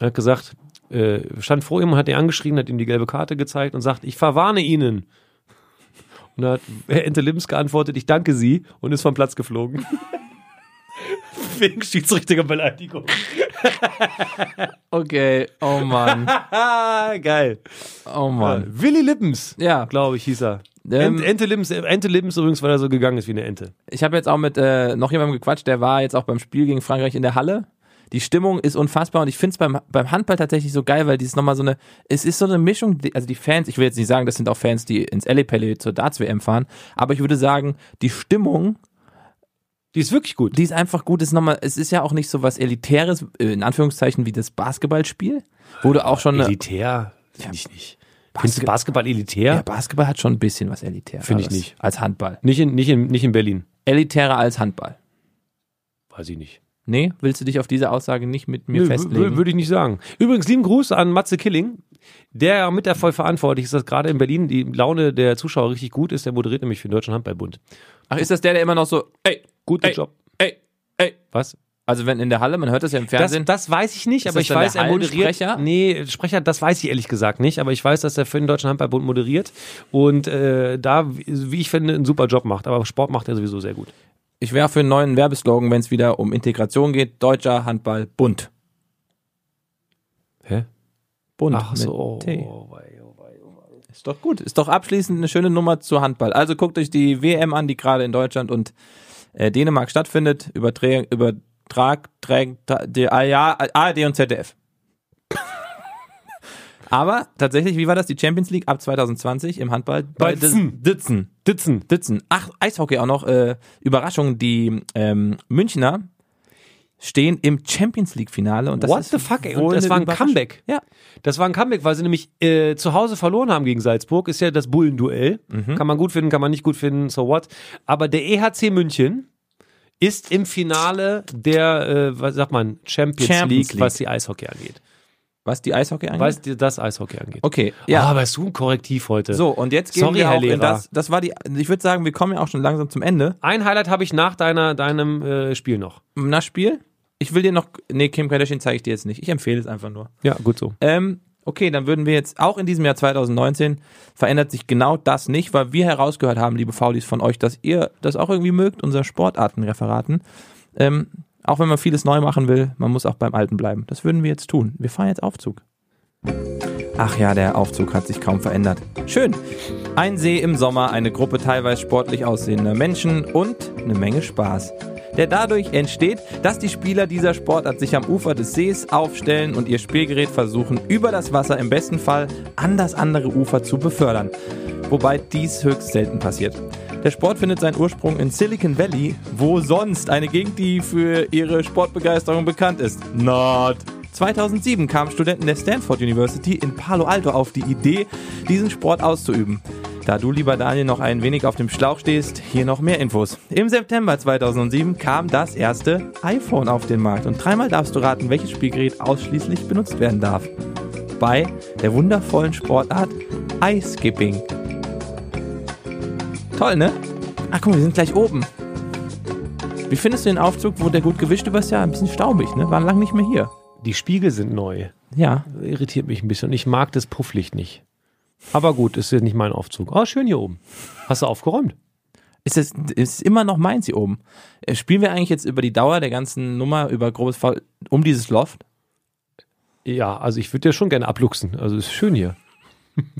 Speaker 1: Er hat gesagt, äh, stand vor ihm und hat ihn angeschrien, hat ihm die gelbe Karte gezeigt und sagt, ich verwarne Ihnen. Und da hat Ente Lippens geantwortet, ich danke Sie und ist vom Platz geflogen. *laughs* Wegen schiedsrichtiger Beleidigung.
Speaker 2: Okay. Oh *laughs* Mann.
Speaker 1: Ah, geil.
Speaker 2: Oh Mann.
Speaker 1: Willi Lippens,
Speaker 2: Ja.
Speaker 1: glaube ich, hieß er.
Speaker 2: Ähm,
Speaker 1: Ent, Ente, Lippens, Ente Lippens übrigens, weil er so gegangen ist wie eine Ente.
Speaker 2: Ich habe jetzt auch mit äh, noch jemandem gequatscht, der war jetzt auch beim Spiel gegen Frankreich in der Halle. Die Stimmung ist unfassbar und ich finde es beim, beim Handball tatsächlich so geil, weil dieses nochmal so eine, es ist so eine Mischung, die- also die Fans, ich will jetzt nicht sagen, das sind auch Fans, die ins Ellipelli zur Darts-WM fahren, aber ich würde sagen, die Stimmung
Speaker 1: Die ist wirklich gut.
Speaker 2: die ist einfach gut. Ist nochmal, es ist ja auch nicht so was Elitäres, äh, in Anführungszeichen, wie das Basketballspiel. Wurde auch schon. Eine,
Speaker 1: elitär, finde ich nicht. Findest du Basketball elitär?
Speaker 2: ja, Basketball hat schon ein bisschen was Elitäres.
Speaker 1: Finde ich nicht.
Speaker 2: Als Handball.
Speaker 1: Nicht, in, nicht, in, nicht in Berlin.
Speaker 2: Elitärer als Handball.
Speaker 1: Weiß ich nicht.
Speaker 2: Nee, willst du dich auf diese Aussage nicht mit mir
Speaker 1: Nö,
Speaker 2: festlegen?
Speaker 1: Würde ich nicht sagen. Übrigens, lieben Gruß an Matze Killing, der ja mit dafür verantwortlich ist, dass gerade in Berlin die Laune der Zuschauer richtig gut ist. Der moderiert nämlich für den Deutschen Handballbund.
Speaker 2: Ach, ist das der, der immer noch so, ey,
Speaker 1: Guter
Speaker 2: Ey,
Speaker 1: Job.
Speaker 2: ey, ey.
Speaker 1: Was?
Speaker 2: Also, wenn in der Halle, man hört das ja im
Speaker 1: Das,
Speaker 2: Fernsehen.
Speaker 1: das weiß ich nicht,
Speaker 2: Ist
Speaker 1: aber
Speaker 2: das
Speaker 1: ich
Speaker 2: dann
Speaker 1: weiß,
Speaker 2: der
Speaker 1: er moderiert.
Speaker 2: Hallensprecher?
Speaker 1: Nee, Sprecher, das weiß ich ehrlich gesagt nicht, aber ich weiß, dass er für den Deutschen Handballbund moderiert und äh, da, wie ich finde, einen super Job macht. Aber Sport macht er sowieso sehr gut.
Speaker 2: ich wäre für einen neuen Werbeslogan, wenn es wieder um Integration geht: Deutscher Handball bunt.
Speaker 1: Hä?
Speaker 2: Bunt.
Speaker 1: Ach
Speaker 2: mit
Speaker 1: so. Oh,
Speaker 2: T.
Speaker 1: oh, wei, oh, wei, oh. wei.
Speaker 2: Ist doch gut. Ist doch abschließend eine schöne Nummer zu Handball. Also guckt euch die WM an, die gerade in Deutschland und äh, Dänemark stattfindet. Überträ übertrag, träg, tra, die, ah, ja, ARD und ZDF. *laughs* Aber tatsächlich, wie war das? Die Champions League ab 2020 im Handball bei
Speaker 1: Ditzen.
Speaker 2: Ditzen.
Speaker 1: Ditzen.
Speaker 2: Ditzen. Ach, Eishockey auch noch. Äh, Überraschung, die ähm, Münchner stehen im Champions League-Finale. und das
Speaker 1: What
Speaker 2: ist
Speaker 1: the fuck, ey?
Speaker 2: wohl
Speaker 1: Und das
Speaker 2: eine
Speaker 1: war ein
Speaker 2: Überraschung.
Speaker 1: Comeback.
Speaker 2: Ja.
Speaker 1: Das war ein Comeback, weil sie nämlich äh, zu Hause verloren haben gegen Salzburg. Ist ja das Bullenduell. Kann man gut finden, kann man nicht gut finden, so what. Aber der EHC München ist im Finale der, äh, was sagt man, Champions,
Speaker 2: Champions
Speaker 1: League,
Speaker 2: League.
Speaker 1: was die Eishockey angeht.
Speaker 2: Was die Eishockey angeht?
Speaker 1: Was die, das Eishockey angeht.
Speaker 2: okay, ja.
Speaker 1: Ah, aber ist du ein Korrektiv heute.
Speaker 2: So, und jetzt gehen
Speaker 1: Äh, Sorry,
Speaker 2: wir
Speaker 1: Herr
Speaker 2: auch in
Speaker 1: Lehrer.
Speaker 2: das. Das war die. Ich würde sagen, wir kommen ja auch schon langsam zum Ende.
Speaker 1: Ein Highlight habe ich nach deiner, deinem äh, Spiel noch.
Speaker 2: Na, Spiel? Ich will dir noch. Nee, Kim Kardashian zeige ich dir jetzt nicht. Ich empfehle es einfach nur.
Speaker 1: Ja, gut so.
Speaker 2: Ähm, okay, dann würden wir jetzt auch in diesem Jahr 2019 verändert sich genau das nicht, weil wir herausgehört haben, liebe Faulis, von euch, dass ihr das auch irgendwie mögt, unser Sportartenreferaten. Ähm, auch wenn man vieles neu machen will, man muss auch beim Alten bleiben. Das würden wir jetzt tun. Wir fahren jetzt Aufzug. Ach ja, der Aufzug hat sich kaum verändert. Schön. Ein See im Sommer, eine Gruppe teilweise sportlich aussehender Menschen und eine Menge Spaß. Der dadurch entsteht, dass die Spieler dieser Sportart sich am Ufer des Sees aufstellen und ihr Spielgerät versuchen, über das Wasser im besten Fall an das andere Ufer zu befördern. Wobei dies höchst selten passiert. Der Sport findet seinen Ursprung in Silicon Valley, wo sonst eine Gegend, die für ihre Sportbegeisterung bekannt ist. Nord. 2007 kamen Studenten der Stanford University in Palo Alto auf die Idee, diesen Sport auszuüben. Da du, lieber Daniel, noch ein wenig auf dem Schlauch stehst, hier noch mehr Infos. Im September 2007 kam das erste iPhone auf den Markt und dreimal darfst du raten, welches Spielgerät ausschließlich benutzt werden darf. Bei der wundervollen Sportart Ice-Skipping. Toll, ne? Ach guck mal, wir sind gleich oben. Wie findest du den Aufzug? Wurde der gut gewischt übers Jahr? Ein bisschen staubig, ne? Waren lang nicht mehr hier.
Speaker 1: Die Spiegel sind neu.
Speaker 2: Ja.
Speaker 1: Irritiert mich ein bisschen. Ich mag das Pufflicht nicht. Aber gut, ist jetzt nicht mein Aufzug. Ah, schön hier oben. Hast du aufgeräumt?
Speaker 2: Ist es ist immer noch meins hier oben? Äh, Spielen wir eigentlich jetzt über die Dauer der ganzen Nummer, über grobes Faul, um dieses Loft?
Speaker 1: Ja, also ich würde ja schon gerne abluchsen. Also ist schön hier. *laughs*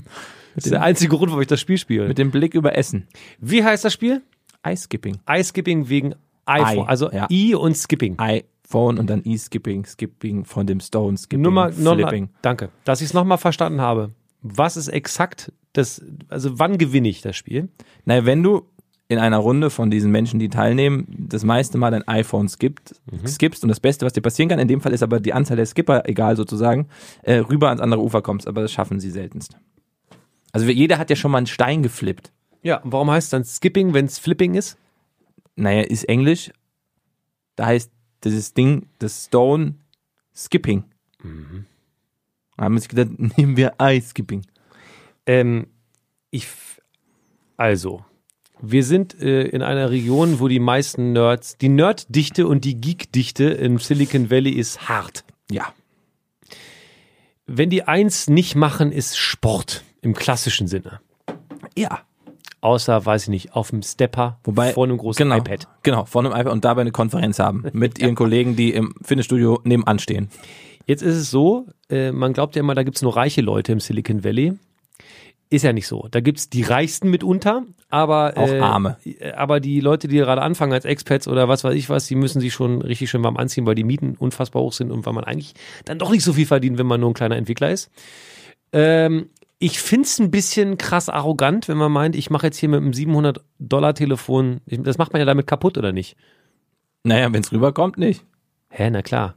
Speaker 1: Das ist der einzige Grund, warum ich das Spiel spiele.
Speaker 2: Mit dem Blick über Essen.
Speaker 1: Wie heißt das Spiel?
Speaker 2: Ice-Skipping.
Speaker 1: iSkipping wegen iPhone.
Speaker 2: Ei,
Speaker 1: also
Speaker 2: ja.
Speaker 1: I und Skipping.
Speaker 2: iPhone und dann E-Skipping, Skipping von dem Stone, Skipping,
Speaker 1: Nummer, nochmal,
Speaker 2: Flipping.
Speaker 1: danke, dass ich es nochmal verstanden habe. Was ist exakt das, also wann gewinne ich das Spiel?
Speaker 2: Naja, wenn du in einer Runde von diesen Menschen, die teilnehmen, das meiste Mal dein iPhone skippt, skippst und das Beste, was dir passieren kann, in dem Fall ist aber die Anzahl der Skipper egal sozusagen, äh, rüber ans andere Ufer kommst, aber das schaffen sie seltenst. Also wir- jeder hat ja schon mal einen Stein geflippt.
Speaker 1: Ja, und warum heißt es dann Skipping, wenn es Flipping ist?
Speaker 2: Naja, ist Englisch, da heißt dieses Ding, das Stone Skipping. Da haben wir uns gedacht, *laughs* nehmen wir Eye-Skipping.
Speaker 1: Ähm, ich, f- also, wir sind äh, in einer Region, wo die meisten Nerds, die Nerddichte und die Geekdichte im Silicon Valley ist hart.
Speaker 2: Ja.
Speaker 1: Wenn die eins nicht machen, ist Sport im klassischen Sinne.
Speaker 2: Ja.
Speaker 1: Außer, weiß ich nicht, auf dem Stepper
Speaker 2: Wobei,
Speaker 1: vor einem großen
Speaker 2: genau,
Speaker 1: iPad.
Speaker 2: Genau, vor einem iPad und dabei eine Konferenz haben
Speaker 1: *laughs*
Speaker 2: mit ihren Kollegen, die im Fitnessstudio nebenan stehen.
Speaker 1: Jetzt ist es so, äh, man glaubt ja immer, da gibt's nur reiche Leute im Silicon Valley. Ist ja nicht so. Da gibt's die Reichsten mitunter, aber äh,
Speaker 2: Auch Arme.
Speaker 1: Aber die Leute, die gerade anfangen als Expats oder was weiß ich was, die müssen sich schon richtig schön warm anziehen, weil die Mieten unfassbar hoch sind und weil man eigentlich dann doch nicht so viel verdient, wenn man nur ein kleiner Entwickler ist. Ähm, ich find's ein bisschen krass arrogant, wenn man meint, ich mache jetzt hier mit einem 700-Dollar-Telefon, ich- das macht man ja damit kaputt oder nicht?
Speaker 2: Naja, wenn es rüberkommt, nicht.
Speaker 1: Hä, na klar.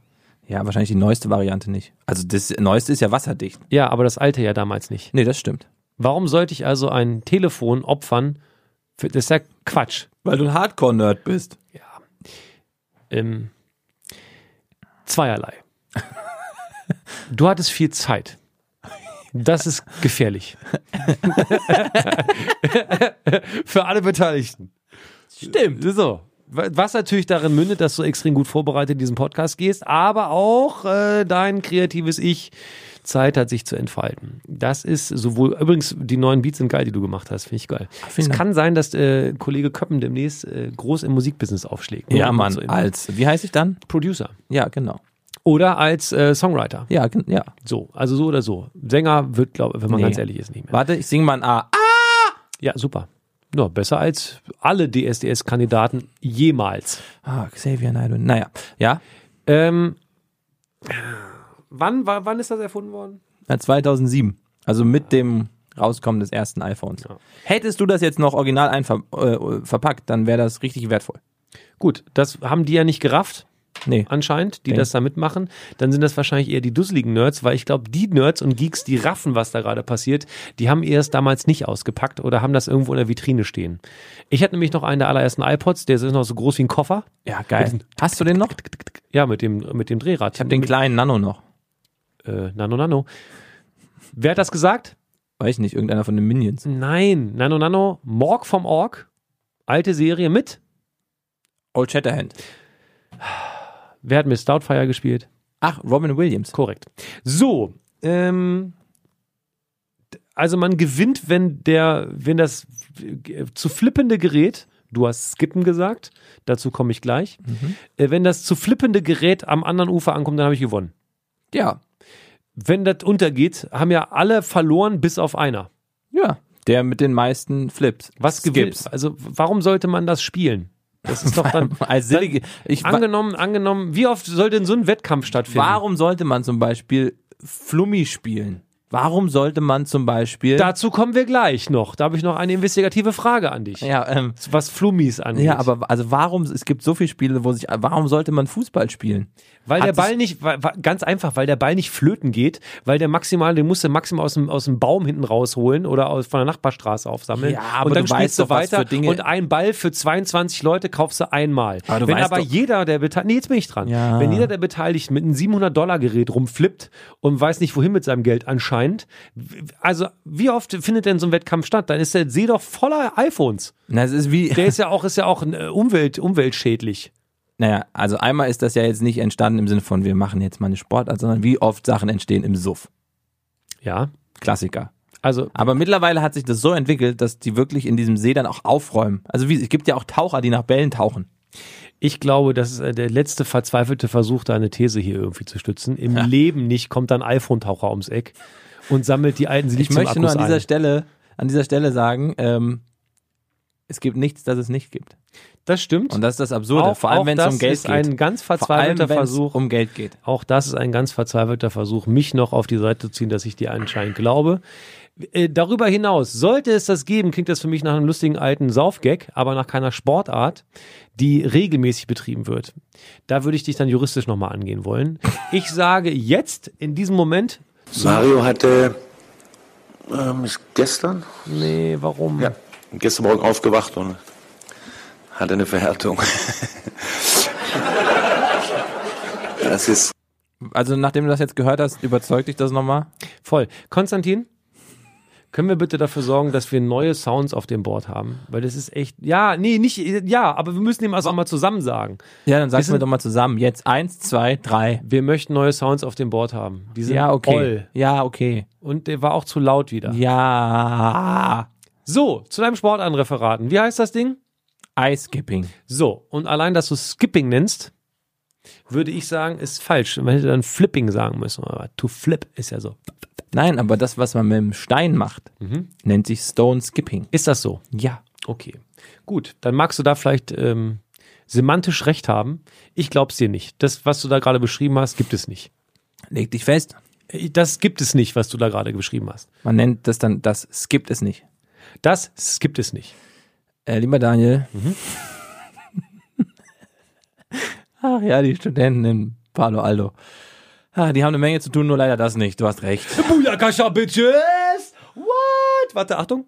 Speaker 2: Ja, wahrscheinlich die neueste Variante nicht. Also das neueste ist ja wasserdicht.
Speaker 1: Ja, aber das alte ja damals nicht.
Speaker 2: Nee, das stimmt.
Speaker 1: Warum sollte ich also ein Telefon opfern? Für, das ist ja Quatsch.
Speaker 2: Weil du ein Hardcore-Nerd bist.
Speaker 1: Ähm, zweierlei. Du hattest viel Zeit. Das ist gefährlich. *laughs* Für alle Beteiligten. Stimmt. So. Was natürlich darin mündet, dass du extrem gut vorbereitet in diesen Podcast gehst, aber auch äh, dein kreatives Ich Zeit hat, sich zu entfalten. Das ist sowohl, übrigens, die neuen Beats sind geil, die du gemacht hast, finde ich geil.
Speaker 2: vielen
Speaker 1: Es
Speaker 2: Dank.
Speaker 1: kann sein, dass äh, Kollege Köppen demnächst äh, groß im Musikbusiness aufschlägt. Nur um
Speaker 2: Ja,
Speaker 1: mal
Speaker 2: Mann.
Speaker 1: zur Info.
Speaker 2: Als, wie heißt ich dann?
Speaker 1: Producer
Speaker 2: Ja, genau.
Speaker 1: oder als äh, Songwriter.
Speaker 2: Ja, gen- ja.
Speaker 1: So, also so oder so. Sänger wird, glaube wenn man
Speaker 2: Nee.
Speaker 1: ganz ehrlich ist, nicht mehr.
Speaker 2: Warte, ich singe mal ein A.
Speaker 1: Ja, super. Ja, besser als alle DSDS-Kandidaten jemals.
Speaker 2: Ah, Xavier Naidoo. Naja, ja.
Speaker 1: Ähm, wann, wa- wann ist das erfunden worden?
Speaker 2: Ja, 2007. äh, Also mit dem Rauskommen des ersten iPhones. Hättest du das jetzt noch original einver äh, verpackt, dann wäre das richtig wertvoll.
Speaker 1: Gut, das haben die ja nicht gerafft,
Speaker 2: Nee.
Speaker 1: anscheinend, die
Speaker 2: Denk-
Speaker 1: das da mitmachen. Dann sind das wahrscheinlich eher die dusseligen Nerds, weil ich glaube, die Nerds und Geeks, die raffen, was da gerade passiert, die haben ihr es damals nicht ausgepackt oder haben das irgendwo in der Vitrine stehen. Ich hatte nämlich noch einen der allerersten iPods, der ist noch so groß wie ein Koffer.
Speaker 2: Ja, geil. Hast du den noch?
Speaker 1: Ja, mit dem, mit dem Drehrad.
Speaker 2: Ich habe den kleinen Nano noch.
Speaker 1: äh, Nano Nano. Wer hat das gesagt?
Speaker 2: Weiß nicht, irgendeiner von den
Speaker 1: Hm.
Speaker 2: Minions.
Speaker 1: Nein, Nano Nano, Morg vom Org, alte Serie mit.
Speaker 2: Old Shatterhand.
Speaker 1: Wer hat Miss Doubtfire gespielt?
Speaker 2: Ach, Robin Williams.
Speaker 1: Korrekt. So, ähm, d- also man gewinnt, wenn der, wenn das äh, zu flippende Gerät, du hast skippen gesagt, dazu komme ich gleich,
Speaker 2: Mhm.
Speaker 1: äh, wenn das zu flippende Gerät am anderen Ufer ankommt, dann habe ich gewonnen.
Speaker 2: Ja,
Speaker 1: Wenn das untergeht, haben ja alle verloren, bis auf einer.
Speaker 2: ja. Der mit den meisten Flips.
Speaker 1: Was gewinnt?
Speaker 2: Skips.
Speaker 1: Also warum sollte man das spielen? Das ist doch dann
Speaker 2: *laughs* Als Silly, ich, wa-
Speaker 1: *laughs* angenommen, angenommen. Wie oft soll denn so ein Wettkampf stattfinden?
Speaker 2: warum sollte man zum Beispiel Flummi spielen? Warum sollte man zum Beispiel.
Speaker 1: Dazu kommen wir gleich noch. Da habe ich noch eine investigative Frage an dich.
Speaker 2: ja, ähm,
Speaker 1: Was Flummis angeht.
Speaker 2: ja, aber also warum, es gibt so viele Spiele, wo sich, warum sollte man Fußball spielen?
Speaker 1: Weil
Speaker 2: Hat
Speaker 1: der Ball
Speaker 2: es-
Speaker 1: nicht, wa- wa- ganz einfach, weil der Ball nicht flöten geht, weil der maximal, den musst du maximal aus dem, aus dem Baum hinten rausholen oder aus, von der Nachbarstraße aufsammeln.
Speaker 2: Ja, aber
Speaker 1: und dann
Speaker 2: du
Speaker 1: spielst
Speaker 2: weißt
Speaker 1: du
Speaker 2: doch, was
Speaker 1: weiter
Speaker 2: für Dinge-
Speaker 1: und einen Ball für 22 Leute kaufst du einmal.
Speaker 2: Aber du
Speaker 1: Wenn
Speaker 2: weißt
Speaker 1: aber
Speaker 2: doch-
Speaker 1: jeder der Beteiligten, nee, jetzt bin ich dran.
Speaker 2: Ja.
Speaker 1: Wenn jeder der Beteiligten mit einem 700-Dollar-Gerät rumflippt und weiß nicht, wohin mit seinem Geld anscheinend, w- also wie oft findet denn so ein Wettkampf statt? Dann ist der See doch voller iPhones.
Speaker 2: Na, es ist wie.
Speaker 1: Der ist ja auch, ist ja auch äh, umwelt, umweltschädlich.
Speaker 2: Naja, also einmal ist das ja jetzt nicht entstanden im Sinne von, wir machen jetzt mal eine Sportart, sondern wie oft Sachen entstehen im Suff.
Speaker 1: Ja.
Speaker 2: Klassiker.
Speaker 1: Also
Speaker 2: Aber mittlerweile hat sich das so entwickelt, dass die wirklich in diesem See dann auch aufräumen. Also wie, es gibt ja auch Taucher, die nach Bällen tauchen.
Speaker 1: Ich glaube, das ist äh, der letzte verzweifelte Versuch, deine These hier irgendwie zu stützen. Im Leben nicht kommt dann iPhone-Taucher ums Eck und sammelt die alten
Speaker 2: Ich möchte nur
Speaker 1: Silizium-Akkus
Speaker 2: an dieser,
Speaker 1: ein.
Speaker 2: Stelle, an dieser Stelle sagen, ähm, es gibt nichts, das es nicht gibt.
Speaker 1: Das stimmt.
Speaker 2: Und das ist das Absurde,
Speaker 1: Auch-
Speaker 2: vor allem
Speaker 1: auch
Speaker 2: wenn es um Geld
Speaker 1: Das ist ein
Speaker 2: geht.
Speaker 1: ganz
Speaker 2: Vor allem,
Speaker 1: verzweifelter
Speaker 2: wenn's
Speaker 1: Versuch.
Speaker 2: um Geld geht.
Speaker 1: Auch das ist ein ganz verzweifelter Versuch, mich noch auf die Seite zu ziehen, dass ich dir anscheinend glaube. Äh, darüber hinaus, sollte es das geben, klingt das für mich nach einem lustigen alten Saufgag, aber nach keiner Sportart, die regelmäßig betrieben wird. Da würde ich dich dann juristisch nochmal angehen wollen. Ich sage jetzt, in diesem Moment,
Speaker 5: Mario hatte ähm, ist gestern,
Speaker 1: nee, warum?
Speaker 5: ja, gestern Morgen aufgewacht und hatte eine Verhärtung. *laughs* das ist
Speaker 2: Also nachdem du das jetzt gehört hast, überzeugt dich das nochmal?
Speaker 1: Voll. Konstantin, können wir bitte dafür sorgen, dass wir neue Sounds auf dem Board haben? Weil das ist echt, ja, nee, nicht, ja, aber wir müssen ihm also auch mal zusammen sagen.
Speaker 2: Ja, dann sag's
Speaker 1: sind-
Speaker 2: mir doch mal zusammen. Jetzt eins, zwei, drei.
Speaker 1: Wir möchten neue Sounds auf dem Board haben. Die sind
Speaker 2: Ja, okay.
Speaker 1: all.
Speaker 2: Ja, okay.
Speaker 1: Und der war auch zu laut wieder.
Speaker 2: Ja.
Speaker 1: So, zu deinem Sport an Referaten. Wie heißt das Ding?
Speaker 2: Eiskipping.
Speaker 1: So, und allein, dass du Skipping nennst, würde ich sagen, ist falsch. Man hätte dann Flipping sagen müssen. Aber to flip ist ja so.
Speaker 2: Nein, aber das, was man mit dem Stein macht, nennt sich Stone Skipping.
Speaker 1: Ist das so?
Speaker 2: Ja.
Speaker 1: Okay, gut. Dann magst du da vielleicht ähm, semantisch recht haben. Ich glaub's dir nicht. Das, was du da gerade beschrieben hast, gibt es nicht.
Speaker 2: Leg dich fest.
Speaker 1: Äh, Das gibt es nicht, was du da gerade beschrieben hast.
Speaker 2: Man nennt das dann, das skippt es nicht.
Speaker 1: Das gibt es nicht.
Speaker 2: Äh, lieber Daniel. Ach ja, die Studenten in Palo Alto. Ah, die haben eine Menge zu tun, nur leider das nicht. Du hast recht.
Speaker 1: Booyakasha, Bitches! What? Warte, Achtung.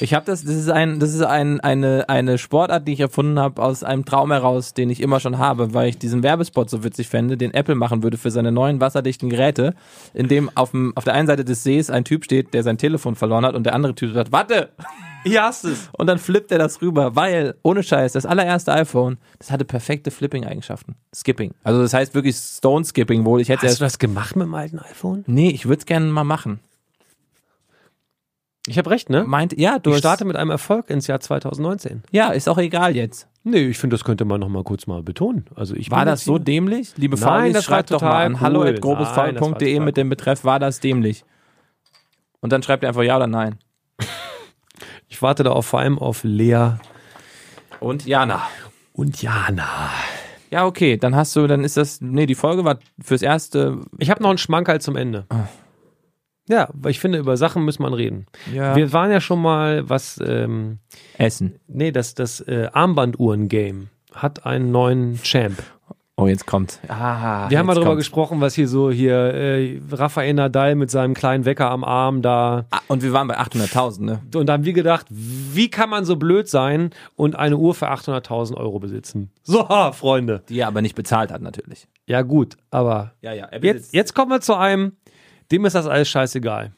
Speaker 2: Ich habe das, das ist ein, das ist ein, eine, eine Sportart, die ich erfunden habe aus einem Traum heraus, den ich immer schon habe, weil ich diesen Werbespot so witzig fände, den Apple machen würde für seine neuen wasserdichten Geräte, in dem auf, dem, auf der einen Seite des Sees ein Typ steht, der sein Telefon verloren hat und der andere Typ sagt, warte!
Speaker 1: Hier hast es.
Speaker 2: Und dann flippt er das rüber, weil, ohne Scheiß, das allererste iPhone, das hatte perfekte Flipping-Eigenschaften. Skipping. Also das heißt wirklich Stone-Skipping wohl. Ich hätte
Speaker 1: Hast du
Speaker 2: erst,
Speaker 1: das gemacht mit dem alten iPhone?
Speaker 2: nee, ich würde es gerne mal machen.
Speaker 1: Ich habe recht, ne?
Speaker 2: Meint, ja, du
Speaker 1: Ich
Speaker 2: hast-
Speaker 1: starte mit einem Erfolg ins Jahr 2019.
Speaker 2: ja, ist auch egal jetzt.
Speaker 1: Nee, ich finde, das könnte man noch mal kurz mal betonen. Also ich
Speaker 2: War
Speaker 1: bin
Speaker 2: das
Speaker 1: jetzt-
Speaker 2: so dämlich? Liebe
Speaker 1: Nein,
Speaker 2: Faulis,
Speaker 1: das war
Speaker 2: schreibt doch mal
Speaker 1: total
Speaker 2: an
Speaker 1: cool. Nein, das
Speaker 2: hallo.grobesfaul.de
Speaker 1: war
Speaker 2: E mit dem Betreff, war das dämlich? Und dann schreibt ihr einfach ja oder nein.
Speaker 1: Ich warte da auch vor allem auf Lea
Speaker 2: Und Jana.
Speaker 1: und Jana.
Speaker 2: Ja, okay, dann hast du, dann ist das, nee, die Folge war fürs Erste,
Speaker 1: Ich habe noch einen Schmankerl zum Ende.
Speaker 2: Ah.
Speaker 1: Ja, weil ich finde, über Sachen muss man reden.
Speaker 2: ja.
Speaker 1: Wir waren ja schon mal, was, ähm,
Speaker 2: Essen.
Speaker 1: nee, das, das äh, Armbanduhren-Game hat einen neuen Champ.
Speaker 2: Oh, jetzt kommt. Ah,
Speaker 1: Wir haben mal
Speaker 2: jetzt
Speaker 1: darüber
Speaker 2: kommt's.
Speaker 1: gesprochen, was hier so hier äh, Rafael Nadal mit seinem kleinen Wecker am Arm da.
Speaker 2: Ah, und wir waren bei 800.000, ne?
Speaker 1: Und da haben wir gedacht, wie kann man so blöd sein und eine Uhr für 800.000 Euro besitzen? So, Freunde.
Speaker 2: Die er aber nicht bezahlt hat, natürlich.
Speaker 1: Ja gut, aber
Speaker 2: Ja, ja, er
Speaker 1: Jetzt, jetzt kommen wir zu einem, dem ist das alles scheißegal.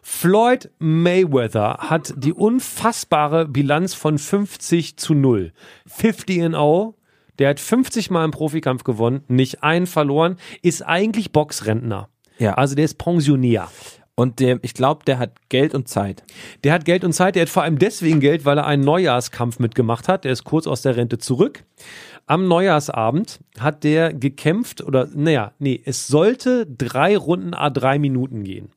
Speaker 1: Floyd Mayweather hat die unfassbare Bilanz von 50 zu 0. 50 in O. Der hat 50 Mal im Profikampf gewonnen, nicht einen verloren, ist eigentlich Boxrentner.
Speaker 2: Ja.
Speaker 1: Also der ist Pensionär.
Speaker 2: Und der, ich glaube, der hat Geld und Zeit.
Speaker 1: Der hat Geld und Zeit. Der hat vor allem deswegen Geld, weil er einen Neujahrskampf mitgemacht hat. Der ist kurz aus der Rente zurück. Am Neujahrsabend hat der gekämpft oder, naja, nee, es sollte drei Runden a drei Minuten gehen.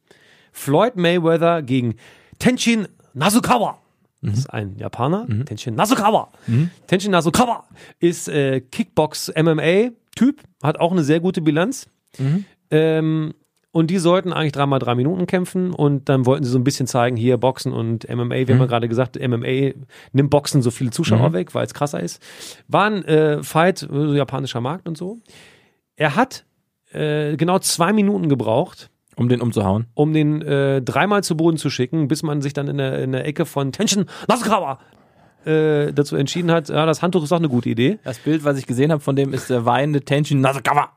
Speaker 1: Floyd Mayweather gegen Tenshin Nasukawa. Das ist ein Japaner. Tenshin Nasukawa. Tenshin Nasukawa ist äh, Kickbox-MMA-Typ, hat auch eine sehr gute Bilanz. Ähm, Und die sollten eigentlich dreimal drei Minuten kämpfen und dann wollten sie so ein bisschen zeigen, hier Boxen und MMA, wir haben ja gerade gesagt, MMA nimmt Boxen so viele Zuschauer weg, weil es krasser ist. War ein äh, Fight, äh, japanischer Markt und so. Er hat äh, genau zwei Minuten gebraucht,
Speaker 2: um den umzuhauen.
Speaker 1: um den äh, dreimal zu Boden zu schicken, bis man sich dann in der, in der Ecke von Tension Nasukawa äh, dazu entschieden hat, ja, das Handtuch ist doch eine gute Idee.
Speaker 2: Das Bild, was ich gesehen habe von dem, ist der weinende Tenshin Nasakawa.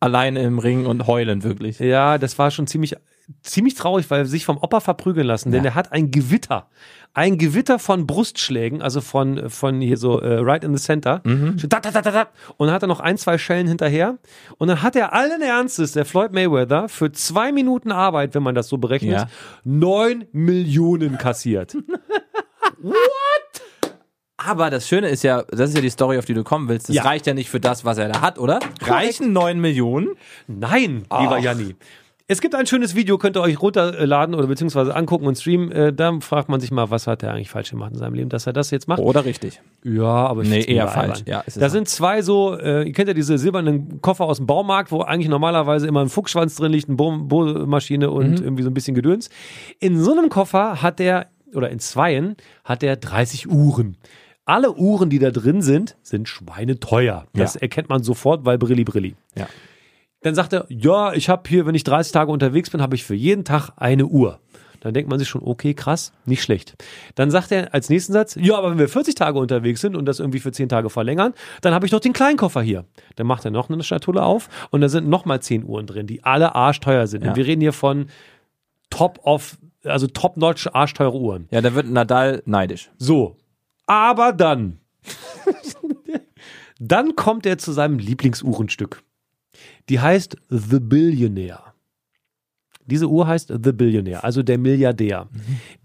Speaker 2: Alleine im Ring und heulen wirklich.
Speaker 1: Ja, das war schon ziemlich, ziemlich traurig, weil sich vom Opfer verprügeln lassen, denn er hat ein Gewitter. Ein Gewitter von Brustschlägen, also von, von hier so äh, right in the center.
Speaker 2: Mhm.
Speaker 1: Da, da, da, da, da. Und dann hat er noch ein, zwei Schellen hinterher. Und dann hat er allen Ernstes, der Floyd Mayweather, für zwei Minuten Arbeit, wenn man das so berechnet,
Speaker 2: Ja.
Speaker 1: neun Millionen
Speaker 2: *laughs*
Speaker 1: kassiert.
Speaker 2: Aber das Schöne ist ja, das ist ja die Story, auf die du kommen willst. Das
Speaker 1: Ja.
Speaker 2: reicht ja nicht für das, was er da hat, oder? Reichen 9 Millionen?
Speaker 1: Nein, lieber
Speaker 2: Ach.
Speaker 1: Janni. Es gibt ein schönes Video, könnt ihr euch runterladen oder beziehungsweise angucken und streamen. Äh, da fragt man sich mal, was hat er eigentlich falsch gemacht in seinem Leben, dass er das jetzt macht.
Speaker 2: Oder richtig.
Speaker 1: Ja, aber ich
Speaker 2: Nee,
Speaker 1: find's
Speaker 2: eher
Speaker 1: mega albern.
Speaker 2: falsch. Ja, es ist halt
Speaker 1: da
Speaker 2: so.
Speaker 1: sind zwei so, äh, ihr kennt ja diese silbernen Koffer aus dem Baumarkt, wo eigentlich normalerweise immer ein Fuchsschwanz drin liegt, eine Bohr- Bohrmaschine
Speaker 2: Mhm.
Speaker 1: und irgendwie so ein bisschen Gedöns. In so einem Koffer hat der, oder in zweien, hat der 30 Uhren. Alle Uhren, die da drin sind, sind schweineteuer. Das
Speaker 2: Ja.
Speaker 1: erkennt man sofort, weil Brilli Brilli.
Speaker 2: Ja.
Speaker 1: Dann sagt er, ja, ich habe hier, wenn ich 30 Tage unterwegs bin, habe ich für jeden Tag eine Uhr. Dann denkt man sich schon, okay, krass, nicht schlecht. Dann sagt er als nächsten Satz, ja, aber wenn wir 40 Tage unterwegs sind und das irgendwie für 10 Tage verlängern, dann habe ich noch den kleinen Koffer hier. Dann macht er noch eine Schatulle auf und da sind nochmal 10 Uhren drin, die alle arschteuer sind. Und
Speaker 2: Ja.
Speaker 1: wir reden hier von top of, also top-notch arschteure Uhren.
Speaker 2: Ja, da wird Nadal neidisch.
Speaker 1: So. Aber dann. dann kommt er zu seinem Lieblingsuhrenstück. Die heißt The Billionaire. Diese Uhr heißt The Billionaire, also der Milliardär.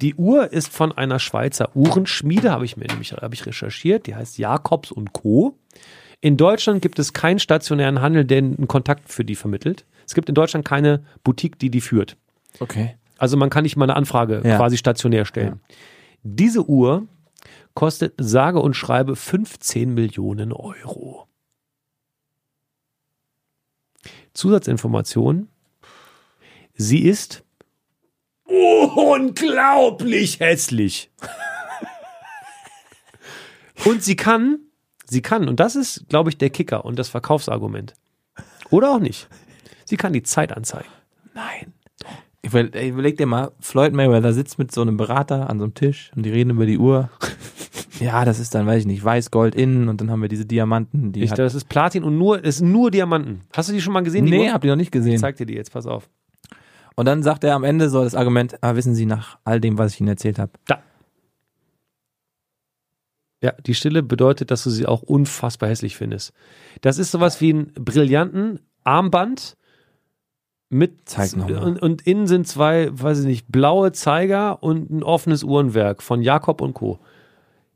Speaker 1: Die Uhr ist von einer Schweizer Uhrenschmiede, habe ich mir nämlich hab ich recherchiert, die heißt Jakobs und Co. In Deutschland gibt es keinen stationären Handel, der einen Kontakt für die vermittelt. Es gibt in Deutschland keine Boutique, die die führt.
Speaker 2: Okay.
Speaker 1: Also man kann nicht mal eine Anfrage
Speaker 2: Ja.
Speaker 1: quasi stationär stellen. Diese Uhr kostet sage und schreibe 15 Millionen Euro. Zusatzinformation. Sie ist unglaublich hässlich. und sie kann, sie kann, und das ist, glaube ich, der Kicker und das Verkaufsargument. Oder auch nicht. Sie kann die Zeit anzeigen.
Speaker 2: Nein. Ich überleg, ey, überleg dir mal, Floyd Mayweather sitzt mit so einem Berater an so einem Tisch und die reden über die
Speaker 1: *laughs*
Speaker 2: Uhr. ja, das ist dann, weiß ich nicht, weiß, Gold innen und dann haben wir diese Diamanten. Die
Speaker 1: Ich,
Speaker 2: hat,
Speaker 1: das ist Platin und nur, es sind nur Diamanten. Hast du die schon mal gesehen? die
Speaker 2: nee,
Speaker 1: Uhr?
Speaker 2: habt ihr noch nicht gesehen.
Speaker 1: ich zeig dir die jetzt, pass auf.
Speaker 2: Und dann sagt er am Ende so das Argument, ah, wissen Sie, nach all dem, was ich Ihnen erzählt habe.
Speaker 1: Da. Ja, die Stille bedeutet, dass du sie auch unfassbar hässlich findest. Das ist sowas wie ein brillanten Armband mit
Speaker 2: Zeig noch mal.
Speaker 1: und, und innen sind zwei, weiß ich nicht, blaue Zeiger und ein offenes Uhrenwerk von Jakob und Co.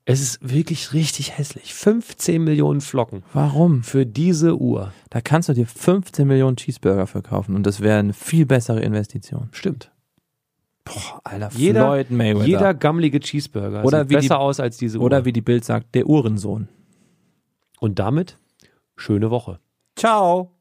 Speaker 1: Es ist wirklich richtig hässlich. 15 Millionen Flocken
Speaker 2: Warum?
Speaker 1: für diese Uhr.
Speaker 2: Da kannst du dir 15 Millionen Cheeseburger verkaufen und das wäre eine viel bessere Investition.
Speaker 1: Stimmt.
Speaker 2: Boah, Alter,
Speaker 1: Jeder-
Speaker 2: Floyd Mayweather.
Speaker 1: Jeder gammelige Cheeseburger
Speaker 2: Oder
Speaker 1: sieht
Speaker 2: wie die-
Speaker 1: besser aus als diese Uhr.
Speaker 2: Oder wie die Bild sagt, der Uhrensohn.
Speaker 1: Und damit schöne Woche.
Speaker 2: Ciao.